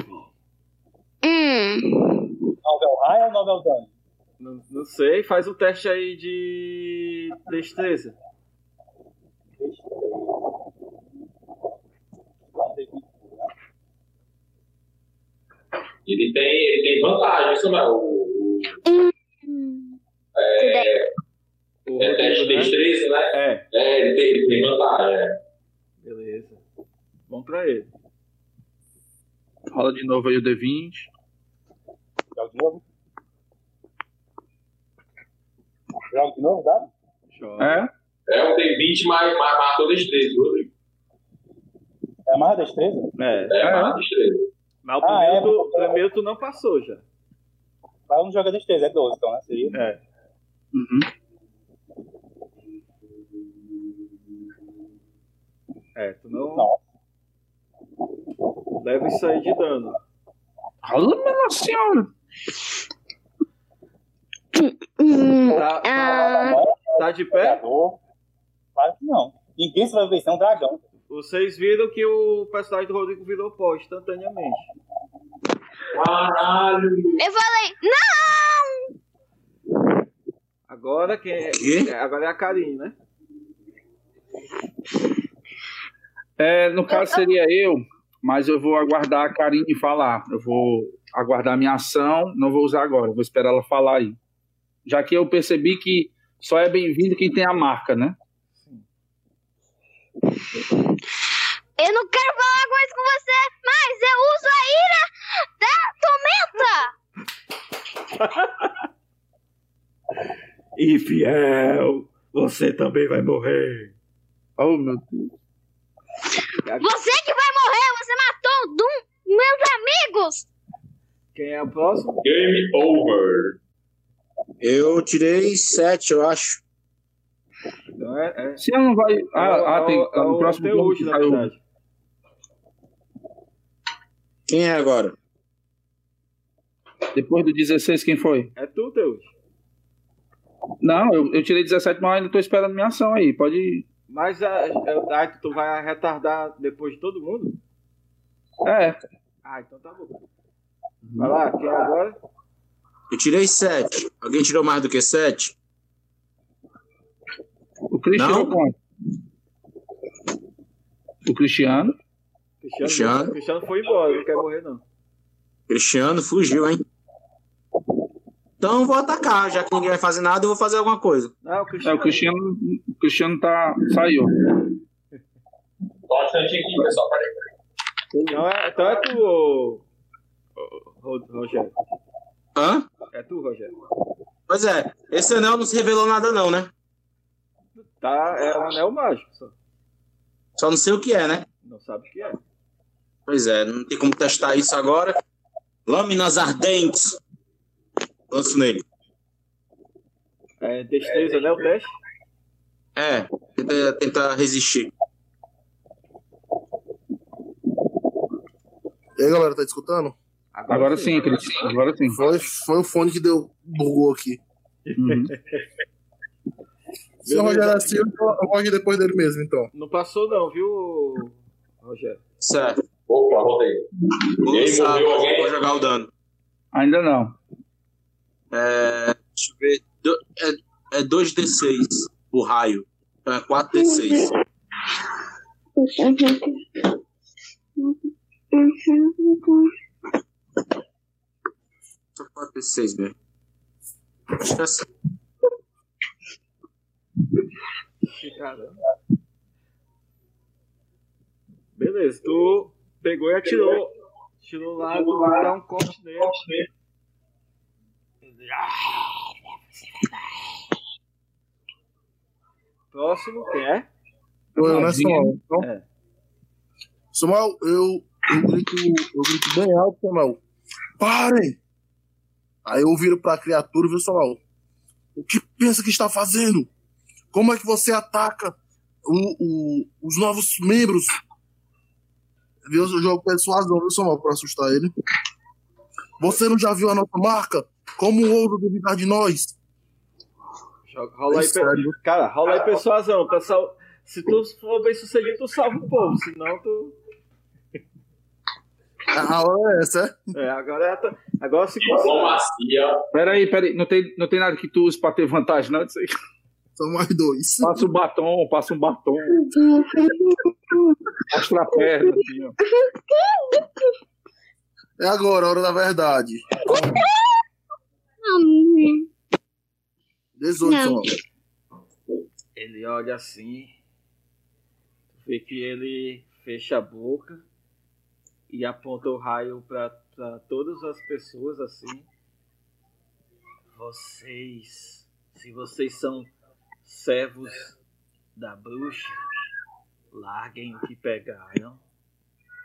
[SPEAKER 6] Hum.
[SPEAKER 3] 9 é o raio ou 9 é o dano?
[SPEAKER 5] Não, não sei, faz um teste aí de destreza.
[SPEAKER 4] Ele tem, ele tem vantagem, isso mesmo. O- o-
[SPEAKER 5] O
[SPEAKER 4] É teste de
[SPEAKER 5] Rodrigo, né?
[SPEAKER 4] destreza, né?
[SPEAKER 5] É,
[SPEAKER 4] É, ele tem, ele tem vantagem. é.
[SPEAKER 5] beleza. Bom pra ele.
[SPEAKER 7] Rola de novo aí o D20.
[SPEAKER 3] Joga de novo? Joga de novo, dá?
[SPEAKER 5] Joga.
[SPEAKER 7] É?
[SPEAKER 4] É, um tem 20, mas mas matou destreza, Rodrigo.
[SPEAKER 3] É mais destreza?
[SPEAKER 5] É.
[SPEAKER 4] É,
[SPEAKER 7] É.
[SPEAKER 4] mais destreza.
[SPEAKER 5] Mas o
[SPEAKER 3] Ah,
[SPEAKER 5] primeiro,
[SPEAKER 3] é?
[SPEAKER 5] tu, primeiro tu não passou já.
[SPEAKER 3] Mas não joga destreza, é 12, então, né? Seria.
[SPEAKER 5] É.
[SPEAKER 7] Uhum.
[SPEAKER 5] É, tu não.
[SPEAKER 3] Não.
[SPEAKER 5] Leva isso aí de dano.
[SPEAKER 7] Rola, minha senhora.
[SPEAKER 6] Hum.
[SPEAKER 5] Tá,
[SPEAKER 6] Ah.
[SPEAKER 5] tá de pé?
[SPEAKER 3] Jogador. Claro que não. Ninguém se vai ver, isso é um dragão.
[SPEAKER 5] Vocês viram que o personagem do Rodrigo virou pó instantaneamente.
[SPEAKER 4] Caralho.
[SPEAKER 6] Eu falei, não!
[SPEAKER 5] Agora quem é,
[SPEAKER 1] Quê?
[SPEAKER 5] agora é a Karine, né?
[SPEAKER 7] É, no caso seria eu, mas eu vou aguardar a Karine falar. Eu vou aguardar a minha ação, não vou usar agora, vou esperar ela falar aí. Já que eu percebi que só é bem-vindo quem tem a marca, né?
[SPEAKER 6] Eu não quero falar coisa com você, mas eu uso a ira da tormenta!
[SPEAKER 5] Infiel, você também vai morrer.
[SPEAKER 7] Oh, meu Deus.
[SPEAKER 6] Você que vai morrer, você matou um, meus amigos!
[SPEAKER 5] Quem é o próximo?
[SPEAKER 4] Game over.
[SPEAKER 1] Eu tirei sete, eu acho.
[SPEAKER 5] Não é, é-
[SPEAKER 7] Se ela não vai. Ah, ah, tem.
[SPEAKER 5] é
[SPEAKER 7] Tá, no próximo
[SPEAKER 5] teu
[SPEAKER 7] turno
[SPEAKER 5] hoje,
[SPEAKER 7] que
[SPEAKER 5] na
[SPEAKER 7] sai o-
[SPEAKER 5] verdade.
[SPEAKER 1] Quem é agora?
[SPEAKER 7] Depois do 16, quem foi?
[SPEAKER 5] É tu, Teus.
[SPEAKER 7] Não, eu, eu tirei 17, mas ainda tô esperando minha ação aí. Pode
[SPEAKER 5] Mas a, a, aí tu vai retardar depois de todo mundo?
[SPEAKER 7] É,
[SPEAKER 5] Ah, então tá bom. Vai lá, quem é agora?
[SPEAKER 1] Eu tirei 7. Alguém tirou mais do que 7?
[SPEAKER 7] o Cristiano
[SPEAKER 1] Não?
[SPEAKER 7] quanto? O Cristiano?
[SPEAKER 5] Cristiano,
[SPEAKER 1] Cristiano.
[SPEAKER 5] Cristiano foi embora, não quer morrer não.
[SPEAKER 1] Cristiano fugiu, hein? Então eu vou atacar, já que ninguém vai fazer nada, eu vou fazer alguma coisa.
[SPEAKER 5] Não, o
[SPEAKER 7] É,
[SPEAKER 5] Cristiano.
[SPEAKER 7] o Cristiano, o Cristiano tá, saiu.
[SPEAKER 4] Só um instantinho aqui, pessoal. Peraí.
[SPEAKER 5] Então é, então é tu, ô- ô- ô- Rogério.
[SPEAKER 1] Hã?
[SPEAKER 5] É tu, Rogério.
[SPEAKER 1] Pois é, esse anel não se revelou nada, não, né?
[SPEAKER 5] Tá, é um anel mágico, só.
[SPEAKER 1] Só não sei o que é, né?
[SPEAKER 5] Não sabe o que é.
[SPEAKER 1] Pois é, não tem como testar isso agora. Lâminas ardentes. Lanço nele.
[SPEAKER 5] É destreza, né? O teste.
[SPEAKER 1] É, tenta, tenta resistir.
[SPEAKER 2] E aí, galera, tá escutando?
[SPEAKER 7] Agora sim, Cris. Agora sim.
[SPEAKER 2] Foi, foi o fone que deu bugou aqui.
[SPEAKER 7] Uhum.
[SPEAKER 2] Se eu rogar assim, eu eu rogo depois dele mesmo, então.
[SPEAKER 5] Não passou não, viu, Rogério?
[SPEAKER 1] Certo.
[SPEAKER 4] Opa, voltei.
[SPEAKER 1] Vou
[SPEAKER 4] E aí,
[SPEAKER 1] lançar,
[SPEAKER 4] morreu alguém?
[SPEAKER 1] vou jogar o dano.
[SPEAKER 7] Ainda não.
[SPEAKER 1] É, deixa eu ver. Do- é, é 2d6 o raio. Então é 4d6. Só 4d6 mesmo. Acho que é assim.
[SPEAKER 5] Caramba. Beleza, tu pegou e atirou. Atirou lá, tu vai dar um corte nele. Próximo quem é?
[SPEAKER 2] Eu, eu né, Samuel? Então,
[SPEAKER 5] É.
[SPEAKER 2] Samuel, eu, eu, grito, eu grito bem alto, Samuel. Parem! Aí eu viro pra criatura, viu, Samuel? O que pensa que está fazendo? Como é que você ataca o- o- os novos membros? Viu, eu jogo persuasão, viu, Samuel, pra assustar ele. Você não já viu a nossa marca? Como o ouro duvidar de nós?
[SPEAKER 5] Joga, rola aí,
[SPEAKER 2] É
[SPEAKER 5] pe-
[SPEAKER 2] sério.
[SPEAKER 5] cara, rola aí persuasão. pra sal- Se tu for bem sucedido, tu salva o povo. Senão tu.
[SPEAKER 2] A hora é essa, é?
[SPEAKER 5] É, agora é. a tua- Agora se consegue.
[SPEAKER 4] Diplomacia.
[SPEAKER 7] Peraí, peraí. Não tem, não tem nada que tu use pra ter vantagem, não? Isso aí.
[SPEAKER 2] São mais dois.
[SPEAKER 7] Passa o batom, passa um batom. Mostra a perna. Assim, ó.
[SPEAKER 2] É agora, a hora da verdade.
[SPEAKER 6] Não,
[SPEAKER 2] 18,
[SPEAKER 6] Não.
[SPEAKER 2] Samuel.
[SPEAKER 5] Ele olha assim. Tu vê que ele fecha a boca e aponta o raio pra, pra todas as pessoas assim. Vocês, se vocês são servos da bruxa, larguem o que pegaram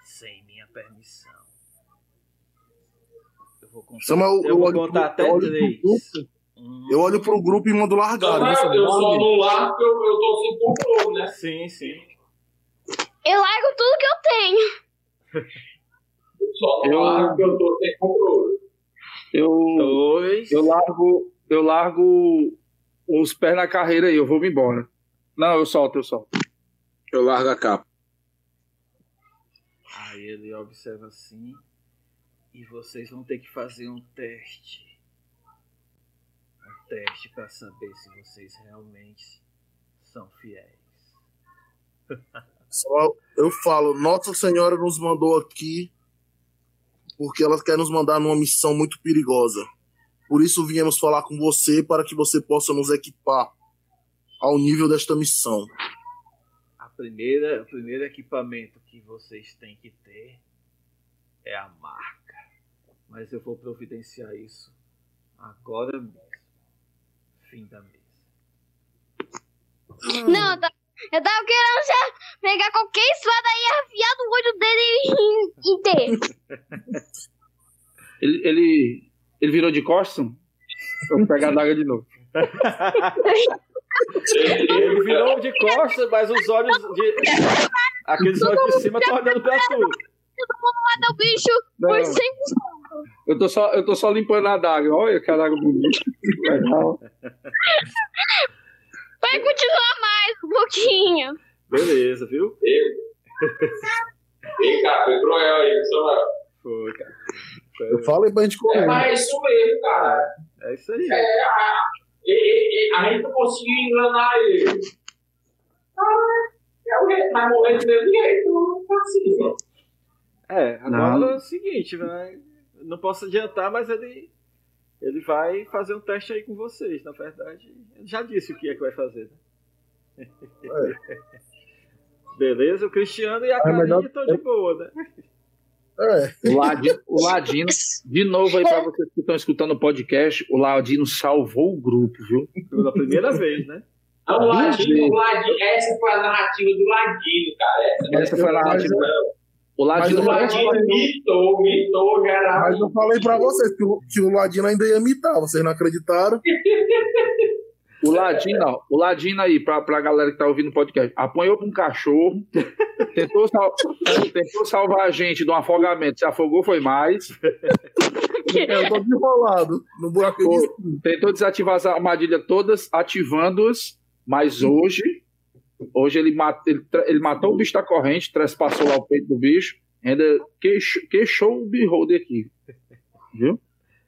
[SPEAKER 5] sem minha permissão. Eu vou contar,
[SPEAKER 2] Samuel,
[SPEAKER 5] eu
[SPEAKER 2] eu
[SPEAKER 5] vou
[SPEAKER 2] olho
[SPEAKER 5] contar
[SPEAKER 2] pro-
[SPEAKER 5] até
[SPEAKER 2] eu olho pro
[SPEAKER 5] três.
[SPEAKER 2] grupo.
[SPEAKER 5] Um,
[SPEAKER 2] Eu olho pro grupo e mando largar.
[SPEAKER 4] Então,
[SPEAKER 2] né,
[SPEAKER 4] é,
[SPEAKER 2] Samuel?
[SPEAKER 4] eu só não lá porque eu, eu tô sem controle, né?
[SPEAKER 5] Sim, sim.
[SPEAKER 6] Eu largo tudo que eu tenho.
[SPEAKER 4] Só não lá porque eu tô sem controle.
[SPEAKER 7] Eu,
[SPEAKER 5] Dois.
[SPEAKER 7] eu largo, eu largo os pés na carreira aí. Eu vou me embora. Não, eu solto, eu solto.
[SPEAKER 1] Eu largo a capa.
[SPEAKER 5] Aí ele observa assim. E vocês vão ter que fazer um teste. Um teste para saber se vocês realmente são fiéis.
[SPEAKER 2] Samuel, eu falo, Nossa Senhora nos mandou aqui porque ela quer nos mandar numa missão muito perigosa. Por isso viemos falar com você para que você possa nos equipar ao nível desta missão.
[SPEAKER 5] A primeira, o primeiro equipamento que vocês têm que ter é a marca. Mas eu vou providenciar isso agora mesmo. Fim da mesa.
[SPEAKER 6] Não, eu tava, eu tava querendo já pegar qualquer espada e afiar no olho dele em, em ter.
[SPEAKER 7] Ele, ele, ele virou de costas? Eu vou pegar a daga de novo.
[SPEAKER 5] Ele virou de costas, mas os olhos de. Aqueles olhos de cima estão olhando pra tu.
[SPEAKER 6] Mata o bicho
[SPEAKER 7] Não,
[SPEAKER 6] por 100%.
[SPEAKER 7] eu, tô só, eu tô só limpando a daga. Olha que daga bonita. Legal.
[SPEAKER 6] Vai continuar mais. um pouquinho.
[SPEAKER 5] Beleza, viu?
[SPEAKER 4] Ei, cara, foi cruel aí, só.
[SPEAKER 5] Foi, cara.
[SPEAKER 2] Eu falei pra gente
[SPEAKER 4] É,
[SPEAKER 2] correr.
[SPEAKER 4] mas é isso mesmo, cara.
[SPEAKER 5] É isso aí.
[SPEAKER 4] É, a, e- e- e- a gente não conseguiu enganar ele. Ah, é o jeito, mas morrer do mesmo jeito, não consigo.
[SPEAKER 5] É, agora
[SPEAKER 7] Não.
[SPEAKER 5] é o seguinte, né? Não posso adiantar, mas ele, ele vai fazer um teste aí com vocês. Na verdade, ele já disse o que é que vai fazer. né? Beleza, o Cristiano e a Karine
[SPEAKER 2] melhor-
[SPEAKER 5] estão de boa, né?
[SPEAKER 2] É.
[SPEAKER 7] O Ladino, o Ladino, de novo aí pra vocês que estão escutando o podcast, o Ladino salvou o grupo, viu?
[SPEAKER 5] Pela primeira vez, né?
[SPEAKER 4] Não, o
[SPEAKER 7] Duas
[SPEAKER 4] Ladino,
[SPEAKER 7] vezes.
[SPEAKER 4] o Ladino, essa foi a narrativa do Ladino, cara.
[SPEAKER 7] Essa foi a narrativa. O
[SPEAKER 2] Mas
[SPEAKER 4] Essa,
[SPEAKER 7] Ladino,
[SPEAKER 4] o Ladino mitou, mitou, geral.
[SPEAKER 2] Mas eu falei pra vocês que o, que o Ladino ainda ia imitar, vocês não acreditaram.
[SPEAKER 7] o Ladino, ó, o Ladino aí, pra, pra galera que tá ouvindo o podcast, apanhou pra um cachorro, tentou, sal- tentou salvar a gente de um afogamento, se afogou foi mais,
[SPEAKER 2] Eu tô desenrolado no buraco de
[SPEAKER 7] Pô. tentou desativar as armadilhas todas, ativando-as, mas hoje, hoje ele, ma- ele tra- ele matou o bicho da corrente, trespassou lá o peito do bicho, ainda queixo- queixou o beholder aqui. Viu?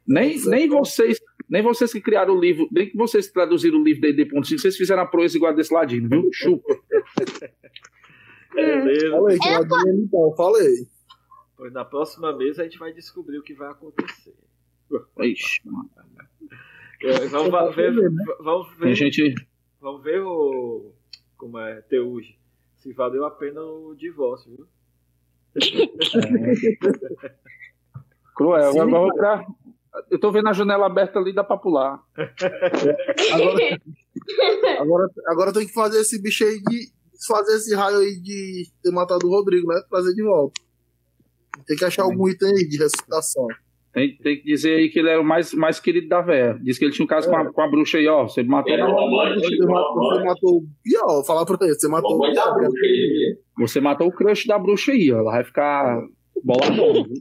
[SPEAKER 7] Nem, nem vocês. Nem vocês que criaram o livro, nem que vocês que traduziram o livro D&D.5, vocês fizeram a proeza igual a desse ladinho, viu? Chupa.
[SPEAKER 5] Beleza.
[SPEAKER 2] Falei que o Ladino ia imitar, eu falei.
[SPEAKER 5] Pois na próxima mesa a gente vai descobrir o que vai acontecer.
[SPEAKER 7] Ixi, mano.
[SPEAKER 5] É, vamos, va- ver, va- vamos
[SPEAKER 7] Tem
[SPEAKER 5] ver,
[SPEAKER 7] gente...
[SPEAKER 5] vamos ver o. Como é, Teuge. Se valeu a pena o divórcio, viu?
[SPEAKER 7] Cruel. Agora eu vou pra... Eu tô vendo a janela aberta ali, dá pra pular.
[SPEAKER 2] Agora, agora, agora tem que fazer esse bicho aí de. Fazer esse raio aí de ter matado o Rodrigo, né? Trazer de volta. Tem que achar algum item aí de ressuscitação.
[SPEAKER 7] Tem, tem que dizer aí que ele era o mais, mais querido da véia. Diz que ele tinha um caso com, a, com a bruxa aí, ó. Você matou, um-
[SPEAKER 4] Ele é
[SPEAKER 7] na-
[SPEAKER 2] Você
[SPEAKER 4] romântico,
[SPEAKER 2] matou, você
[SPEAKER 4] romântico.
[SPEAKER 2] matou o Biel, falar pra ele, você matou o
[SPEAKER 4] Mamãe da
[SPEAKER 2] Biel.
[SPEAKER 4] bruxa, ele.
[SPEAKER 7] você matou o crush da bruxa aí, ó. Ela vai ficar boladona. viu?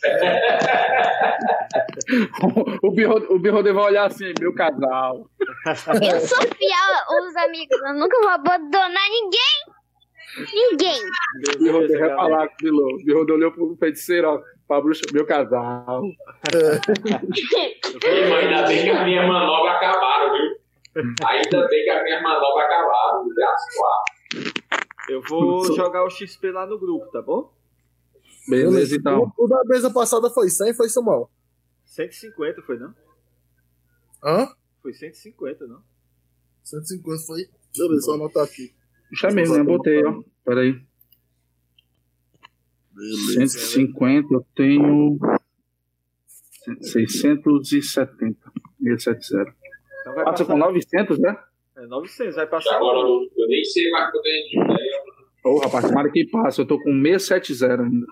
[SPEAKER 7] o Birro- o Birroder vai olhar assim, meu casal.
[SPEAKER 6] Eu sou fiel aos amigos, eu nunca vou abandonar ninguém. Ninguém.
[SPEAKER 7] O Birroder vai
[SPEAKER 5] galera.
[SPEAKER 7] falar com o Bilô. O Birroder olhou pro feiticeiro, ó. Pra bruxa, meu casal.
[SPEAKER 4] Ei, mas Ainda bem que as minhas manobras acabaram, viu? Ainda bem que as minhas manobras acabaram, graças a Deus.
[SPEAKER 5] Eu vou jogar o XP lá no grupo, tá bom?
[SPEAKER 7] Beleza, então.
[SPEAKER 2] O da mesa passada foi 100, foi Samuel.
[SPEAKER 5] 150 foi, não?
[SPEAKER 2] Hã?
[SPEAKER 5] Foi 150, não?
[SPEAKER 2] 150 foi? Beleza, só anotar aqui.
[SPEAKER 7] Isso é mesmo, né? Botei, ó. Peraí. 150, eu tenho. 670. 170.
[SPEAKER 5] Então vai
[SPEAKER 7] Ah,
[SPEAKER 5] passar...
[SPEAKER 7] você com 900, né?
[SPEAKER 5] É 900, vai
[SPEAKER 4] E
[SPEAKER 5] passar...
[SPEAKER 4] Agora eu eu né? nem sei mais quando a gente ganha.
[SPEAKER 7] Ô, rapaz, tomara que passe. Eu tô com 670 ainda.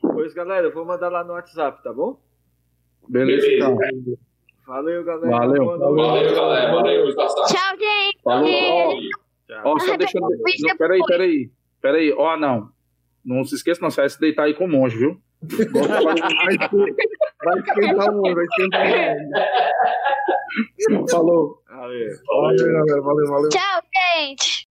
[SPEAKER 5] Pois, galera, eu vou mandar lá no WhatsApp, tá bom?
[SPEAKER 7] Beleza,
[SPEAKER 4] Beleza.
[SPEAKER 7] então.
[SPEAKER 5] Valeu, galera.
[SPEAKER 7] Valeu.
[SPEAKER 5] Boa noite.
[SPEAKER 4] Valeu, galera. Valeu, os passados.
[SPEAKER 6] Tchau, gente.
[SPEAKER 4] Tá
[SPEAKER 7] Falou.
[SPEAKER 5] Tchau.
[SPEAKER 7] Ó, só deixando. Não, peraí, peraí. Peraí. Ó, não. Não se esqueça, não. Você vai se deitar aí com o monge, viu?
[SPEAKER 2] Vai esquentar o mundo, vai esquentar um. o mundo.
[SPEAKER 7] Falou.
[SPEAKER 5] Valeu.
[SPEAKER 2] Valeu, galera. Valeu, valeu.
[SPEAKER 6] Tchau, gente.